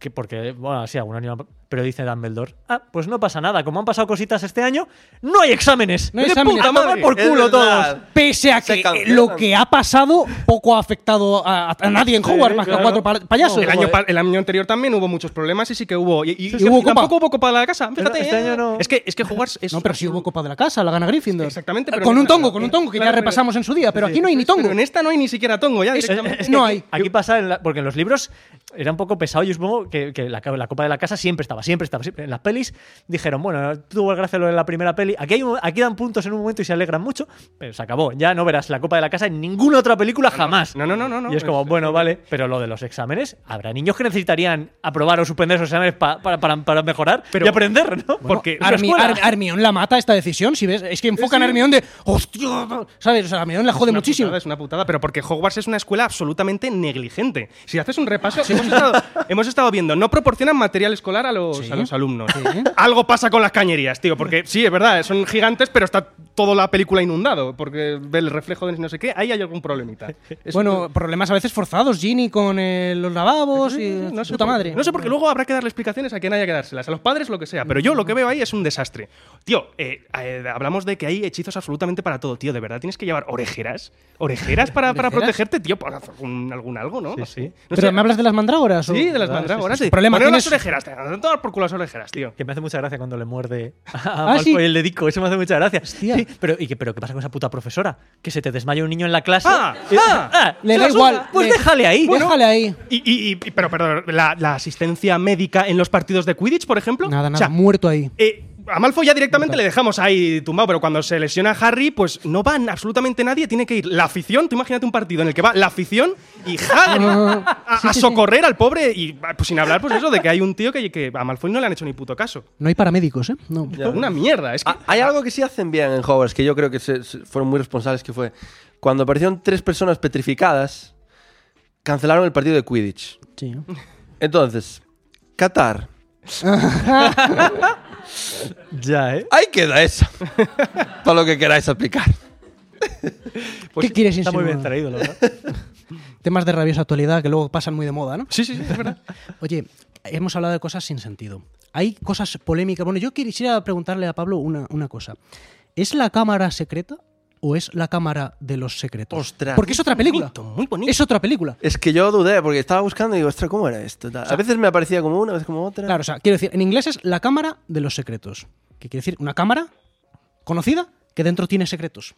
[SPEAKER 4] que porque, bueno, sí, alguna anima- pero dice Dumbledore, ah, pues no pasa nada, como han pasado cositas este año, no hay exámenes.
[SPEAKER 2] No hay
[SPEAKER 4] ¡De
[SPEAKER 2] exámenes.
[SPEAKER 4] puta madre,
[SPEAKER 2] Es
[SPEAKER 4] por culo todos!
[SPEAKER 2] Pese a
[SPEAKER 5] Se
[SPEAKER 2] que eh,
[SPEAKER 5] cancelan.
[SPEAKER 2] lo que ha pasado poco ha afectado a, a nadie en Hogwarts, más que a
[SPEAKER 4] claro.
[SPEAKER 2] cuatro pa- payasos.
[SPEAKER 3] El año, pa- el año anterior también hubo muchos problemas y sí que hubo. Y, y-
[SPEAKER 2] Sí, sí,
[SPEAKER 3] y
[SPEAKER 2] hubo copa.
[SPEAKER 3] tampoco hubo copa de la casa. Fíjate,
[SPEAKER 4] Este
[SPEAKER 3] eh.
[SPEAKER 4] año no.
[SPEAKER 3] Es que, es que jugar es.
[SPEAKER 2] no, pero sí hubo Copa de la Casa, la gana Gryffindor.
[SPEAKER 3] Exactamente, pero
[SPEAKER 2] con
[SPEAKER 3] no
[SPEAKER 2] un
[SPEAKER 3] es nada.
[SPEAKER 2] tongo, con un tongo, que
[SPEAKER 3] Claro,
[SPEAKER 2] ya
[SPEAKER 3] pero-
[SPEAKER 2] repasamos en su día, pero aquí no hay ni
[SPEAKER 3] eh, Pero
[SPEAKER 2] tongo.
[SPEAKER 4] Eh,
[SPEAKER 3] en esta no hay ni siquiera tongo ya. directamente.
[SPEAKER 2] no hay.
[SPEAKER 4] Aquí pasa, en la- porque en los libros era un poco pesado. Yo supongo que, que la, la copa de la casa siempre estaba, siempre estaba. siempre. En las pelis dijeron, bueno, tuvo el gracia lo de la primera peli. Aquí, hay un- aquí dan puntos en un momento y se alegran mucho, pero se acabó. Ya no verás la copa de la casa en ninguna otra película jamás.
[SPEAKER 3] Ah, No, no, no, no, no.
[SPEAKER 4] Y es como,
[SPEAKER 3] Es-
[SPEAKER 4] bueno, vale, pero lo de los exámenes, habrá niños que necesitarían aprobar o suspender esos exámenes pa- para, para- para mejorar
[SPEAKER 3] Pero-
[SPEAKER 4] y aprender, ¿no?
[SPEAKER 3] porque-
[SPEAKER 4] Es una
[SPEAKER 2] Armi-
[SPEAKER 4] escuela.
[SPEAKER 2] Ar- Armión la mata esta decisión, si ves. Es que enfocan a Armión de. ¡Hostia! ¿Sabes? O sea, Armión la jode
[SPEAKER 3] una
[SPEAKER 2] muchísimo.
[SPEAKER 3] putada, es una putada, pero porque Hogwarts es una escuela absolutamente negligente. Si haces un repaso, hemos,
[SPEAKER 2] [LAUGHS]
[SPEAKER 3] estado, hemos estado viendo, no proporcionan material escolar a los,
[SPEAKER 2] Sí.
[SPEAKER 3] a los alumnos. Algo pasa con las cañerías, tío, porque sí, es verdad, son gigantes, pero está toda la película inundado, porque ve el reflejo de no sé qué, ahí hay algún
[SPEAKER 2] [LAUGHS]
[SPEAKER 3] problemita. Es-
[SPEAKER 2] bueno, problemas a veces forzados, Ginny con eh, los lavabos y
[SPEAKER 3] no sé
[SPEAKER 2] puta
[SPEAKER 3] por-
[SPEAKER 2] madre.
[SPEAKER 3] No sé, porque luego habrá que darle explicaciones a quien haya que dárselas, a los padres, lo que sea. Pero yo lo que veo ahí es un desastre. Tío, eh, eh, hablamos de que hay hechizos absolutamente para todo, tío. De verdad tienes que llevar orejeras. Orejeras para, para
[SPEAKER 2] ¿Orejeras?
[SPEAKER 3] protegerte, tío, por algún, algún algo, ¿no? no sé. No
[SPEAKER 2] Pero
[SPEAKER 3] sé.
[SPEAKER 2] me hablas de las mandrágoras. o-
[SPEAKER 3] Sí, de las
[SPEAKER 2] Ah,
[SPEAKER 3] mandrágoras.
[SPEAKER 2] sí, sí.
[SPEAKER 3] sí.
[SPEAKER 2] Problema,
[SPEAKER 3] Poneros
[SPEAKER 2] tienes-
[SPEAKER 3] las orejeras, te van a tomar por culo las orejeras, tío.
[SPEAKER 4] Que me hace mucha gracia cuando le muerde a
[SPEAKER 2] Ah,
[SPEAKER 4] Malfoy
[SPEAKER 2] sí.
[SPEAKER 4] el dedico, eso me hace mucha gracia.
[SPEAKER 2] Hostia.
[SPEAKER 4] Sí, pero, ¿y qué, pero qué pasa con esa puta profesora? Que se te desmaya un niño en la clase.
[SPEAKER 3] Ah,
[SPEAKER 4] Y-
[SPEAKER 3] ah,
[SPEAKER 2] le
[SPEAKER 4] se
[SPEAKER 2] da
[SPEAKER 4] la
[SPEAKER 2] igual,
[SPEAKER 4] suda. Pues
[SPEAKER 2] le-
[SPEAKER 4] déjale ahí.
[SPEAKER 2] Déjale ahí.
[SPEAKER 3] Y, y- y- pero, perdón, la, la asistencia médica en los partidos de Quidditch, por ejemplo.
[SPEAKER 2] Nada,
[SPEAKER 3] O
[SPEAKER 2] nada,
[SPEAKER 3] sea,
[SPEAKER 2] muerto ahí.
[SPEAKER 3] Eh, a Malfoy ya directamente le dejamos ahí tumbado, pero cuando se lesiona a Harry, pues no van absolutamente nadie, tiene que ir la afición. Tú imagínate un partido en el que va la afición
[SPEAKER 2] [LAUGHS]
[SPEAKER 3] y Harry a, a socorrer al pobre y pues, sin hablar, pues eso, de que hay un tío que, que a Malfoy no le han hecho ni puto caso.
[SPEAKER 2] No hay paramédicos, ¿eh? No.
[SPEAKER 3] Una mierda, es que...
[SPEAKER 5] Ah, Hay algo que sí hacen bien en Hogwarts, que yo creo que se- se- fueron muy responsables, que fue cuando aparecieron tres personas petrificadas, cancelaron el partido de Quidditch.
[SPEAKER 2] Sí.
[SPEAKER 3] Pues
[SPEAKER 5] Entonces, Qatar.
[SPEAKER 4] Ya, ¿eh?
[SPEAKER 5] Ahí queda eso. [LAUGHS] Para lo que queráis aplicar.
[SPEAKER 2] ¿Qué quieres
[SPEAKER 4] Está muy bien
[SPEAKER 2] insinuar?
[SPEAKER 4] traído, la verdad.
[SPEAKER 2] Temas de rabiosa actualidad que luego pasan muy de moda, ¿no?
[SPEAKER 3] Sí, sí, sí, es verdad.
[SPEAKER 2] [LAUGHS] Oye, hemos hablado de cosas sin sentido. Hay cosas polémicas. Bueno, yo quisiera preguntarle a Pablo una, una cosa. ¿Es la cámara secreta o es la cámara de los secretos?
[SPEAKER 5] Ostras.
[SPEAKER 2] Porque es otra película.
[SPEAKER 3] Bonito, muy bonito.
[SPEAKER 2] Es otra película.
[SPEAKER 5] Es que yo dudé, porque estaba buscando y digo, ostras, ¿cómo era esto? Tal. A veces me aparecía como una, a veces como otra.
[SPEAKER 2] Claro, o sea, quiero decir, en inglés es la cámara de los secretos. Que quiere decir una cámara conocida que dentro tiene secretos.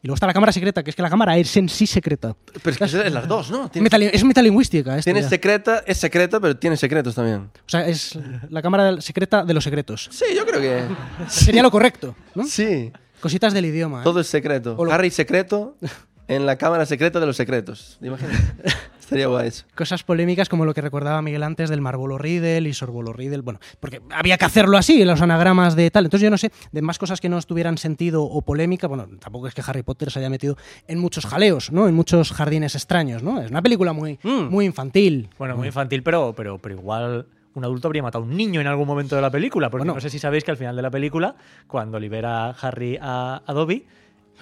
[SPEAKER 2] Y luego está la cámara secreta, que es que la cámara es en sí secreta.
[SPEAKER 5] Pero es que es las dos, ¿no? Tienes,
[SPEAKER 2] Metali- es metalingüística. esto
[SPEAKER 5] tienes
[SPEAKER 2] ya.
[SPEAKER 5] secreta, es secreta, pero tiene secretos
[SPEAKER 2] o
[SPEAKER 5] también.
[SPEAKER 2] sea, es la cámara secreta de los secretos.
[SPEAKER 5] Sí, yo creo que.
[SPEAKER 2] Sería lo correcto, ¿no?
[SPEAKER 5] Sí.
[SPEAKER 2] Cositas del idioma. ¿eh?
[SPEAKER 5] Todo es secreto.
[SPEAKER 2] O lo-
[SPEAKER 5] Harry secreto en la cámara secreta de los secretos. ¿Te [LAUGHS] imaginas? Estaría guay eso.
[SPEAKER 2] Cosas polémicas como lo que recordaba Miguel antes del Marbolo Riddle y Sorbolo Riddle. Bueno, porque había que hacerlo así, los anagramas de tal. Entonces yo no sé, de más cosas que no tuvieran sentido o polémica, bueno, tampoco es que Harry Potter se haya metido en muchos jaleos, ¿no? En muchos jardines extraños, ¿no? Es una película muy,
[SPEAKER 4] Mm.
[SPEAKER 2] muy infantil.
[SPEAKER 4] Bueno, muy infantil, pero, pero, pero igual un adulto habría matado a un niño en algún momento de la película. Porque
[SPEAKER 2] Bueno.
[SPEAKER 4] no sé si sabéis que al final de la película, cuando libera a Harry a, a Dobby,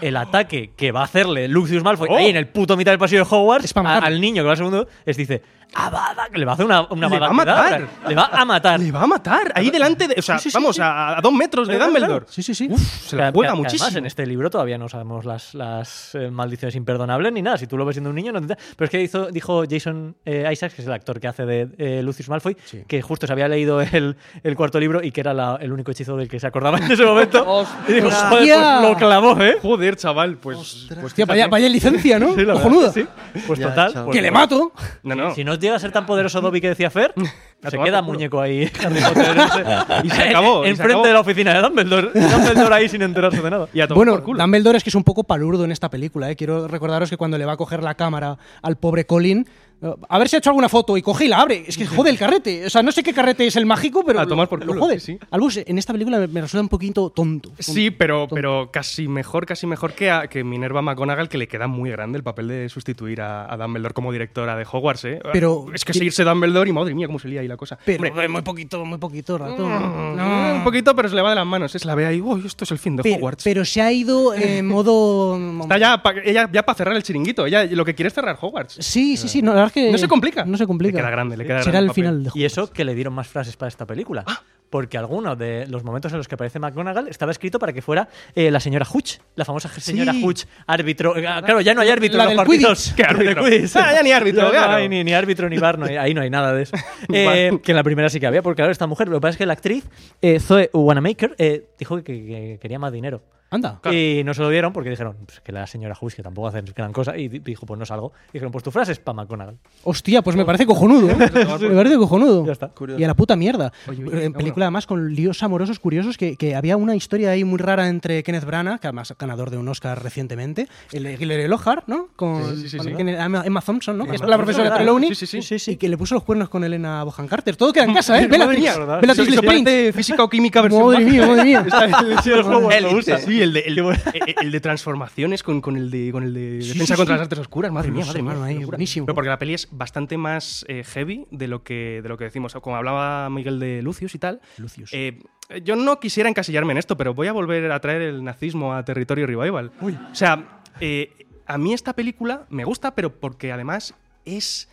[SPEAKER 4] el ataque que va a hacerle Lucius Malfoy
[SPEAKER 3] Oh.
[SPEAKER 4] ahí en el puto mitad del pasillo de Hogwarts
[SPEAKER 2] Es para
[SPEAKER 4] a-
[SPEAKER 2] matarlo.
[SPEAKER 4] al niño que va al segundo, es dice, "Avada", que le va a hacer una, una
[SPEAKER 3] Le va a
[SPEAKER 4] barbaridad,
[SPEAKER 3] matar.
[SPEAKER 4] Le va a matar.
[SPEAKER 3] Le va a matar, ahí delante de... O sea,
[SPEAKER 2] Sí, sí, sí,
[SPEAKER 3] vamos,
[SPEAKER 2] sí.
[SPEAKER 3] A, a dos metros de
[SPEAKER 4] Claro,
[SPEAKER 3] Dumbledore.
[SPEAKER 2] Sí, sí,
[SPEAKER 4] pues
[SPEAKER 2] sí.
[SPEAKER 3] Uf, se la
[SPEAKER 4] Que-
[SPEAKER 3] juega
[SPEAKER 4] que- que
[SPEAKER 3] muchísimo.
[SPEAKER 4] Además, en este libro todavía no sabemos las, las, eh, maldiciones imperdonables ni nada. Si tú lo ves siendo un niño, no te... Pero es que hizo- dijo Jason eh, Isaacs, que es el actor que hace de eh, Lucius Malfoy, que justo se había leído el, el cuarto libro y que era la- el único hechizo del que se acordaba en ese momento. y dijo,
[SPEAKER 2] ¡Hostia!
[SPEAKER 4] joder, pues lo clavó, ¿eh?
[SPEAKER 3] Joder, chaval, pues... pues
[SPEAKER 2] Hostia, vaya, vaya licencia, ¿no?
[SPEAKER 4] [LAUGHS] Sí, la verdad
[SPEAKER 2] Cojonuda.
[SPEAKER 4] que sí. Pues
[SPEAKER 5] Ya,
[SPEAKER 4] total.
[SPEAKER 5] chaval.
[SPEAKER 4] pues-
[SPEAKER 2] Que le mato.
[SPEAKER 3] no, no.
[SPEAKER 4] Si no llega a ser tan poderoso Dobby que
[SPEAKER 3] [LAUGHS]
[SPEAKER 4] decía Fer, se
[SPEAKER 3] tomar
[SPEAKER 4] queda
[SPEAKER 3] por culo.
[SPEAKER 4] muñeco ahí. Harry Potter ese.
[SPEAKER 3] [LAUGHS] Y se acabó, y se
[SPEAKER 4] Enfrente
[SPEAKER 3] acabó.
[SPEAKER 4] de la oficina de Dumbledore. Dumbledore ahí sin enterarse de nada.
[SPEAKER 3] Y a tomar
[SPEAKER 2] Bueno,
[SPEAKER 3] por culo.
[SPEAKER 2] Dumbledore es que es un poco palurdo en esta película. ¿eh? Quiero recordaros que cuando le va a coger la cámara al pobre Colin, eh, a ver si ha hecho alguna foto y coge y la abre. Es que jode el carrete. O sea, no sé qué carrete es el mágico, pero
[SPEAKER 3] A
[SPEAKER 2] lo-
[SPEAKER 3] tomar por
[SPEAKER 2] lo
[SPEAKER 3] culo,
[SPEAKER 2] jode.
[SPEAKER 3] sí, sí.
[SPEAKER 2] Algo se- en esta película me, me resulta un poquito tonto.
[SPEAKER 3] Sí, pero, pero casi mejor, casi mejor que, a- que Minerva McGonagall, que le queda muy grande el papel de sustituir a, a Dumbledore como directora de Hogwarts, ¿eh?
[SPEAKER 2] Pero-
[SPEAKER 3] Es que seguirse Dumbledore y madre mía, cómo se lía ahí la cosa.
[SPEAKER 2] Pero
[SPEAKER 3] Hombre,
[SPEAKER 2] eh, muy poquito, muy poquito rato.
[SPEAKER 3] mm, Un poquito, pero se le va de las manos. ¿eh? Se la ve ahí, uy, esto es el fin de
[SPEAKER 2] Pero,
[SPEAKER 3] Hogwarts.
[SPEAKER 2] pero se ha ido en modo...
[SPEAKER 3] [LAUGHS] Está ya pa- ella ya para cerrar el chiringuito. Ella lo que quiere es cerrar Hogwarts.
[SPEAKER 2] Sí, sí, sí. No, la verdad es que
[SPEAKER 3] No se complica.
[SPEAKER 2] No se complica.
[SPEAKER 3] Le queda grande, le queda
[SPEAKER 2] Será el
[SPEAKER 3] grande el
[SPEAKER 2] final de
[SPEAKER 4] Y eso que le dieron más frases para esta película.
[SPEAKER 3] Ah.
[SPEAKER 4] Porque alguno de los momentos en los que aparece McGonagall estaba escrito para que fuera eh, la señora Hutch, la famosa señora Hutch, árbitro. Eh, claro, ya no hay árbitro
[SPEAKER 2] La
[SPEAKER 4] en los
[SPEAKER 2] del
[SPEAKER 4] partidos. [LAUGHS]
[SPEAKER 3] ¿Qué árbitro?
[SPEAKER 4] De Quidditch.
[SPEAKER 3] Ah, ya ni árbitro,
[SPEAKER 4] Ya
[SPEAKER 3] claro.
[SPEAKER 4] No hay ni, ni árbitro ni bar, no hay- ahí no hay nada de
[SPEAKER 3] [LAUGHS]
[SPEAKER 4] eso. Eh, que en la primera sí que había, porque claro, esta mujer. Lo que pasa es que la actriz, eh, Zoe Wanamaker, eh, dijo que, que- que quería más dinero.
[SPEAKER 2] Ah, Anda.
[SPEAKER 4] Y no se lo dieron porque dijeron pues, que la señora Hughes, que tampoco hace gran cosa, y di- dijo, pues no salgo. Y dijeron, pues tu frase es para McGonagall.
[SPEAKER 2] Hostia, pues me parece cojonudo. ¿eh?
[SPEAKER 3] [LAUGHS]
[SPEAKER 2] me parece cojonudo.
[SPEAKER 4] Ya está.
[SPEAKER 5] Curioso.
[SPEAKER 2] Y a la puta mierda.
[SPEAKER 3] Oye,
[SPEAKER 2] en
[SPEAKER 3] oye,
[SPEAKER 2] película
[SPEAKER 3] bueno.
[SPEAKER 2] además con líos amorosos curiosos que, que había una historia ahí muy rara entre Kenneth Branagh, que además ganador de un Oscar recientemente, el de Hillary Lohar, ¿no? Con
[SPEAKER 3] Sí, sí, sí,
[SPEAKER 2] con
[SPEAKER 3] sí.
[SPEAKER 2] quien era Emma Emma Thompson, ¿no? Que es
[SPEAKER 3] Emma
[SPEAKER 2] la
[SPEAKER 3] Thompson,
[SPEAKER 2] profesora
[SPEAKER 3] ¿verdad?
[SPEAKER 2] Trelawney.
[SPEAKER 3] Sí, sí, sí.
[SPEAKER 2] Y que le puso los cuernos con Elena Bohan Carter. Todo queda en casa, ¿eh? Vela
[SPEAKER 4] Madre mía, ¿verdad?
[SPEAKER 2] vela
[SPEAKER 3] Eso-
[SPEAKER 2] Tilly
[SPEAKER 3] eso
[SPEAKER 2] Spring.
[SPEAKER 3] parece física o química versión
[SPEAKER 2] Madre
[SPEAKER 3] baja.
[SPEAKER 2] mía, madre
[SPEAKER 3] [LAUGHS]
[SPEAKER 2] mía.
[SPEAKER 4] Sí, el juego lo usa.
[SPEAKER 3] Sí, el de, el, el- el de transformaciones con, con el de, con el de defensa
[SPEAKER 2] sí,
[SPEAKER 3] contra
[SPEAKER 2] sí.
[SPEAKER 3] las artes oscuras. Madre mía,
[SPEAKER 2] Sí,
[SPEAKER 3] madre mía.
[SPEAKER 2] bueno, ahí,
[SPEAKER 3] qué locura.
[SPEAKER 2] buenísimo.
[SPEAKER 3] Pero porque la peli es bastante más eh, heavy de lo, que, de lo que decimos. Como hablaba Miguel de Lucius y tal.
[SPEAKER 2] Lucius.
[SPEAKER 3] eh, yo no quisiera encasillarme en esto, pero voy a volver a traer el nazismo a territorio revival. O sea, eh, a mí esta película me gusta, pero porque además es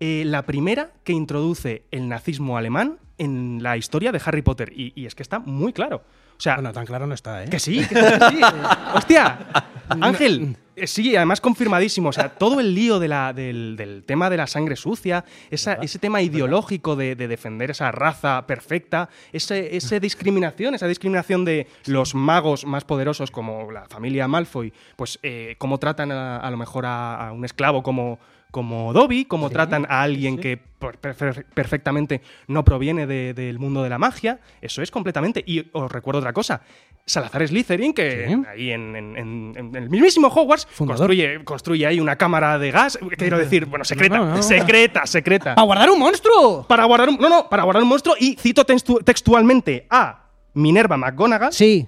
[SPEAKER 3] eh, la primera que introduce el nazismo alemán en la historia de Harry Potter. Y, y es que está muy claro. O sea,
[SPEAKER 2] Bueno, tan claro no está, ¿eh?
[SPEAKER 3] que sí, que sí, que sí. Hostia, Ángel, eh, sí, además confirmadísimo. O sea, todo el lío de la- del, del tema de la sangre sucia, esa- ese tema ideológico de, de defender esa raza perfecta, ese- esa discriminación, esa discriminación de los magos más poderosos como la familia Malfoy, pues eh, cómo tratan a, a lo mejor a, a un esclavo como como Dobby, cómo tratan a alguien que por- perfe- perfectamente no proviene de- del mundo de la magia. Eso es completamente. Y os recuerdo otra cosa. Salazar Slytherin, que
[SPEAKER 2] Sí.
[SPEAKER 3] ahí en, en- en- en el mismísimo Hogwarts
[SPEAKER 2] Fundador.
[SPEAKER 3] construye, construye ahí una cámara de gas. eh, Quiero decir, bueno, secreta,
[SPEAKER 2] No, no, no.
[SPEAKER 3] secreta, secreta.
[SPEAKER 2] ¡Para guardar un monstruo!
[SPEAKER 3] Para guardar un, no, no, para guardar un monstruo y cito textu- textualmente a Minerva McGonagall
[SPEAKER 2] Sí.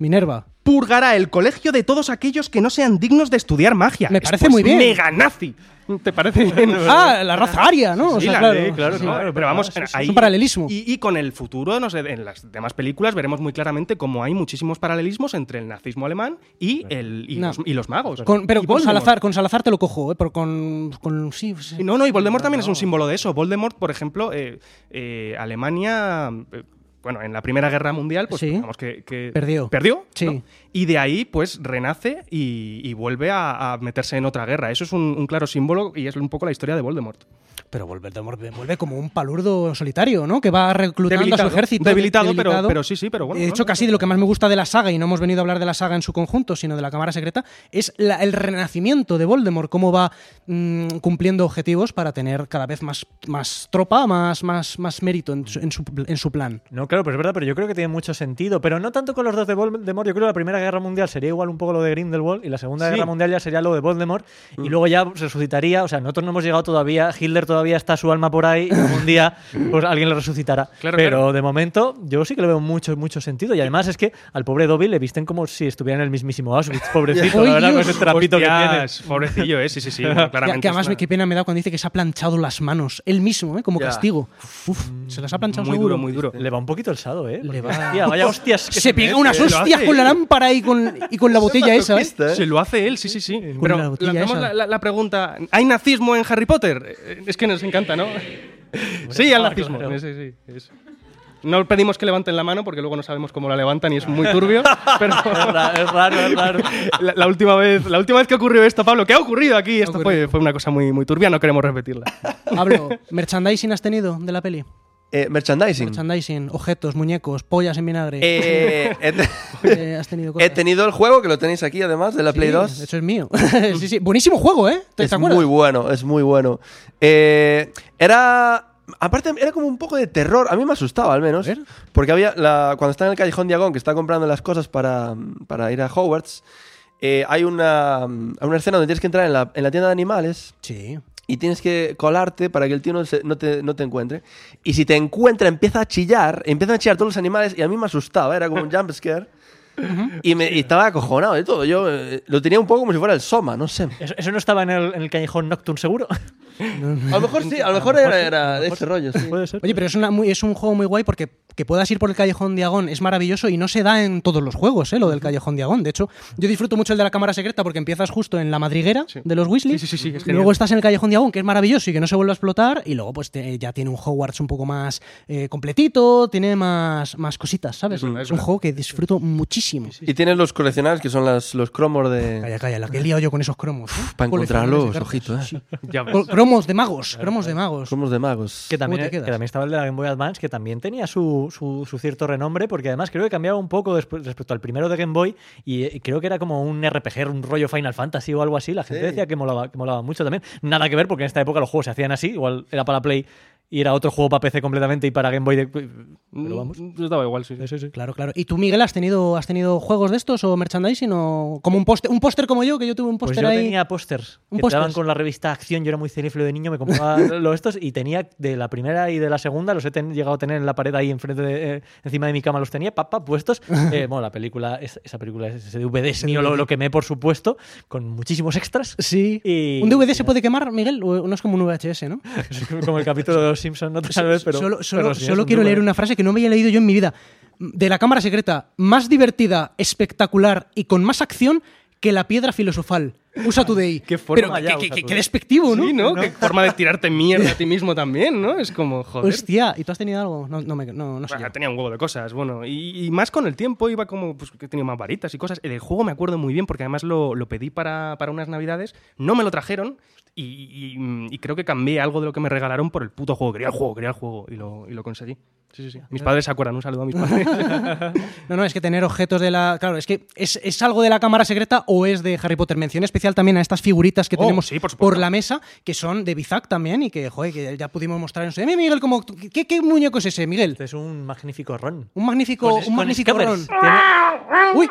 [SPEAKER 2] Minerva.
[SPEAKER 3] purgará el colegio de todos aquellos que no sean dignos de estudiar magia.
[SPEAKER 2] Me
[SPEAKER 3] Esto
[SPEAKER 2] parece
[SPEAKER 3] es
[SPEAKER 2] muy bien.
[SPEAKER 3] Mega nazi. ¿Te [LAUGHS] parece bien?
[SPEAKER 2] Ah, la raza aria, ¿no? O
[SPEAKER 3] Sí,
[SPEAKER 2] sea,
[SPEAKER 3] la-
[SPEAKER 2] claro.
[SPEAKER 3] eh, claro,
[SPEAKER 2] Sí, sí.
[SPEAKER 3] claro, Pero vamos,
[SPEAKER 2] Sí, sí,
[SPEAKER 3] ahí-
[SPEAKER 2] Es un paralelismo.
[SPEAKER 3] Y, y con el futuro, no sé, en las demás películas veremos muy claramente cómo hay muchísimos paralelismos entre el nazismo alemán y, el, y,
[SPEAKER 2] No.
[SPEAKER 3] los, y los magos.
[SPEAKER 2] Con- pero
[SPEAKER 3] Y
[SPEAKER 2] con
[SPEAKER 3] Voldemort.
[SPEAKER 2] Salazar, con Salazar te lo cojo, ¿eh? Pero con, con sí, sí.
[SPEAKER 3] Y No, no, y Voldemort también es un símbolo de eso. Voldemort, por ejemplo, eh, eh, Alemania, eh, bueno, en la Primera Guerra Mundial, pues
[SPEAKER 2] Sí.
[SPEAKER 3] digamos que, que-
[SPEAKER 2] Perdió.
[SPEAKER 3] Perdió.
[SPEAKER 2] Sí.
[SPEAKER 3] ¿no? Y de ahí, pues, renace y, y vuelve a, a meterse en otra guerra. Eso es un, un claro símbolo y es un poco la historia de Voldemort.
[SPEAKER 2] Pero Voldemort vuelve como un palurdo solitario, ¿no? Que va reclutando a
[SPEAKER 3] Debilitado,
[SPEAKER 2] su ejército.
[SPEAKER 3] debilitado, pero- pero sí, sí, pero bueno,
[SPEAKER 2] De
[SPEAKER 3] ¿no?
[SPEAKER 2] hecho, casi de lo que más me gusta de la saga, y no hemos venido a hablar de la saga en su conjunto, sino de la Cámara Secreta, es la- el renacimiento de Voldemort, cómo va mm, cumpliendo objetivos para tener cada vez más, más tropa, más, más, más mérito en su, en su- en su plan.
[SPEAKER 4] No, claro, pero es verdad, pero yo creo que tiene mucho sentido. Pero no tanto con los dos de Voldemort. Yo creo que la Primera Guerra Mundial sería igual un poco lo de Grindelwald y la Segunda Guerra Mundial ya sería lo de Voldemort. Y luego ya resucitaría. O sea, nosotros no hemos llegado todavía. Hitler todavía está su alma por ahí. Y algún día pues, alguien lo resucitará.
[SPEAKER 3] Claro,
[SPEAKER 4] pero
[SPEAKER 3] claro.
[SPEAKER 4] de momento yo sí que le veo mucho, mucho sentido. Y además es que al pobre Dobby le visten como si estuviera en el mismísimo Auschwitz. Pobrecito,
[SPEAKER 2] ¡Ay,
[SPEAKER 4] la verdad, con
[SPEAKER 2] Dios!
[SPEAKER 4] ese trapito que tiene.
[SPEAKER 3] Hostias, Pobrecillo, ¿eh? Sí, sí, sí. bueno,
[SPEAKER 2] [LAUGHS] Que-
[SPEAKER 3] claramente
[SPEAKER 2] que
[SPEAKER 3] es
[SPEAKER 2] además,
[SPEAKER 3] una-
[SPEAKER 2] qué pena me da cuando dice que se ha planchado las manos, él mismo, ¿eh? como
[SPEAKER 5] Ya.
[SPEAKER 2] castigo. Uf, se las ha planchado
[SPEAKER 3] muy
[SPEAKER 2] seguro.
[SPEAKER 3] duro, muy duro.
[SPEAKER 4] Le va un poquito el sado, ¿eh?
[SPEAKER 2] Le
[SPEAKER 4] Porque,
[SPEAKER 2] va-
[SPEAKER 4] hostia, vaya hostias. que
[SPEAKER 2] se pega
[SPEAKER 4] mete.
[SPEAKER 2] unas
[SPEAKER 5] eh, lo
[SPEAKER 2] hostias
[SPEAKER 5] hace.
[SPEAKER 2] con la lámpara y con, y con la botella esa, ¿eh?
[SPEAKER 5] Masoquista, ¿eh?
[SPEAKER 3] Se lo hace él, sí, sí, sí.
[SPEAKER 2] Con la
[SPEAKER 3] Pero
[SPEAKER 2] botella
[SPEAKER 3] lanzamos
[SPEAKER 2] esa.
[SPEAKER 3] la, la- la pregunta: ¿hay nazismo en Harry Potter? Eh, Es que nos encanta, ¿no? sí, hay
[SPEAKER 4] claro,
[SPEAKER 3] nazismo.
[SPEAKER 4] claro.
[SPEAKER 3] Sí, sí, es- No pedimos que levanten la mano porque luego no sabemos cómo la levantan y es muy turbio. pero
[SPEAKER 4] Es ra- es raro, es raro. [LAUGHS]
[SPEAKER 3] la, la última vez, la última vez que ocurrió esto, Pablo, ¿qué ha ocurrido aquí? Esto fue, fue una cosa muy, muy turbia, no queremos repetirla.
[SPEAKER 5] [LAUGHS]
[SPEAKER 2] Pablo, ¿merchandising has tenido de la peli?
[SPEAKER 5] Eh, merchandising.
[SPEAKER 2] Merchandising, objetos, muñecos, pollas en vinagre.
[SPEAKER 5] Eh,
[SPEAKER 2] [LAUGHS]
[SPEAKER 5] he, te-
[SPEAKER 2] Eh, has tenido cosas.
[SPEAKER 5] [LAUGHS] he tenido el juego que lo tenéis aquí, además, de la Play
[SPEAKER 2] Sí,
[SPEAKER 5] 2.
[SPEAKER 2] Eso es mío. [LAUGHS] sí, sí. Buenísimo juego, ¿eh? ¿Te,
[SPEAKER 5] es
[SPEAKER 2] te acuerdas?
[SPEAKER 5] muy bueno, es muy bueno. Eh, era. Aparte, era como un poco de terror. A mí me asustaba, al menos.
[SPEAKER 2] ver.
[SPEAKER 5] Porque había. la- cuando está en el Callejón Diagón, que está comprando las cosas para, para ir a Hogwarts, eh, hay una, una escena donde tienes que entrar en la, en la tienda de animales
[SPEAKER 2] Sí.
[SPEAKER 5] y tienes que colarte para que el tío no, se- no te, no te encuentre. Y si te encuentra, empieza a chillar, empiezan a chillar todos los animales y a mí me asustaba, era como un jump
[SPEAKER 2] [LAUGHS]
[SPEAKER 5] scare. y, me, y estaba acojonado de todo. Yo eh, lo tenía un poco como si fuera el Soma, no sé.
[SPEAKER 4] ¿Eso, eso no estaba en el, en el callejón Nocturne seguro?
[SPEAKER 5] A lo mejor [LAUGHS] sí, a lo mejor era, era de ese rollo. sí.
[SPEAKER 4] Puede ser.
[SPEAKER 2] Oye, pero es, una muy- es un juego muy guay porque que puedas ir por el Callejón Diagón es maravilloso y no se da en todos los juegos, ¿eh? Lo del Callejón Diagón. De hecho, yo disfruto mucho el de la Cámara Secreta porque empiezas justo en la madriguera de los Weasley.
[SPEAKER 3] Sí, sí, sí, sí, es
[SPEAKER 2] y
[SPEAKER 3] genial.
[SPEAKER 2] luego estás en el Callejón Diagón, que es maravilloso y que no se vuelve a explotar. Y luego, pues te- ya tiene un Hogwarts un poco más eh, completito, tiene más, más cositas, ¿sabes?
[SPEAKER 3] Es verdad, es
[SPEAKER 2] un
[SPEAKER 3] verdad.
[SPEAKER 2] juego que disfruto muchísimo.
[SPEAKER 5] [LAUGHS] Y tienes los coleccionables, que son las- los cromos de...
[SPEAKER 2] Calla, calla, la que he liado yo con esos cromos.
[SPEAKER 5] para encontrarlos,
[SPEAKER 3] ¿eh?
[SPEAKER 2] Coleccionables de
[SPEAKER 5] ojito, eh.
[SPEAKER 2] cartas, sí.
[SPEAKER 3] Ya ves.
[SPEAKER 2] Col- Cromos de magos, cromos de magos.
[SPEAKER 5] Cromos de magos.
[SPEAKER 4] Que también, eh,
[SPEAKER 2] te quedas?
[SPEAKER 4] que también estaba el de la Game Boy Advance, que también tenía su, su- su cierto renombre, porque además creo que cambiaba un poco despu- respecto al primero de Game Boy, y, eh, creo que era como un RPG, un rollo Final Fantasy o algo así. La gente
[SPEAKER 5] Sí.
[SPEAKER 4] decía que molaba, que molaba mucho también. Nada que ver, porque en esta época los juegos se hacían así, igual era para Play y era otro juego para PC completamente y para Game Boy. de- Pero vamos.
[SPEAKER 3] Yo daba Mm, igual, sí. sí.
[SPEAKER 2] Claro, claro. ¿Y tú, Miguel, has tenido, has tenido juegos de estos o merchandising o como un póster, un póster como yo, que yo tuve un
[SPEAKER 4] Pues
[SPEAKER 2] póster
[SPEAKER 4] yo
[SPEAKER 2] ahí?
[SPEAKER 4] tenía pósters
[SPEAKER 2] Un
[SPEAKER 4] que te daban
[SPEAKER 2] pósters.
[SPEAKER 4] con la revista Acción. Yo era muy cinéfilo de niño, me compraba [LAUGHS] los estos y tenía de la primera y de la segunda, los he ten- llegado a tener en la pared ahí enfrente de, eh, encima de mi cama, los tenía,
[SPEAKER 2] [LAUGHS]
[SPEAKER 4] papá, puestos. Eh, bueno, la película, es- esa película, es- ese DVD es mío, lo, lo quemé, por supuesto, con
[SPEAKER 2] [LAUGHS]
[SPEAKER 4] muchísimos extras.
[SPEAKER 2] Sí.
[SPEAKER 4] Y-
[SPEAKER 2] ¿Un DVD se puede quemar, Miguel? O no es como un VHS, ¿no?
[SPEAKER 4] Como el capítulo de Los Simpsons, no [LAUGHS] tal vez, pero.
[SPEAKER 2] solo solo-
[SPEAKER 4] pero sí, es
[SPEAKER 2] solo
[SPEAKER 4] un
[SPEAKER 2] quiero
[SPEAKER 4] DVD.
[SPEAKER 2] leer una frase que no me había leído yo en mi vida. De la cámara secreta, más divertida, espectacular y con más acción que la piedra filosofal. Usa Today.
[SPEAKER 4] Qué forma
[SPEAKER 2] Pero
[SPEAKER 4] ya,
[SPEAKER 2] qué-
[SPEAKER 4] Usa
[SPEAKER 2] qué- qué-
[SPEAKER 4] Today.
[SPEAKER 2] qué despectivo, ¿no?
[SPEAKER 3] Sí, ¿no? Qué forma de tirarte mierda a ti mismo también, ¿no? Es como, joder.
[SPEAKER 2] Hostia, ¿y tú has tenido algo? No, no, me- no, no sé.
[SPEAKER 3] Bueno,
[SPEAKER 2] yo.
[SPEAKER 3] tenía un huevo de cosas, bueno. Y, y más con el tiempo iba como, pues que tenía más varitas y cosas. El juego me acuerdo muy bien porque además lo, lo pedí para, para unas navidades, no me lo trajeron y, mm, y- y creo que cambié algo de lo que me regalaron por el puto juego. Quería el juego, quería el juego y lo, y lo conseguí. Sí, sí, sí. Mis padres se acuerdan, un saludo a mis padres.
[SPEAKER 2] [LAUGHS] No, no, es que tener objetos de la. Claro, es que es, es algo de la cámara secreta o es de Harry Potter. Mención especial también a estas figuritas que
[SPEAKER 3] Oh,
[SPEAKER 2] tenemos
[SPEAKER 3] sí, por supuesto.
[SPEAKER 2] la mesa, que son de Bizac también y que, joder, que ya pudimos mostrar en su. Mira, Miguel, como, ¿qué, ¿qué muñeco es ese, Miguel?
[SPEAKER 4] Este es un magnífico ron. Pues
[SPEAKER 2] Un magnífico,
[SPEAKER 3] Pues
[SPEAKER 2] un
[SPEAKER 4] Con- con
[SPEAKER 2] magnífico ron.
[SPEAKER 4] escapers. Tiene-
[SPEAKER 2] Uy.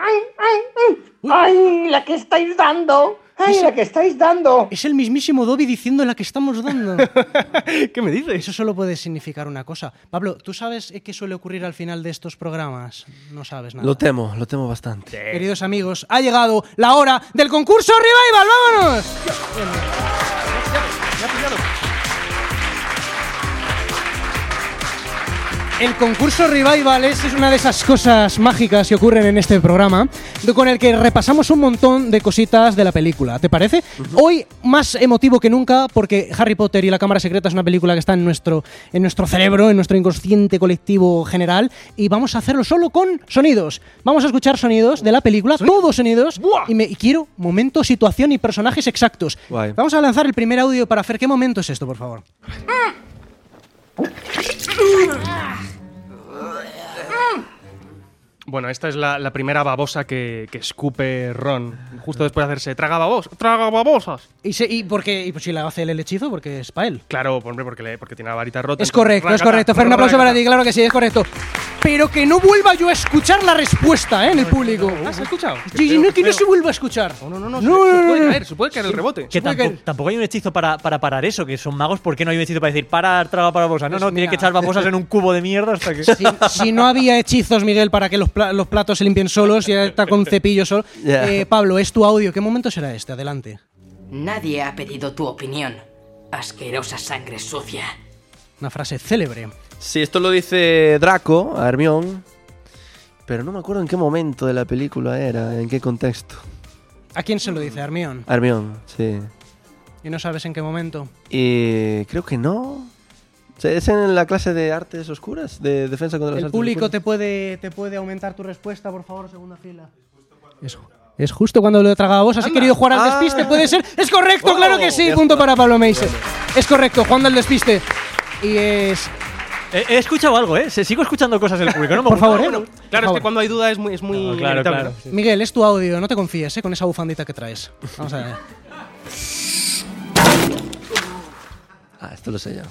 [SPEAKER 6] ¡Ay, la que estáis dando! ¡Ay, la que estáis dando!
[SPEAKER 2] Es el mismísimo Dobby diciendo la que estamos dando.
[SPEAKER 3] [LAUGHS] ¿Qué me dices?
[SPEAKER 2] Eso solo puede significar una cosa. Pablo, ¿tú sabes eh, qué suele ocurrir al final de estos programas? No sabes nada.
[SPEAKER 5] Lo temo, lo temo bastante.
[SPEAKER 3] Eh,
[SPEAKER 2] Queridos amigos, ha llegado la hora del concurso Revival. ¡Vámonos! El concurso Revival es, es una de esas cosas mágicas que ocurren en este programa, do- con el que repasamos un montón de cositas de la película. ¿Te parece? Hoy más emotivo que nunca, porque Harry Potter y la Cámara Secreta es una película que está en nuestro, en nuestro cerebro, en nuestro inconsciente colectivo general, y vamos a hacerlo solo con sonidos. Vamos a escuchar sonidos de la película, todos sonidos, y, me, y quiero momento, situación y personajes exactos.
[SPEAKER 5] Guay.
[SPEAKER 2] Vamos a lanzar el primer audio para Fer. ¿Qué momento es esto, por favor?
[SPEAKER 3] Bueno, esta es la, la primera babosa que, que escupe Ron, justo después de hacerse traga babos, traga babosas.
[SPEAKER 2] Y, se- y porque y pues si la hace el hechizo, porque es para él.
[SPEAKER 3] Claro, pues, hombre, porque, le- porque tiene la varita rota.
[SPEAKER 2] Es correcto, es correcto. Fer, un aplauso para ti, claro que sí, es correcto. Pero que no vuelva yo a escuchar la respuesta ¿eh? en el público.
[SPEAKER 3] ¿Has escuchado?
[SPEAKER 2] Sí, sí, no, que no se vuelva a escuchar.
[SPEAKER 3] No, no, no, no, se- ¿eh?
[SPEAKER 2] No,
[SPEAKER 3] se,
[SPEAKER 2] no, no,
[SPEAKER 3] puede
[SPEAKER 2] no.
[SPEAKER 3] caer, se puede caer el rebote.
[SPEAKER 4] Que
[SPEAKER 2] Supongo
[SPEAKER 4] tampoco,
[SPEAKER 2] que-
[SPEAKER 4] tampoco hay un hechizo para, para parar eso, que son magos, ¿por qué no hay un hechizo para decir parar, traga babosa? No,
[SPEAKER 2] Pues
[SPEAKER 4] no, tiene
[SPEAKER 2] mira.
[SPEAKER 4] que echar babosas en un cubo de mierda hasta que.
[SPEAKER 2] Si, eh, si no había hechizos, Miguel, para que los, pla- los platos se limpien solos y está con cepillo solo.
[SPEAKER 5] Ya.
[SPEAKER 2] Eh, Pablo, es tu audio. ¿Qué momento será este? Adelante.
[SPEAKER 7] Nadie ha pedido tu opinión. Asquerosa sangre sucia.
[SPEAKER 2] Una frase célebre.
[SPEAKER 5] Sí, esto lo dice Draco a Hermión, pero no me acuerdo en qué momento de la película era, en qué contexto.
[SPEAKER 2] ¿A quién se lo dice, Armión?
[SPEAKER 5] A Hermión, sí.
[SPEAKER 2] Y no sabes en qué momento.
[SPEAKER 5] Y creo que no. O sea, ¿Es en la clase de artes oscuras? ¿De defensa contra las
[SPEAKER 2] El
[SPEAKER 5] artes
[SPEAKER 2] público te
[SPEAKER 5] oscuras?
[SPEAKER 2] puede, te puede aumentar tu respuesta, por favor, segunda fila. Es, es justo cuando lo tragábamos. Así querido jugar al
[SPEAKER 5] Ah.
[SPEAKER 2] despiste, puede ser. Es correcto,
[SPEAKER 5] Oh,
[SPEAKER 2] claro que sí.
[SPEAKER 5] ya
[SPEAKER 2] Punto
[SPEAKER 5] está.
[SPEAKER 2] para Pablo Meiser. Es correcto, jugando al despiste. Y es.
[SPEAKER 4] He, he escuchado algo, ¿eh? Se- Sigo escuchando cosas del público, no me
[SPEAKER 2] Por
[SPEAKER 4] gusta.
[SPEAKER 2] favor, ¿eh?
[SPEAKER 4] Bueno,
[SPEAKER 2] Por
[SPEAKER 3] Claro, es
[SPEAKER 2] favor.
[SPEAKER 3] que cuando hay duda es muy, es muy
[SPEAKER 4] claro,
[SPEAKER 3] inevitable,
[SPEAKER 4] claro,
[SPEAKER 3] ¿no?
[SPEAKER 4] sí.
[SPEAKER 2] Miguel, es tu audio, no te confíes, ¿eh? Con esa bufandita que traes. Vamos a ver.
[SPEAKER 5] Ah, esto lo sé yo.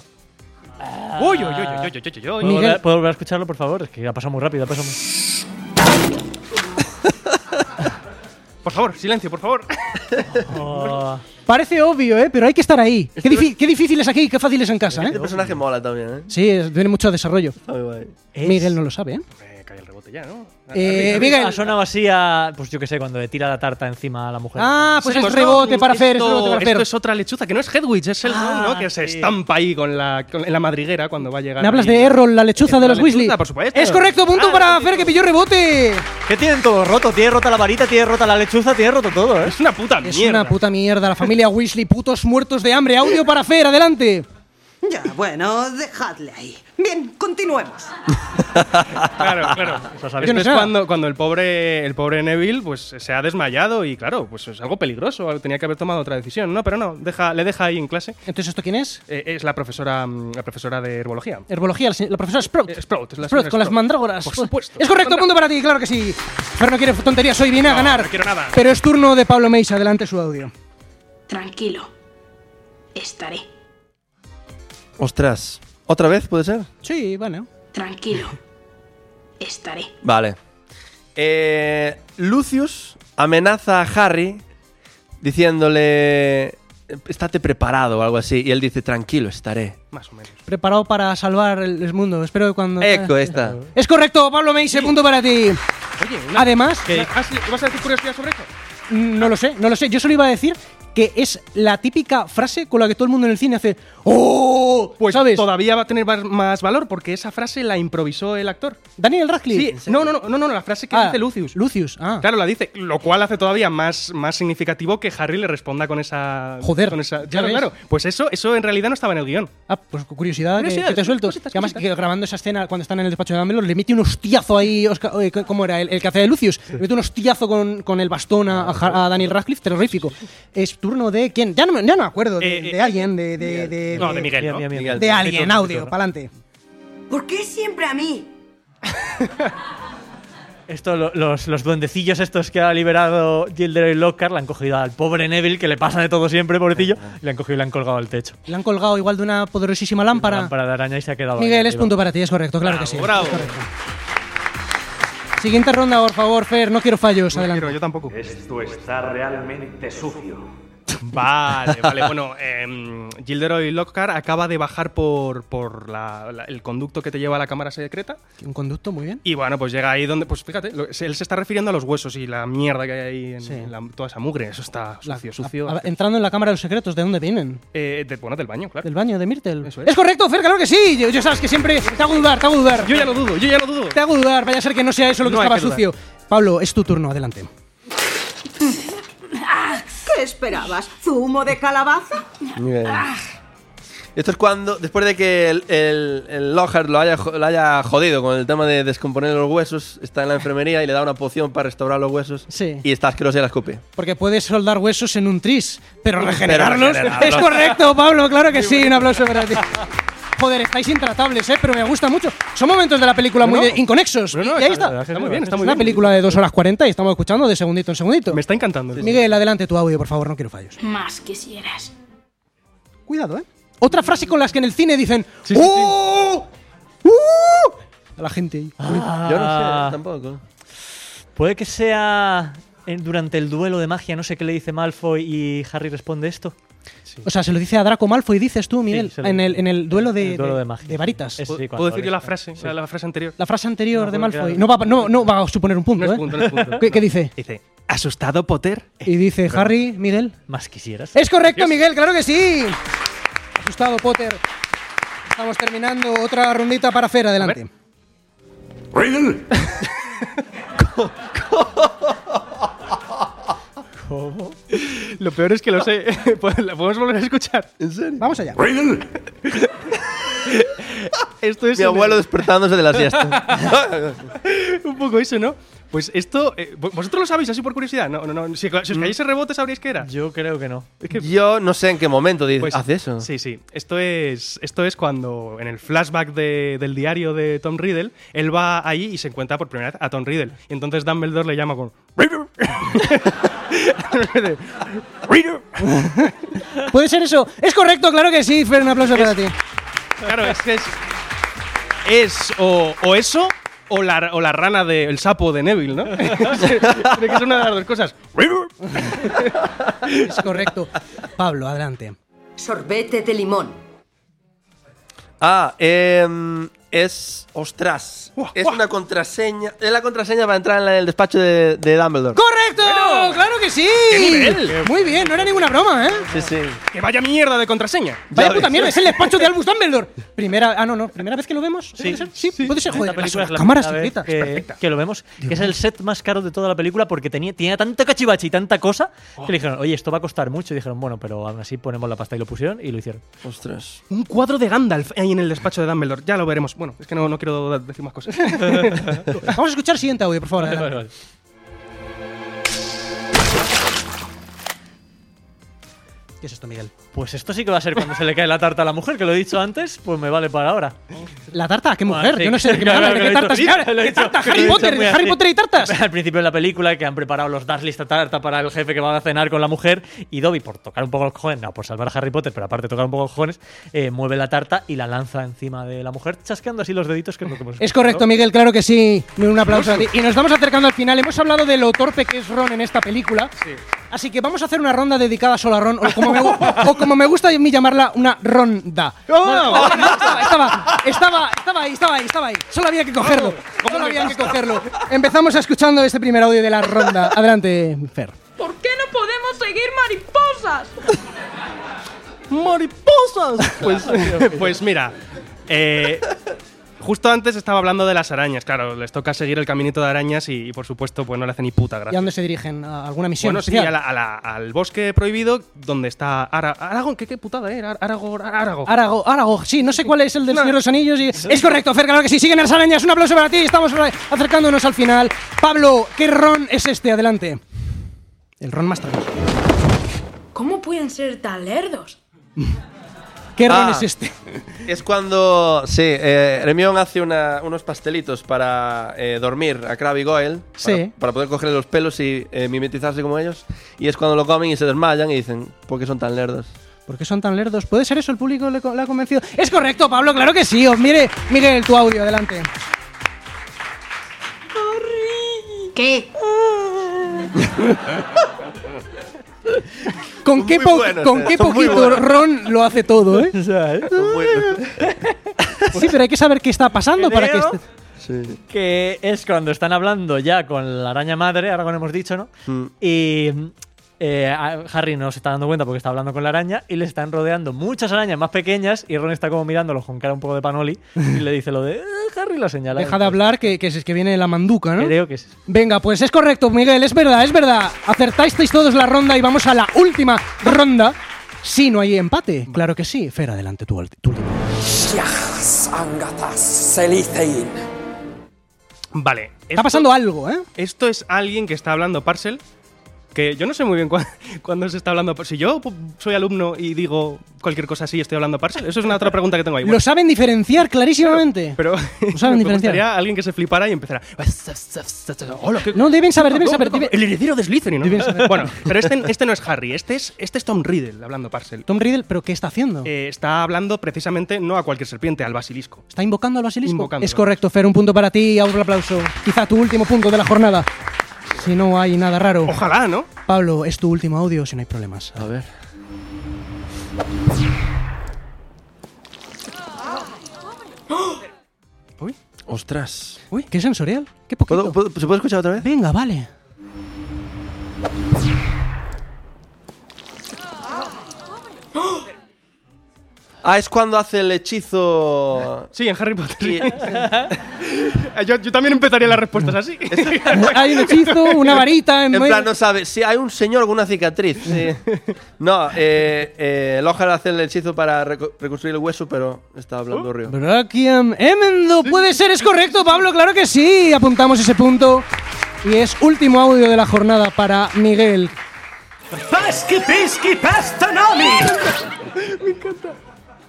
[SPEAKER 3] Uy, uy, uy, uy, uy, uy, uy, uy.
[SPEAKER 4] ¿Puedo
[SPEAKER 2] Miguel.
[SPEAKER 4] volver, puedo volver a escucharlo, por favor? Es que ha pasado muy rápido, ha pasado muy...
[SPEAKER 3] Por favor, silencio, por [LAUGHS] favor.
[SPEAKER 4] Oh,
[SPEAKER 2] Parece obvio, ¿eh? Pero hay que estar ahí. Qué, difi- qué difícil es aquí y qué fácil es en casa,
[SPEAKER 5] El
[SPEAKER 2] ¿eh?
[SPEAKER 5] Este personaje mola también, ¿eh?
[SPEAKER 2] Sí, es- tiene mucho desarrollo.
[SPEAKER 5] Está muy guay.
[SPEAKER 4] es-
[SPEAKER 2] Miguel no lo sabe, ¿eh?
[SPEAKER 3] Me cae el rebote ya, ¿no?
[SPEAKER 2] Eh,
[SPEAKER 4] Ha
[SPEAKER 2] Miguel.
[SPEAKER 4] sonado así a... Pues yo qué sé, cuando le tira la tarta encima a la mujer.
[SPEAKER 2] Ah, pues es
[SPEAKER 3] Seguimos,
[SPEAKER 2] rebote
[SPEAKER 3] ¿no?
[SPEAKER 2] para hacer, es
[SPEAKER 3] Esto-
[SPEAKER 2] rebote para hacer.
[SPEAKER 3] Esto es otra lechuza, que no es Hedwig, es el
[SPEAKER 4] Ah,
[SPEAKER 3] ¿no? que se
[SPEAKER 4] sí.
[SPEAKER 3] estampa ahí con la, con- en la madriguera cuando va a llegar.
[SPEAKER 2] ¿Me hablas
[SPEAKER 3] ahí.
[SPEAKER 2] de Errol, la lechuza
[SPEAKER 3] Errol,
[SPEAKER 2] de los
[SPEAKER 3] la lechuza,
[SPEAKER 2] Weasley?
[SPEAKER 3] por supuesto.
[SPEAKER 2] Es correcto, punto
[SPEAKER 3] Ah,
[SPEAKER 2] para
[SPEAKER 3] sí,
[SPEAKER 2] Fer, que pilló rebote.
[SPEAKER 4] ¿Qué tienen todo roto? Tiene rota la varita, tiene rota la lechuza, tiene roto todo, ¿eh?
[SPEAKER 3] Es una puta
[SPEAKER 2] Es
[SPEAKER 3] mierda.
[SPEAKER 2] una puta mierda, la familia Weasley, putos muertos de hambre. Audio para Fer, adelante.
[SPEAKER 8] Ya, bueno, dejadle ahí. Bien, continuemos.
[SPEAKER 3] [LAUGHS] Claro, [LAUGHS] claro.
[SPEAKER 4] sabes.
[SPEAKER 3] Esto
[SPEAKER 2] Yo no
[SPEAKER 3] es
[SPEAKER 2] sé.
[SPEAKER 3] cuando, cuando el pobre, el pobre Neville pues, se ha desmayado y, claro, pues es algo peligroso. Tenía que haber tomado otra decisión, ¿no? Pero no, deja, le deja ahí en clase.
[SPEAKER 2] Entonces, ¿esto quién es?
[SPEAKER 3] Eh, es la profesora, mm, la profesora de herbología.
[SPEAKER 2] Herbología, la se- la profesora Sprout.
[SPEAKER 3] Eh, Sprout, es la
[SPEAKER 2] Sprout,
[SPEAKER 3] señora
[SPEAKER 2] con las
[SPEAKER 3] Sprout.
[SPEAKER 2] mandrágoras.
[SPEAKER 3] Por supuesto.
[SPEAKER 2] Es correcto, punto para ti, claro que sí. Fer no quiere tonterías, hoy viene a
[SPEAKER 3] No,
[SPEAKER 2] ganar.
[SPEAKER 3] no quiero nada.
[SPEAKER 2] Pero es turno de Pablo Meis, adelante su audio.
[SPEAKER 7] Tranquilo. Estaré.
[SPEAKER 5] Ostras. ¿Otra vez puede ser?
[SPEAKER 2] Sí, bueno.
[SPEAKER 7] Tranquilo. Estaré.
[SPEAKER 5] Vale. Eh, Lucius amenaza a Harry diciéndole, estate preparado o algo así. Y él dice, tranquilo, estaré.
[SPEAKER 3] Más o menos.
[SPEAKER 2] Preparado para salvar el el mundo. Espero que cuando.
[SPEAKER 5] Eco, esta. [LAUGHS]
[SPEAKER 2] Es correcto, Pablo Meise, punto para ti.
[SPEAKER 3] Oye,
[SPEAKER 2] Además,
[SPEAKER 3] ¿Qué? Ah, sí, ¿Vas a decir curiosidad sobre eso?
[SPEAKER 2] no lo sé, no lo sé. Yo solo iba a decir que es la típica frase con la que todo el mundo en el cine hace ¡Oh!
[SPEAKER 3] Pues
[SPEAKER 2] ¿Sabes?
[SPEAKER 3] todavía va a tener más, más valor porque esa frase la improvisó el actor.
[SPEAKER 2] Daniel Radcliffe.
[SPEAKER 3] no, no, no, no, no, la frase que
[SPEAKER 2] Ah,
[SPEAKER 3] dice Lucius.
[SPEAKER 2] Lucius, ah.
[SPEAKER 3] Claro, la dice, lo cual hace todavía más, más significativo que Harry le responda con esa.
[SPEAKER 2] Joder,
[SPEAKER 3] Con esa,
[SPEAKER 2] ya
[SPEAKER 3] claro,
[SPEAKER 2] ves.
[SPEAKER 3] claro. Pues eso, eso en realidad no estaba en el guión.
[SPEAKER 2] Ah, pues cu- curiosidad, que-
[SPEAKER 3] Curiosidad,
[SPEAKER 2] que te suelto.
[SPEAKER 3] cositas,
[SPEAKER 2] Que además,
[SPEAKER 3] cositas.
[SPEAKER 2] que grabando esa escena cuando están en el despacho de Dumbledore, le mete un hostiazo ahí, Oscar- eh, c- ¿cómo era? El, el que hacía de Lucius. Le mete un hostiazo con, con el bastón a, a Ja- a Daniel Radcliffe, terrorífico. Es turno de quién? Ya no me, ya no me acuerdo,
[SPEAKER 3] Eh,
[SPEAKER 2] de,
[SPEAKER 3] eh,
[SPEAKER 2] de alguien, de, de, de-
[SPEAKER 3] No, de
[SPEAKER 2] de-
[SPEAKER 3] Miguel. ¿no?
[SPEAKER 4] Mira, mira, mira.
[SPEAKER 5] Miguel.
[SPEAKER 2] De alguien, audio, pa'lante.
[SPEAKER 8] ¿Por qué siempre a mí?
[SPEAKER 4] Esto, lo- los, los duendecillos estos que ha liberado Gilderoy Lockhart le han cogido al pobre Neville, que le pasa de todo siempre, pobrecillo, y le han cogido y le han colgado al techo.
[SPEAKER 2] Le han colgado igual de una poderosísima lámpara.
[SPEAKER 4] Para de araña y se ha quedado. ahí
[SPEAKER 2] Miguel, es
[SPEAKER 4] arriba.
[SPEAKER 2] punto para ti, es correcto, claro que sí.
[SPEAKER 3] Bravo.
[SPEAKER 2] Siguiente ronda, por favor, Fer, no quiero fallos,
[SPEAKER 3] No
[SPEAKER 2] adelante.
[SPEAKER 3] quiero, yo tampoco.
[SPEAKER 9] Esto está realmente sucio. [LAUGHS]
[SPEAKER 3] Vale, vale. Bueno, em, Gilderoy Lockhart acaba de bajar por, por la- la- el conducto que te lleva a la cámara secreta.
[SPEAKER 2] Un conducto, muy bien.
[SPEAKER 3] Y bueno, pues llega ahí donde. Pues fíjate, lo- se- él se está refiriendo a los huesos y la mierda que hay ahí en,
[SPEAKER 2] Sí.
[SPEAKER 3] en la- toda esa mugre. Eso está
[SPEAKER 2] La-
[SPEAKER 3] sucio, sucio.
[SPEAKER 2] a- a- entrando en la Cámara de los Secretos, ¿de dónde vienen?
[SPEAKER 3] Eh, de- bueno, del baño, claro.
[SPEAKER 2] Del baño de Myrtle.
[SPEAKER 3] Eso
[SPEAKER 2] es.
[SPEAKER 3] es.
[SPEAKER 2] correcto, Fer, claro que sí. Yo, yo sabes que siempre te hago dudar, te hago dudar.
[SPEAKER 3] Yo ya lo dudo, yo ya lo dudo.
[SPEAKER 2] Te hago dudar, vaya a ser que no sea eso lo que
[SPEAKER 3] No hay
[SPEAKER 2] estaba
[SPEAKER 3] que dudar.
[SPEAKER 2] sucio. Pablo, es tu turno, adelante.
[SPEAKER 8] ¿Qué esperabas? ¿Zumo de calabaza?
[SPEAKER 5] Muy bien. Esto es cuando, después de que el, el, el Lockhart lo haya, jo- lo haya jodido con el tema de descomponer los huesos, está en la enfermería y le da una poción para restaurar los huesos.
[SPEAKER 2] Sí.
[SPEAKER 5] Y está asqueroso y la escupe.
[SPEAKER 2] Porque puedes soldar huesos en un tris, pero regenerarlos.
[SPEAKER 5] regenerarlos.
[SPEAKER 2] Es correcto, Pablo, claro que sí. Un aplauso para ti. Joder, estáis intratables, ¿eh? pero me gusta mucho. Son momentos de la película muy
[SPEAKER 3] No,
[SPEAKER 2] de- inconexos.
[SPEAKER 3] no, no,
[SPEAKER 2] y ahí
[SPEAKER 3] está-
[SPEAKER 2] está.
[SPEAKER 3] está muy bien, está
[SPEAKER 2] Es
[SPEAKER 3] muy
[SPEAKER 2] una
[SPEAKER 3] bien.
[SPEAKER 2] película de 2 horas 40 y estamos escuchando de segundito en segundito.
[SPEAKER 3] Me está encantando.
[SPEAKER 2] Miguel, adelante tu audio, por favor, no quiero fallos.
[SPEAKER 7] Más quisieras.
[SPEAKER 2] Cuidado, ¿eh? Otra frase con las que en el cine dicen
[SPEAKER 3] Sí, sí, sí.
[SPEAKER 2] ¡Oh! ¡Uh! A la gente ahí.
[SPEAKER 5] Yo no
[SPEAKER 4] Ah.
[SPEAKER 5] sé, tampoco.
[SPEAKER 4] Puede que sea en- durante el duelo de magia, no sé qué le dice Malfoy y Harry responde esto.
[SPEAKER 2] O sea, se lo dice a Draco Malfoy, dices tú, Miguel,
[SPEAKER 4] se lo
[SPEAKER 2] en,
[SPEAKER 4] dice.
[SPEAKER 2] el, en el duelo de,
[SPEAKER 4] El duelo de magia.
[SPEAKER 2] varitas.
[SPEAKER 4] Es- sí,
[SPEAKER 3] ¿Puedo
[SPEAKER 4] cuando
[SPEAKER 3] decir
[SPEAKER 4] le-
[SPEAKER 3] yo la frase? La, la frase anterior.
[SPEAKER 2] La frase anterior de
[SPEAKER 4] me acuerdo
[SPEAKER 2] Malfoy
[SPEAKER 4] que
[SPEAKER 2] no va, no, no va a suponer un punto,
[SPEAKER 3] No es
[SPEAKER 2] ¿eh?
[SPEAKER 3] punto, no es punto.
[SPEAKER 2] [LAUGHS] ¿Qué, qué dice?
[SPEAKER 3] Dice, ¿asustado Potter?
[SPEAKER 2] Y dice Harry, Miguel.
[SPEAKER 4] Más quisieras.
[SPEAKER 2] ¡Es correcto, Miguel! ¡Claro que sí! Asustado, Potter. Estamos terminando otra rondita para Fer, adelante.
[SPEAKER 9] Riddle,
[SPEAKER 3] Lo peor es que lo
[SPEAKER 2] [LAUGHS]
[SPEAKER 3] sé. [LAUGHS] Pues, ¿La podemos volver a escuchar?
[SPEAKER 2] Vamos allá.
[SPEAKER 9] Riddle,
[SPEAKER 3] Esto es
[SPEAKER 5] Mi
[SPEAKER 3] en
[SPEAKER 5] abuelo despertándose de la siesta.
[SPEAKER 3] el- un poco eso, ¿no? Pues esto, eh, vo- vosotros lo sabéis así por curiosidad. No, no, no. Si, si
[SPEAKER 2] Mm.
[SPEAKER 3] os cayese rebote sabríais qué era.
[SPEAKER 4] Yo creo que no.
[SPEAKER 5] Yo no sé en qué momento dice,
[SPEAKER 3] Pues,
[SPEAKER 5] hace eso.
[SPEAKER 3] Sí, sí. Esto es, esto es cuando en el flashback de- del diario de Tom Riddle, él va ahí y se encuentra por primera vez a Tom Riddle. Y entonces Dumbledore le llama con Riddle.
[SPEAKER 9] Riddle.
[SPEAKER 2] ¿Puede ser eso? ¡Es correcto! ¡Claro que sí, Fer! Un aplauso para ti.
[SPEAKER 3] Claro, es que es. Es o, o eso o la, o la rana del sapo de Neville, ¿no? [LAUGHS] Creo que es una de las dos cosas.
[SPEAKER 2] Es correcto. Pablo, adelante.
[SPEAKER 8] Sorbete de limón.
[SPEAKER 5] Ah, em, es. Ostras. es una contraseña. Es la contraseña para entrar en la- en el despacho de, de Dumbledore.
[SPEAKER 2] ¡Correcto! ¡Claro que sí! Muy bien, no era ninguna broma, ¿eh?
[SPEAKER 5] Sí, sí.
[SPEAKER 3] ¡Que vaya mierda de contraseña!
[SPEAKER 2] Vaya
[SPEAKER 5] Ya
[SPEAKER 2] puta
[SPEAKER 5] ves.
[SPEAKER 2] mierda, es el despacho de Albus Dumbledore. Primera, ah, no, no, primera vez que lo vemos. ¿Puede ser? Sí, puede ser. Joder,
[SPEAKER 4] Esta película
[SPEAKER 2] las
[SPEAKER 4] es la
[SPEAKER 2] cámaras
[SPEAKER 4] primera vez
[SPEAKER 2] secretas.
[SPEAKER 4] que, que lo vemos, que es el set más caro de toda la película porque tenía, tenía tanta cachivache y tanta cosa
[SPEAKER 3] Oh.
[SPEAKER 4] que le dijeron, oye, esto va a costar mucho. Y dijeron, bueno, pero aún así ponemos la pasta y lo pusieron y lo hicieron.
[SPEAKER 5] Ostras.
[SPEAKER 3] Un cuadro de Gandalf ahí en el despacho de Dumbledore. Ya lo veremos. Bueno, es que no, no quiero da- decir más cosas.
[SPEAKER 2] Vamos a escuchar el siguiente audio, por favor. adelante. ¿Qué es esto, Miguel?
[SPEAKER 4] Pues esto sí que va a ser cuando se le cae la tarta a la mujer, que lo he dicho antes, pues me vale para ahora.
[SPEAKER 2] ¿La tarta? ¿Qué mujer?
[SPEAKER 4] Ah, sí.
[SPEAKER 2] Yo no sé de
[SPEAKER 4] [LAUGHS]
[SPEAKER 2] qué me
[SPEAKER 4] Claro,
[SPEAKER 2] hablas, de
[SPEAKER 4] que
[SPEAKER 2] qué
[SPEAKER 4] lo he
[SPEAKER 2] tartas.
[SPEAKER 4] dicho,
[SPEAKER 2] ¿Qué
[SPEAKER 4] lo he dicho,
[SPEAKER 2] tarta?
[SPEAKER 4] lo he
[SPEAKER 2] Harry
[SPEAKER 4] dicho
[SPEAKER 2] Potter,
[SPEAKER 4] muy
[SPEAKER 2] Harry
[SPEAKER 4] así.
[SPEAKER 2] Potter y
[SPEAKER 4] [LAUGHS]
[SPEAKER 2] tartas.
[SPEAKER 4] Al principio de la película que han preparado los Dursley esta tarta para el jefe que va a cenar con la mujer y Dobby por tocar un poco los cojones, no, por salvar a Harry Potter, pero aparte de tocar un poco los cojones, eh, mueve la tarta y la lanza encima de la mujer chasqueando así los deditos que es lo que hemos
[SPEAKER 2] Es correcto, Miguel, claro que sí. Un aplauso a ti. Y nos estamos acercando al final. Hemos hablado de lo torpe que es Ron en esta película. Así que vamos a hacer una ronda dedicada solo a Ron, o como me, gu- o como me gusta a mí llamarla, una
[SPEAKER 4] [LAUGHS]
[SPEAKER 2] ronda.
[SPEAKER 4] ¡Oh!
[SPEAKER 2] Vale, no, estaba, estaba, estaba, estaba ahí, estaba ahí, estaba ahí. Solo había
[SPEAKER 4] ¡Oh!
[SPEAKER 2] que cogerlo. Solo había que cogerlo. Empezamos a escuchando este primer audio de la ronda. Adelante, Fer.
[SPEAKER 10] ¿Por qué no podemos seguir mariposas?
[SPEAKER 3] ¡Mariposas! Pues,
[SPEAKER 2] [LAUGHS]
[SPEAKER 3] pues mira, eh, justo antes estaba hablando de las arañas. Claro, les toca seguir el caminito de arañas y, y, por supuesto, pues no le hace ni puta
[SPEAKER 2] ¿Y a
[SPEAKER 3] gracia.
[SPEAKER 2] dónde se dirigen? ¿A alguna misión?
[SPEAKER 3] Bueno, sí,
[SPEAKER 2] especial?
[SPEAKER 3] a la- a la- al bosque prohibido donde está Ara Aragón. ¿Qué, qué putada era? Aragón, Aragón.
[SPEAKER 2] Arago, Arago, sí, no sé cuál es el del Señor de los Anillos. Y... Es correcto, Fer, claro que sí. Siguen las arañas, un aplauso para ti. Estamos ra- acercándonos al final. Pablo, ¿qué ron es este? Adelante. El ron más tragoso.
[SPEAKER 10] ¿Cómo pueden ser tan lerdos?
[SPEAKER 2] ¿Qué ron
[SPEAKER 5] Ah.
[SPEAKER 2] es este?
[SPEAKER 5] Es cuando. Sí, eh, Hermione hace una- unos pastelitos para eh, dormir a Crabbe y Goyle. para-
[SPEAKER 2] Sí.
[SPEAKER 5] Para, poder cogerle los pelos y eh, mimetizarse como ellos. Y es cuando lo comen y se desmayan y dicen, ¿por qué son tan lerdos?
[SPEAKER 2] ¿Por qué son tan lerdos? ¿Puede ser eso? ¿El público le, co- le ha convencido? Es correcto, Pablo, claro que sí. Os mire, Miguel, tu audio, adelante.
[SPEAKER 7] ¿Qué?
[SPEAKER 2] ¿Con qué,
[SPEAKER 5] muy
[SPEAKER 2] po-
[SPEAKER 5] buenos,
[SPEAKER 2] con
[SPEAKER 5] eh,
[SPEAKER 2] qué
[SPEAKER 5] son muy
[SPEAKER 2] poquito
[SPEAKER 5] buenos.
[SPEAKER 2] ron lo hace todo,
[SPEAKER 4] [LAUGHS]
[SPEAKER 5] [LAUGHS]
[SPEAKER 2] eh?
[SPEAKER 5] Son muy-
[SPEAKER 2] Sí, pero hay que saber qué está pasando para que...
[SPEAKER 4] Creo-
[SPEAKER 2] este-
[SPEAKER 5] sí.
[SPEAKER 4] que es cuando están hablando ya con la araña madre, ahora con hemos dicho, ¿no?
[SPEAKER 5] Mm.
[SPEAKER 4] Y mm, eh, a- Harry no se está dando cuenta porque está hablando con la araña y le están rodeando muchas arañas más pequeñas y Ron está como mirándolos con cara un poco de panoli y le dice lo de "Eh, Harry lo señala.
[SPEAKER 2] Deja de hablar, que, que, es- que viene la manduca, ¿no?
[SPEAKER 4] Creo que es.
[SPEAKER 2] Venga, pues es correcto, Miguel, es verdad, es verdad. Acertasteis todos la ronda y vamos a la última ronda. Si no hay empate, claro que sí. Fer, adelante tú, tu último.
[SPEAKER 3] Vale.
[SPEAKER 2] Está pasando algo, ¿eh?
[SPEAKER 3] Esto es alguien que está hablando Parcel, que yo no sé muy bien cuá- [LAUGHS] cuándo se está hablando. par- Si yo pu- soy alumno y digo cualquier cosa así, estoy hablando Parcel. Eso es una otra pregunta que tengo
[SPEAKER 2] [LAUGHS]
[SPEAKER 3] ahí.
[SPEAKER 2] Lo saben diferenciar clarísimamente.
[SPEAKER 3] Bueno, pero
[SPEAKER 2] lo
[SPEAKER 3] [LAUGHS]
[SPEAKER 2] saben
[SPEAKER 3] me
[SPEAKER 2] diferenciar.
[SPEAKER 3] gustaría alguien que se flipara y empezara. Hola, ¿qué-
[SPEAKER 2] No, deben saber, deben
[SPEAKER 3] no,
[SPEAKER 2] saber.
[SPEAKER 3] no,
[SPEAKER 2] deben-
[SPEAKER 3] El heredero de Slytherin, ¿no?
[SPEAKER 2] Deben saber.
[SPEAKER 3] Bueno, pero este, este no es Harry, este es, este es Tom Riddle hablando Parcel.
[SPEAKER 2] Tom Riddle, ¿pero qué está haciendo?
[SPEAKER 3] Eh, está hablando precisamente no a cualquier serpiente, al basilisco.
[SPEAKER 2] ¿Está invocando al basilisco?
[SPEAKER 3] invocando.
[SPEAKER 2] Es correcto, Fer, un punto para ti y un aplauso. Quizá tu último punto de la jornada. Si no hay nada raro.
[SPEAKER 3] Ojalá, ¿no?
[SPEAKER 2] Pablo, es tu último audio si no hay problemas.
[SPEAKER 5] A ver.
[SPEAKER 3] Uy.
[SPEAKER 5] Ostras.
[SPEAKER 2] Uy, qué sensorial. Qué poquito.
[SPEAKER 5] ¿Puedo- puedo- se puede escuchar otra vez?
[SPEAKER 2] Venga, vale.
[SPEAKER 5] Ah, es cuando hace el
[SPEAKER 3] [LAUGHS]
[SPEAKER 5] hechizo.
[SPEAKER 3] Sí, en Harry Potter.
[SPEAKER 5] Y-
[SPEAKER 3] Yo, yo también empezaría las respuestas así. [LAUGHS]
[SPEAKER 2] Hay un hechizo, una varita en,
[SPEAKER 5] En
[SPEAKER 2] medio.
[SPEAKER 5] plan, no sabe. Si hay un señor con una cicatriz. sí. No, eh, eh, Lockhart hace el hechizo para reco- reconstruir el hueso, pero está hablando Río.
[SPEAKER 2] Brachiam Emendo, puede ser, es correcto, Pablo, claro que sí. Apuntamos ese punto. Y es último audio de la jornada para Miguel.
[SPEAKER 9] ¡Pasqui, pisqui, pasta,
[SPEAKER 5] [LAUGHS]
[SPEAKER 9] nami!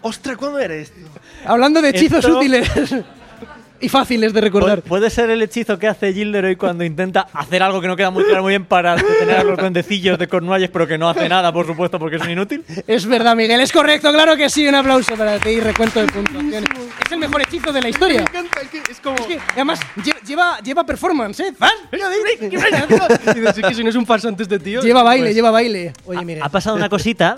[SPEAKER 5] ¡Ostras, ¿cuándo era esto?
[SPEAKER 2] Hablando de hechizos
[SPEAKER 4] Esto-
[SPEAKER 2] útiles y fáciles de
[SPEAKER 4] Pu-
[SPEAKER 2] recordar.
[SPEAKER 4] Puede ser el hechizo que hace Gilderoy cuando intenta hacer algo que no queda muy claro muy bien para tener a los duendecillos de Cornualles, pero que no hace nada, por supuesto, porque es un inútil.
[SPEAKER 2] Es verdad, Miguel, es correcto, claro que sí. Un aplauso para ti y recuento de puntuaciones. Es el mejor hechizo de la historia.
[SPEAKER 3] es como.
[SPEAKER 2] Es que, además, lle- lleva, lleva performance, ¿eh? ¿Zas?
[SPEAKER 3] Y dices, "Es que si no es un falso antes de tío.
[SPEAKER 2] Lleva baile,
[SPEAKER 3] pues, ah,
[SPEAKER 2] lleva baile. Oye, Miguel.
[SPEAKER 4] Ha pasado una cosita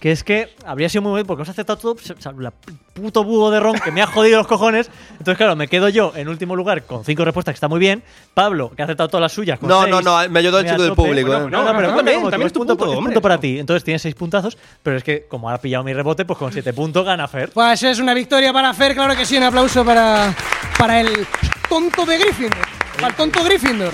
[SPEAKER 4] que es que habría sido muy bueno porque os aceptado todo, se- salvo la p- puto búho de ron que me ha jodido los cojones. Entonces, claro, me quedo yo en último lugar con cinco respuestas, que está muy bien. Pablo, que ha aceptado todas las suyas. Con
[SPEAKER 5] No,
[SPEAKER 4] seis.
[SPEAKER 5] no, no, me ayudó el
[SPEAKER 4] Mira,
[SPEAKER 5] chico del
[SPEAKER 4] tope.
[SPEAKER 5] público,
[SPEAKER 4] Bueno,
[SPEAKER 5] eh.
[SPEAKER 4] No, no, pero
[SPEAKER 3] No, no,
[SPEAKER 4] también,
[SPEAKER 3] también, también
[SPEAKER 4] es punto,
[SPEAKER 3] es punto,
[SPEAKER 4] es punto
[SPEAKER 3] hombre,
[SPEAKER 4] para
[SPEAKER 3] no.
[SPEAKER 4] ti. Entonces tienes seis puntazos, pero es que como ahora ha pillado mi rebote, pues con siete puntos gana Fer.
[SPEAKER 2] Pues es una victoria para Fer, claro que sí, un aplauso para, para el tonto de Gryffindor. Para el tonto Gryffindor.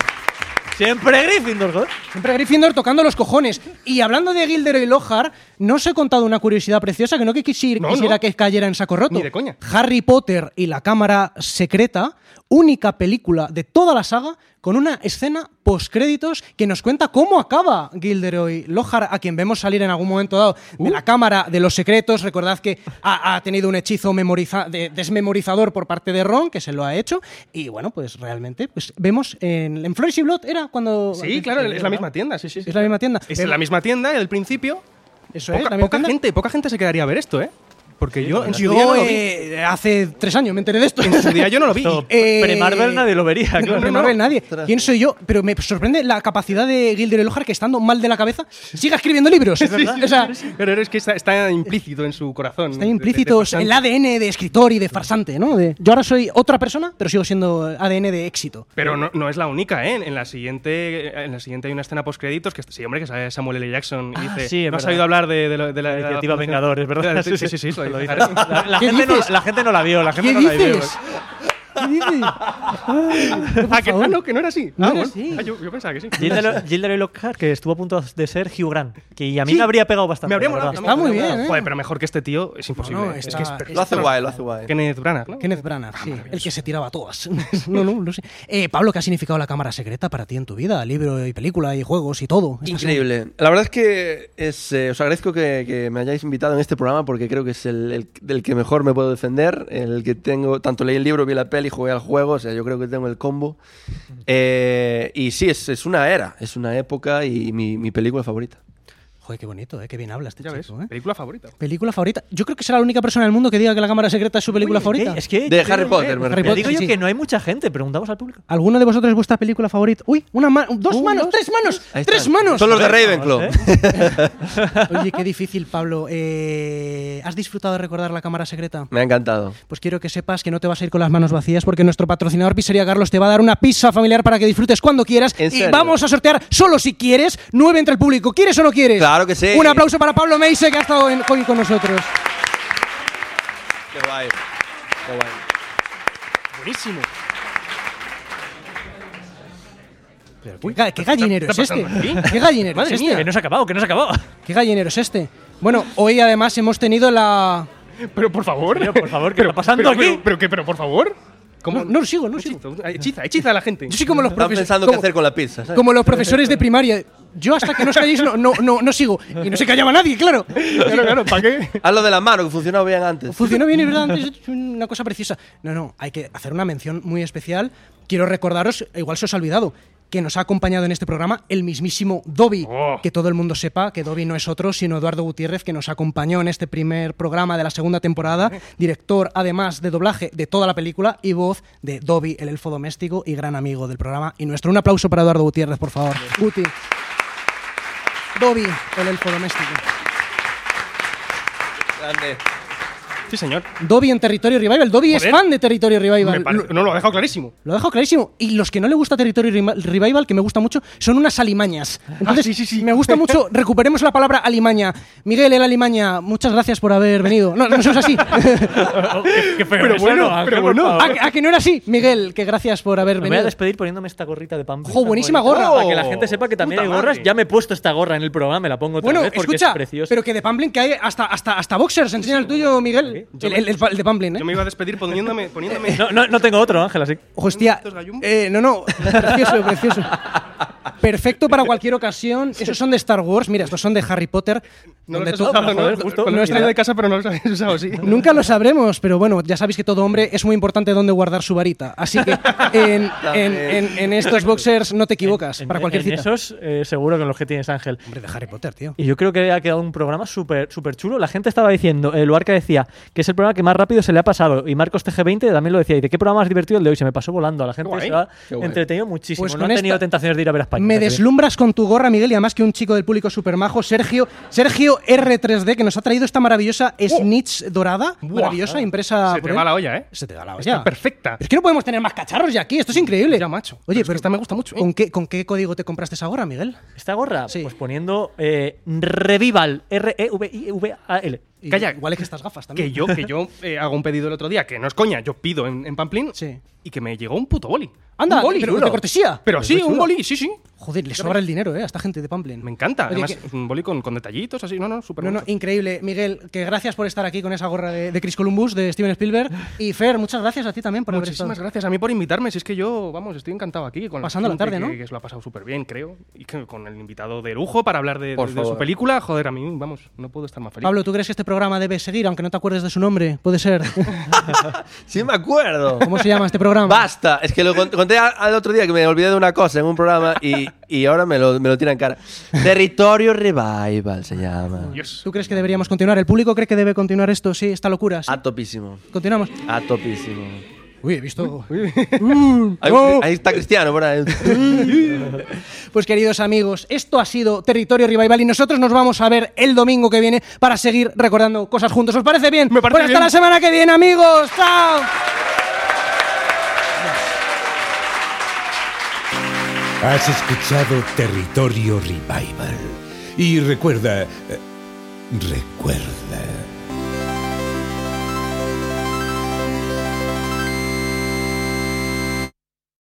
[SPEAKER 4] Siempre Gryffindor, joder.
[SPEAKER 2] Siempre Gryffindor tocando los cojones. Y hablando de Gilderoy Lockhart, no os he contado una curiosidad preciosa que no que quisi-
[SPEAKER 3] No,
[SPEAKER 2] quisiera
[SPEAKER 3] no.
[SPEAKER 2] que cayera en saco roto.
[SPEAKER 3] Ni de coña.
[SPEAKER 2] Harry Potter y la cámara secreta, única película de toda la saga con una escena postcréditos que nos cuenta cómo acaba Gilderoy Lockhart, a quien vemos salir en algún momento dado
[SPEAKER 3] Uh.
[SPEAKER 2] de la cámara de los secretos. Recordad que ha, ha tenido un hechizo memoriza- de- desmemorizador por parte de Ron, que se lo ha hecho. Y bueno, pues realmente pues vemos en, en Flourish y Blood, era cuando...
[SPEAKER 3] Sí, claro, es la misma tienda, sí, sí. sí.
[SPEAKER 2] Es la misma tienda.
[SPEAKER 3] Es
[SPEAKER 2] Pero-
[SPEAKER 3] la misma tienda del principio.
[SPEAKER 2] Eso es,
[SPEAKER 3] Poca,
[SPEAKER 2] la misma
[SPEAKER 3] poca
[SPEAKER 2] tienda.
[SPEAKER 3] gente, poca gente se quedaría a ver esto, ¿eh? Porque yo en su día
[SPEAKER 2] Yo
[SPEAKER 3] no lo vi.
[SPEAKER 2] eh, hace tres años me enteré de esto.
[SPEAKER 3] En
[SPEAKER 2] [LAUGHS]
[SPEAKER 3] su día yo no lo vi.
[SPEAKER 4] Esto,
[SPEAKER 3] Y-
[SPEAKER 2] Eh,
[SPEAKER 4] Pre-Marvel nadie lo vería, claro.
[SPEAKER 2] No, no,
[SPEAKER 3] no,
[SPEAKER 2] no,
[SPEAKER 3] no.
[SPEAKER 2] nadie. ¿Quién soy yo? Pero me sorprende la capacidad de Gilderoy Lockhart que estando mal de la cabeza siga
[SPEAKER 3] [LAUGHS]
[SPEAKER 2] escribiendo libros. O sea,
[SPEAKER 3] Pero es que está, está implícito en su corazón.
[SPEAKER 2] está implícito el
[SPEAKER 3] la
[SPEAKER 2] ADN de escritor y de farsante, ¿no? De- yo ahora soy otra persona, pero sigo siendo ADN de éxito.
[SPEAKER 3] Pero no, no es la única, ¿eh? En la siguiente, eh, en la siguiente hay una escena post-créditos que sí, hombre, que sale Samuel L. Jackson y
[SPEAKER 4] Ah,
[SPEAKER 3] dice,
[SPEAKER 4] sí, es
[SPEAKER 3] ¿no has
[SPEAKER 4] verdad.
[SPEAKER 3] oído hablar de, de lo- de la,
[SPEAKER 4] La
[SPEAKER 3] de la
[SPEAKER 4] iniciativa
[SPEAKER 3] fundación?"
[SPEAKER 4] Vengadores, ¿verdad? [LAUGHS]
[SPEAKER 3] Sí, sí, sí, sí, lo
[SPEAKER 4] Lo
[SPEAKER 3] dice.
[SPEAKER 4] dice. La, la
[SPEAKER 2] ¿Qué
[SPEAKER 4] gente no,
[SPEAKER 2] dices?
[SPEAKER 4] la gente no la vio, la gente
[SPEAKER 2] ¿Qué
[SPEAKER 4] no la vio.
[SPEAKER 2] dices? ¿Qué dices?
[SPEAKER 3] [LAUGHS]
[SPEAKER 2] Ay, por
[SPEAKER 3] [LAUGHS] Ah, que, ah,
[SPEAKER 2] favor.
[SPEAKER 3] no, que no era así.
[SPEAKER 2] No
[SPEAKER 3] Ah,
[SPEAKER 2] era
[SPEAKER 3] bueno.
[SPEAKER 2] así.
[SPEAKER 3] Ah, yo, yo pensaba que sí.
[SPEAKER 4] Gilderoy- Gilderoy Lockhart, que estuvo a punto de ser Hugh Grant, que a mí
[SPEAKER 3] Sí.
[SPEAKER 4] me habría pegado bastante.
[SPEAKER 3] Me habría
[SPEAKER 4] la
[SPEAKER 3] molado.
[SPEAKER 4] verdad.
[SPEAKER 3] también,
[SPEAKER 2] Está
[SPEAKER 3] me
[SPEAKER 2] muy
[SPEAKER 3] habría
[SPEAKER 2] bien,
[SPEAKER 3] molado.
[SPEAKER 2] ¿eh?
[SPEAKER 3] Joder, pero mejor que este tío es imposible.
[SPEAKER 2] No, no,
[SPEAKER 3] es
[SPEAKER 2] está-
[SPEAKER 3] que es per-
[SPEAKER 5] Lo hace guay, lo hace guay.
[SPEAKER 3] Kenneth Branagh, ¿no?
[SPEAKER 2] Kenneth Branagh, sí, el que se tiraba todas. [LAUGHS] no, no, no sé. Eh, Pablo, ¿qué ha significado la cámara secreta para ti en tu vida? Libro y película y juegos y todo. Esta
[SPEAKER 5] Increíble. La verdad es que es, eh, os agradezco que, que me hayáis invitado en este programa porque creo que es el, el- del que mejor me puedo defender, el que tengo, tanto leí el libro, vi la peli, jugué al juego, o sea, yo creo que tengo el combo. Eh, y sí, es, es una era, es una época y mi, mi película favorita.
[SPEAKER 2] Joder, qué bonito, ¿eh? Qué bien hablas, este
[SPEAKER 3] Ya ves,
[SPEAKER 2] chico, ¿eh?
[SPEAKER 3] película favorita.
[SPEAKER 2] ¿Película favorita? Yo creo que será la única persona en el mundo que diga que La Cámara Secreta es su película favorita.
[SPEAKER 4] Eh, Es que
[SPEAKER 5] De Harry Potter, me
[SPEAKER 2] Harry
[SPEAKER 5] refiero.
[SPEAKER 4] Te
[SPEAKER 2] Potter,
[SPEAKER 4] digo yo
[SPEAKER 2] sí.
[SPEAKER 4] que no hay mucha gente, preguntamos al público.
[SPEAKER 2] ¿Alguno de vosotros es vuestra película favorita? ¡Uy! ¡Una mano! ¡Dos manos! ¡Tres manos!
[SPEAKER 5] Ahí
[SPEAKER 2] ¡Tres
[SPEAKER 5] están.
[SPEAKER 2] manos!
[SPEAKER 5] Son los de
[SPEAKER 4] No
[SPEAKER 5] Ravenclaw.
[SPEAKER 4] sé.
[SPEAKER 2] Oye, qué difícil, Pablo. Eh, ¿Has disfrutado de recordar La Cámara Secreta?
[SPEAKER 5] [LAUGHS] Me ha encantado.
[SPEAKER 2] Pues quiero que sepas que no te vas a ir con las manos vacías porque nuestro patrocinador Pizzería Carlos te va a dar una pizza familiar para que disfrutes cuando quieras.
[SPEAKER 5] ¿En
[SPEAKER 2] y
[SPEAKER 5] serio?
[SPEAKER 2] vamos a sortear solo si quieres, nueve entre el público. ¿Quieres o no quieres?
[SPEAKER 5] Claro que sí.
[SPEAKER 2] Un aplauso para Pablo Meise que ha estado en- hoy con nosotros.
[SPEAKER 5] Qué guay. Qué guay.
[SPEAKER 3] Buenísimo.
[SPEAKER 2] Uy, ga- ¿Qué gallinero es
[SPEAKER 3] está
[SPEAKER 2] este?
[SPEAKER 3] pasando aquí?
[SPEAKER 2] ¿Qué gallinero es
[SPEAKER 4] Madre
[SPEAKER 2] este?
[SPEAKER 4] mía, que no se ha acabado, que no se
[SPEAKER 3] [LAUGHS]
[SPEAKER 4] ha acabado.
[SPEAKER 2] ¿Qué gallinero es este? Bueno, hoy además hemos tenido la.
[SPEAKER 3] Pero por favor.
[SPEAKER 4] Pero, por favor, ¿qué está pasando
[SPEAKER 3] pero,
[SPEAKER 4] aquí?
[SPEAKER 3] Pero, pero, ¿qué? pero por favor.
[SPEAKER 2] No, no lo sigo, no lo sigo.
[SPEAKER 3] Hechizo, Hechiza, hechiza a la gente.
[SPEAKER 2] Yo soy como los
[SPEAKER 5] Están
[SPEAKER 2] profesores.
[SPEAKER 5] pensando qué
[SPEAKER 2] como,
[SPEAKER 5] hacer con la pizza. ¿sabes?
[SPEAKER 2] como los profesores de primaria. Yo hasta que no os calléis no, no, no, no sigo. Y no se callaba nadie, claro.
[SPEAKER 3] Claro, claro, ¿para qué?
[SPEAKER 5] Haz lo de la mano, que funcionaba bien antes.
[SPEAKER 2] Pues Funcionó bien, es verdad, antes es una cosa precisa. No, no, hay que hacer una mención muy especial. Quiero recordaros, igual se os ha olvidado, que nos ha acompañado en este programa el mismísimo Dobby.
[SPEAKER 3] Oh.
[SPEAKER 2] Que todo el mundo sepa que Dobby no es otro, sino Eduardo Gutiérrez, que nos acompañó en este primer programa de la segunda temporada,
[SPEAKER 3] Eh.
[SPEAKER 2] director además de doblaje de toda la película y voz de Dobby, el elfo doméstico y gran amigo del programa. Y nuestro, un aplauso para Eduardo Gutiérrez, por favor. Guti. Dobby, el elfo doméstico.
[SPEAKER 5] Grande.
[SPEAKER 3] Sí, señor.
[SPEAKER 2] Dobby en Territorio Revival. Dobby es
[SPEAKER 3] Joder.
[SPEAKER 2] fan de Territorio
[SPEAKER 3] Me
[SPEAKER 2] Revival.
[SPEAKER 3] pare- No lo ha dejado clarísimo.
[SPEAKER 2] Lo dejo clarísimo. Y los que no le gusta Territorio Rima- Revival, que me gusta mucho, son unas alimañas. Entonces,
[SPEAKER 3] Ah, sí, sí, sí.
[SPEAKER 2] me
[SPEAKER 3] [LAUGHS]
[SPEAKER 2] gusta mucho. Recuperemos la palabra alimaña. Miguel, el alimaña, muchas gracias por haber venido. No, no es así.
[SPEAKER 4] Oh, qué, qué feo
[SPEAKER 3] Pero
[SPEAKER 4] es,
[SPEAKER 3] bueno,
[SPEAKER 4] ¿no? Ángel,
[SPEAKER 3] pero
[SPEAKER 4] por
[SPEAKER 3] bueno.
[SPEAKER 4] favor.
[SPEAKER 2] ¿A, que- a que no era así? Miguel, que gracias por haber
[SPEAKER 4] Me voy a
[SPEAKER 2] venido.
[SPEAKER 4] despedir poniéndome esta gorrita de pampa.
[SPEAKER 2] Jo, buenísima gorra.
[SPEAKER 4] Para que la gente sepa que también hay
[SPEAKER 3] Oh, Puta
[SPEAKER 4] gorras.
[SPEAKER 3] madre.
[SPEAKER 4] Ya me he puesto esta gorra en el programa, me la pongo otra
[SPEAKER 2] Bueno,
[SPEAKER 4] vez porque
[SPEAKER 2] escucha,
[SPEAKER 4] es preciosa.
[SPEAKER 2] pero que de Pamplin que hay hasta, hasta, hasta boxers. Enseña el tuyo, Miguel.
[SPEAKER 3] Yo
[SPEAKER 2] El,
[SPEAKER 3] me-
[SPEAKER 2] el- el pa- el de Pamplin, ¿eh?
[SPEAKER 3] Yo me iba a despedir poniéndome. poniéndome
[SPEAKER 4] No, no, no tengo otro, Ángel, así.
[SPEAKER 2] Ojo, hostia.
[SPEAKER 3] estos gallumbos?
[SPEAKER 2] Eh, no, no. Precioso, precioso. Perfecto para cualquier ocasión. Esos son de Star Wars. Mira, estos son de Harry Potter.
[SPEAKER 3] No
[SPEAKER 2] donde
[SPEAKER 3] los has
[SPEAKER 2] tú-
[SPEAKER 3] usado,
[SPEAKER 4] joder,
[SPEAKER 3] ¿no? [LAUGHS]
[SPEAKER 4] justo.
[SPEAKER 3] Con
[SPEAKER 2] No
[SPEAKER 3] los
[SPEAKER 2] está-
[SPEAKER 3] traído de casa, pero no los habéis usado, [LAUGHS] sí.
[SPEAKER 2] Nunca lo sabremos, pero bueno, ya sabéis que todo hombre es muy importante dónde guardar su varita. Así que
[SPEAKER 3] [LAUGHS]
[SPEAKER 2] en, en- en- en estos boxers no te equivocas
[SPEAKER 4] En- e-,
[SPEAKER 2] para
[SPEAKER 3] e-
[SPEAKER 2] cualquier
[SPEAKER 4] en
[SPEAKER 2] cita.
[SPEAKER 4] esos, eh, seguro que los que tienes, Ángel.
[SPEAKER 2] Hombre, de Harry Potter, tío.
[SPEAKER 4] Y yo creo que ha quedado un programa súper súper chulo. La gente estaba diciendo, el Luarca decía, que es el programa que más rápido se le ha pasado. Y Marcos TG20 también lo decía. Y de qué programa más divertido el de hoy. Se me pasó volando. A la gente
[SPEAKER 3] Guay,
[SPEAKER 4] se ha
[SPEAKER 5] qué guay.
[SPEAKER 4] entretenido muchísimo.
[SPEAKER 2] Pues
[SPEAKER 4] no
[SPEAKER 2] con
[SPEAKER 4] han tenido
[SPEAKER 2] esta-
[SPEAKER 4] tentaciones de ir a ver a España.
[SPEAKER 2] Me
[SPEAKER 4] Así que-
[SPEAKER 2] deslumbras con tu gorra, Miguel, y además que un chico del público supermajo, Sergio, Sergio R3D, que nos ha traído esta maravillosa snitch dorada,
[SPEAKER 3] Oh. Buah.
[SPEAKER 2] maravillosa, impresa
[SPEAKER 3] Se te
[SPEAKER 2] por él.
[SPEAKER 3] va la olla, ¿eh?
[SPEAKER 2] Se te da la
[SPEAKER 3] Está
[SPEAKER 2] olla.
[SPEAKER 3] perfecta.
[SPEAKER 2] Es que no podemos tener más cacharros ya aquí, esto es increíble.
[SPEAKER 3] Ya, macho. Pero
[SPEAKER 2] Oye,
[SPEAKER 3] es
[SPEAKER 2] pero,
[SPEAKER 3] que esta me gusta mucho, ¿eh?
[SPEAKER 2] ¿Con qué, ¿Con qué código te compraste esa gorra, Miguel?
[SPEAKER 4] ¿Esta gorra?
[SPEAKER 2] Sí.
[SPEAKER 4] Pues poniendo eh, Revival. E R-E-V-I-V-A-L.
[SPEAKER 2] Y
[SPEAKER 3] Calla.
[SPEAKER 2] Igual es que estas gafas también.
[SPEAKER 3] Que yo, que yo eh, hago un pedido el otro día, que no es coña, yo pido en, en Pamplín
[SPEAKER 2] Sí.
[SPEAKER 3] y que me llegó un puto boli.
[SPEAKER 2] Anda,
[SPEAKER 3] un boli,
[SPEAKER 2] pero
[SPEAKER 3] chulo.
[SPEAKER 2] de cortesía.
[SPEAKER 3] Pero
[SPEAKER 2] Pues
[SPEAKER 3] sí,
[SPEAKER 2] muy
[SPEAKER 3] un
[SPEAKER 2] chulo.
[SPEAKER 3] boli, sí, sí.
[SPEAKER 2] Joder, le sobra el dinero, ¿eh? A esta gente de Pamplin.
[SPEAKER 3] Me encanta.
[SPEAKER 2] Oye,
[SPEAKER 3] Además,
[SPEAKER 2] que-
[SPEAKER 3] es un boli con, con detallitos, así. No, no, súper
[SPEAKER 2] No, no,
[SPEAKER 3] bonito.
[SPEAKER 2] increíble, Miguel, que gracias por estar aquí con esa gorra de, de Chris Columbus, de
[SPEAKER 3] [LAUGHS]
[SPEAKER 2] Steven Spielberg. Y Fer, muchas gracias a ti también por haber
[SPEAKER 3] Muchísimas
[SPEAKER 2] estado.
[SPEAKER 3] gracias a mí por invitarme. Si es que yo, vamos, estoy encantado aquí. Con
[SPEAKER 2] Pasando la
[SPEAKER 3] gente
[SPEAKER 2] tarde,
[SPEAKER 3] que-
[SPEAKER 2] ¿no?
[SPEAKER 3] Que se lo ha pasado súper bien, creo. Y que con el invitado de lujo para hablar de,
[SPEAKER 5] Por
[SPEAKER 3] de- de su
[SPEAKER 5] favor.
[SPEAKER 3] película. Joder, a mí, vamos, no puedo estar más feliz.
[SPEAKER 2] Pablo, ¿tú crees que este programa debe seguir, aunque no te acuerdes de su nombre? Puede ser. [LAUGHS]
[SPEAKER 5] Sí, me acuerdo.
[SPEAKER 2] ¿Cómo se llama este programa?
[SPEAKER 5] Basta, es que lo cont- conté a- al otro día que me olvidé de una cosa en un programa y, y ahora me lo, me lo tiran en cara. Territorio Revival se llama.
[SPEAKER 3] Dios.
[SPEAKER 2] ¿Tú crees que deberíamos continuar? ¿El público cree que debe continuar esto? Sí, esta locura. sí.
[SPEAKER 5] A topísimo.
[SPEAKER 2] Continuamos.
[SPEAKER 5] A topísimo.
[SPEAKER 2] Uy, he visto.
[SPEAKER 5] Ahí, ahí está Cristiano, por ahí.
[SPEAKER 2] Pues queridos amigos, esto ha sido Territorio Revival y nosotros nos vamos a ver el domingo que viene para seguir recordando cosas juntos. ¿Os parece bien?
[SPEAKER 3] Me parece
[SPEAKER 2] pues
[SPEAKER 3] bien.
[SPEAKER 2] hasta la semana que viene, amigos. ¡Chao!
[SPEAKER 1] Has escuchado Territorio Revival. Y recuerda, eh, recuerda,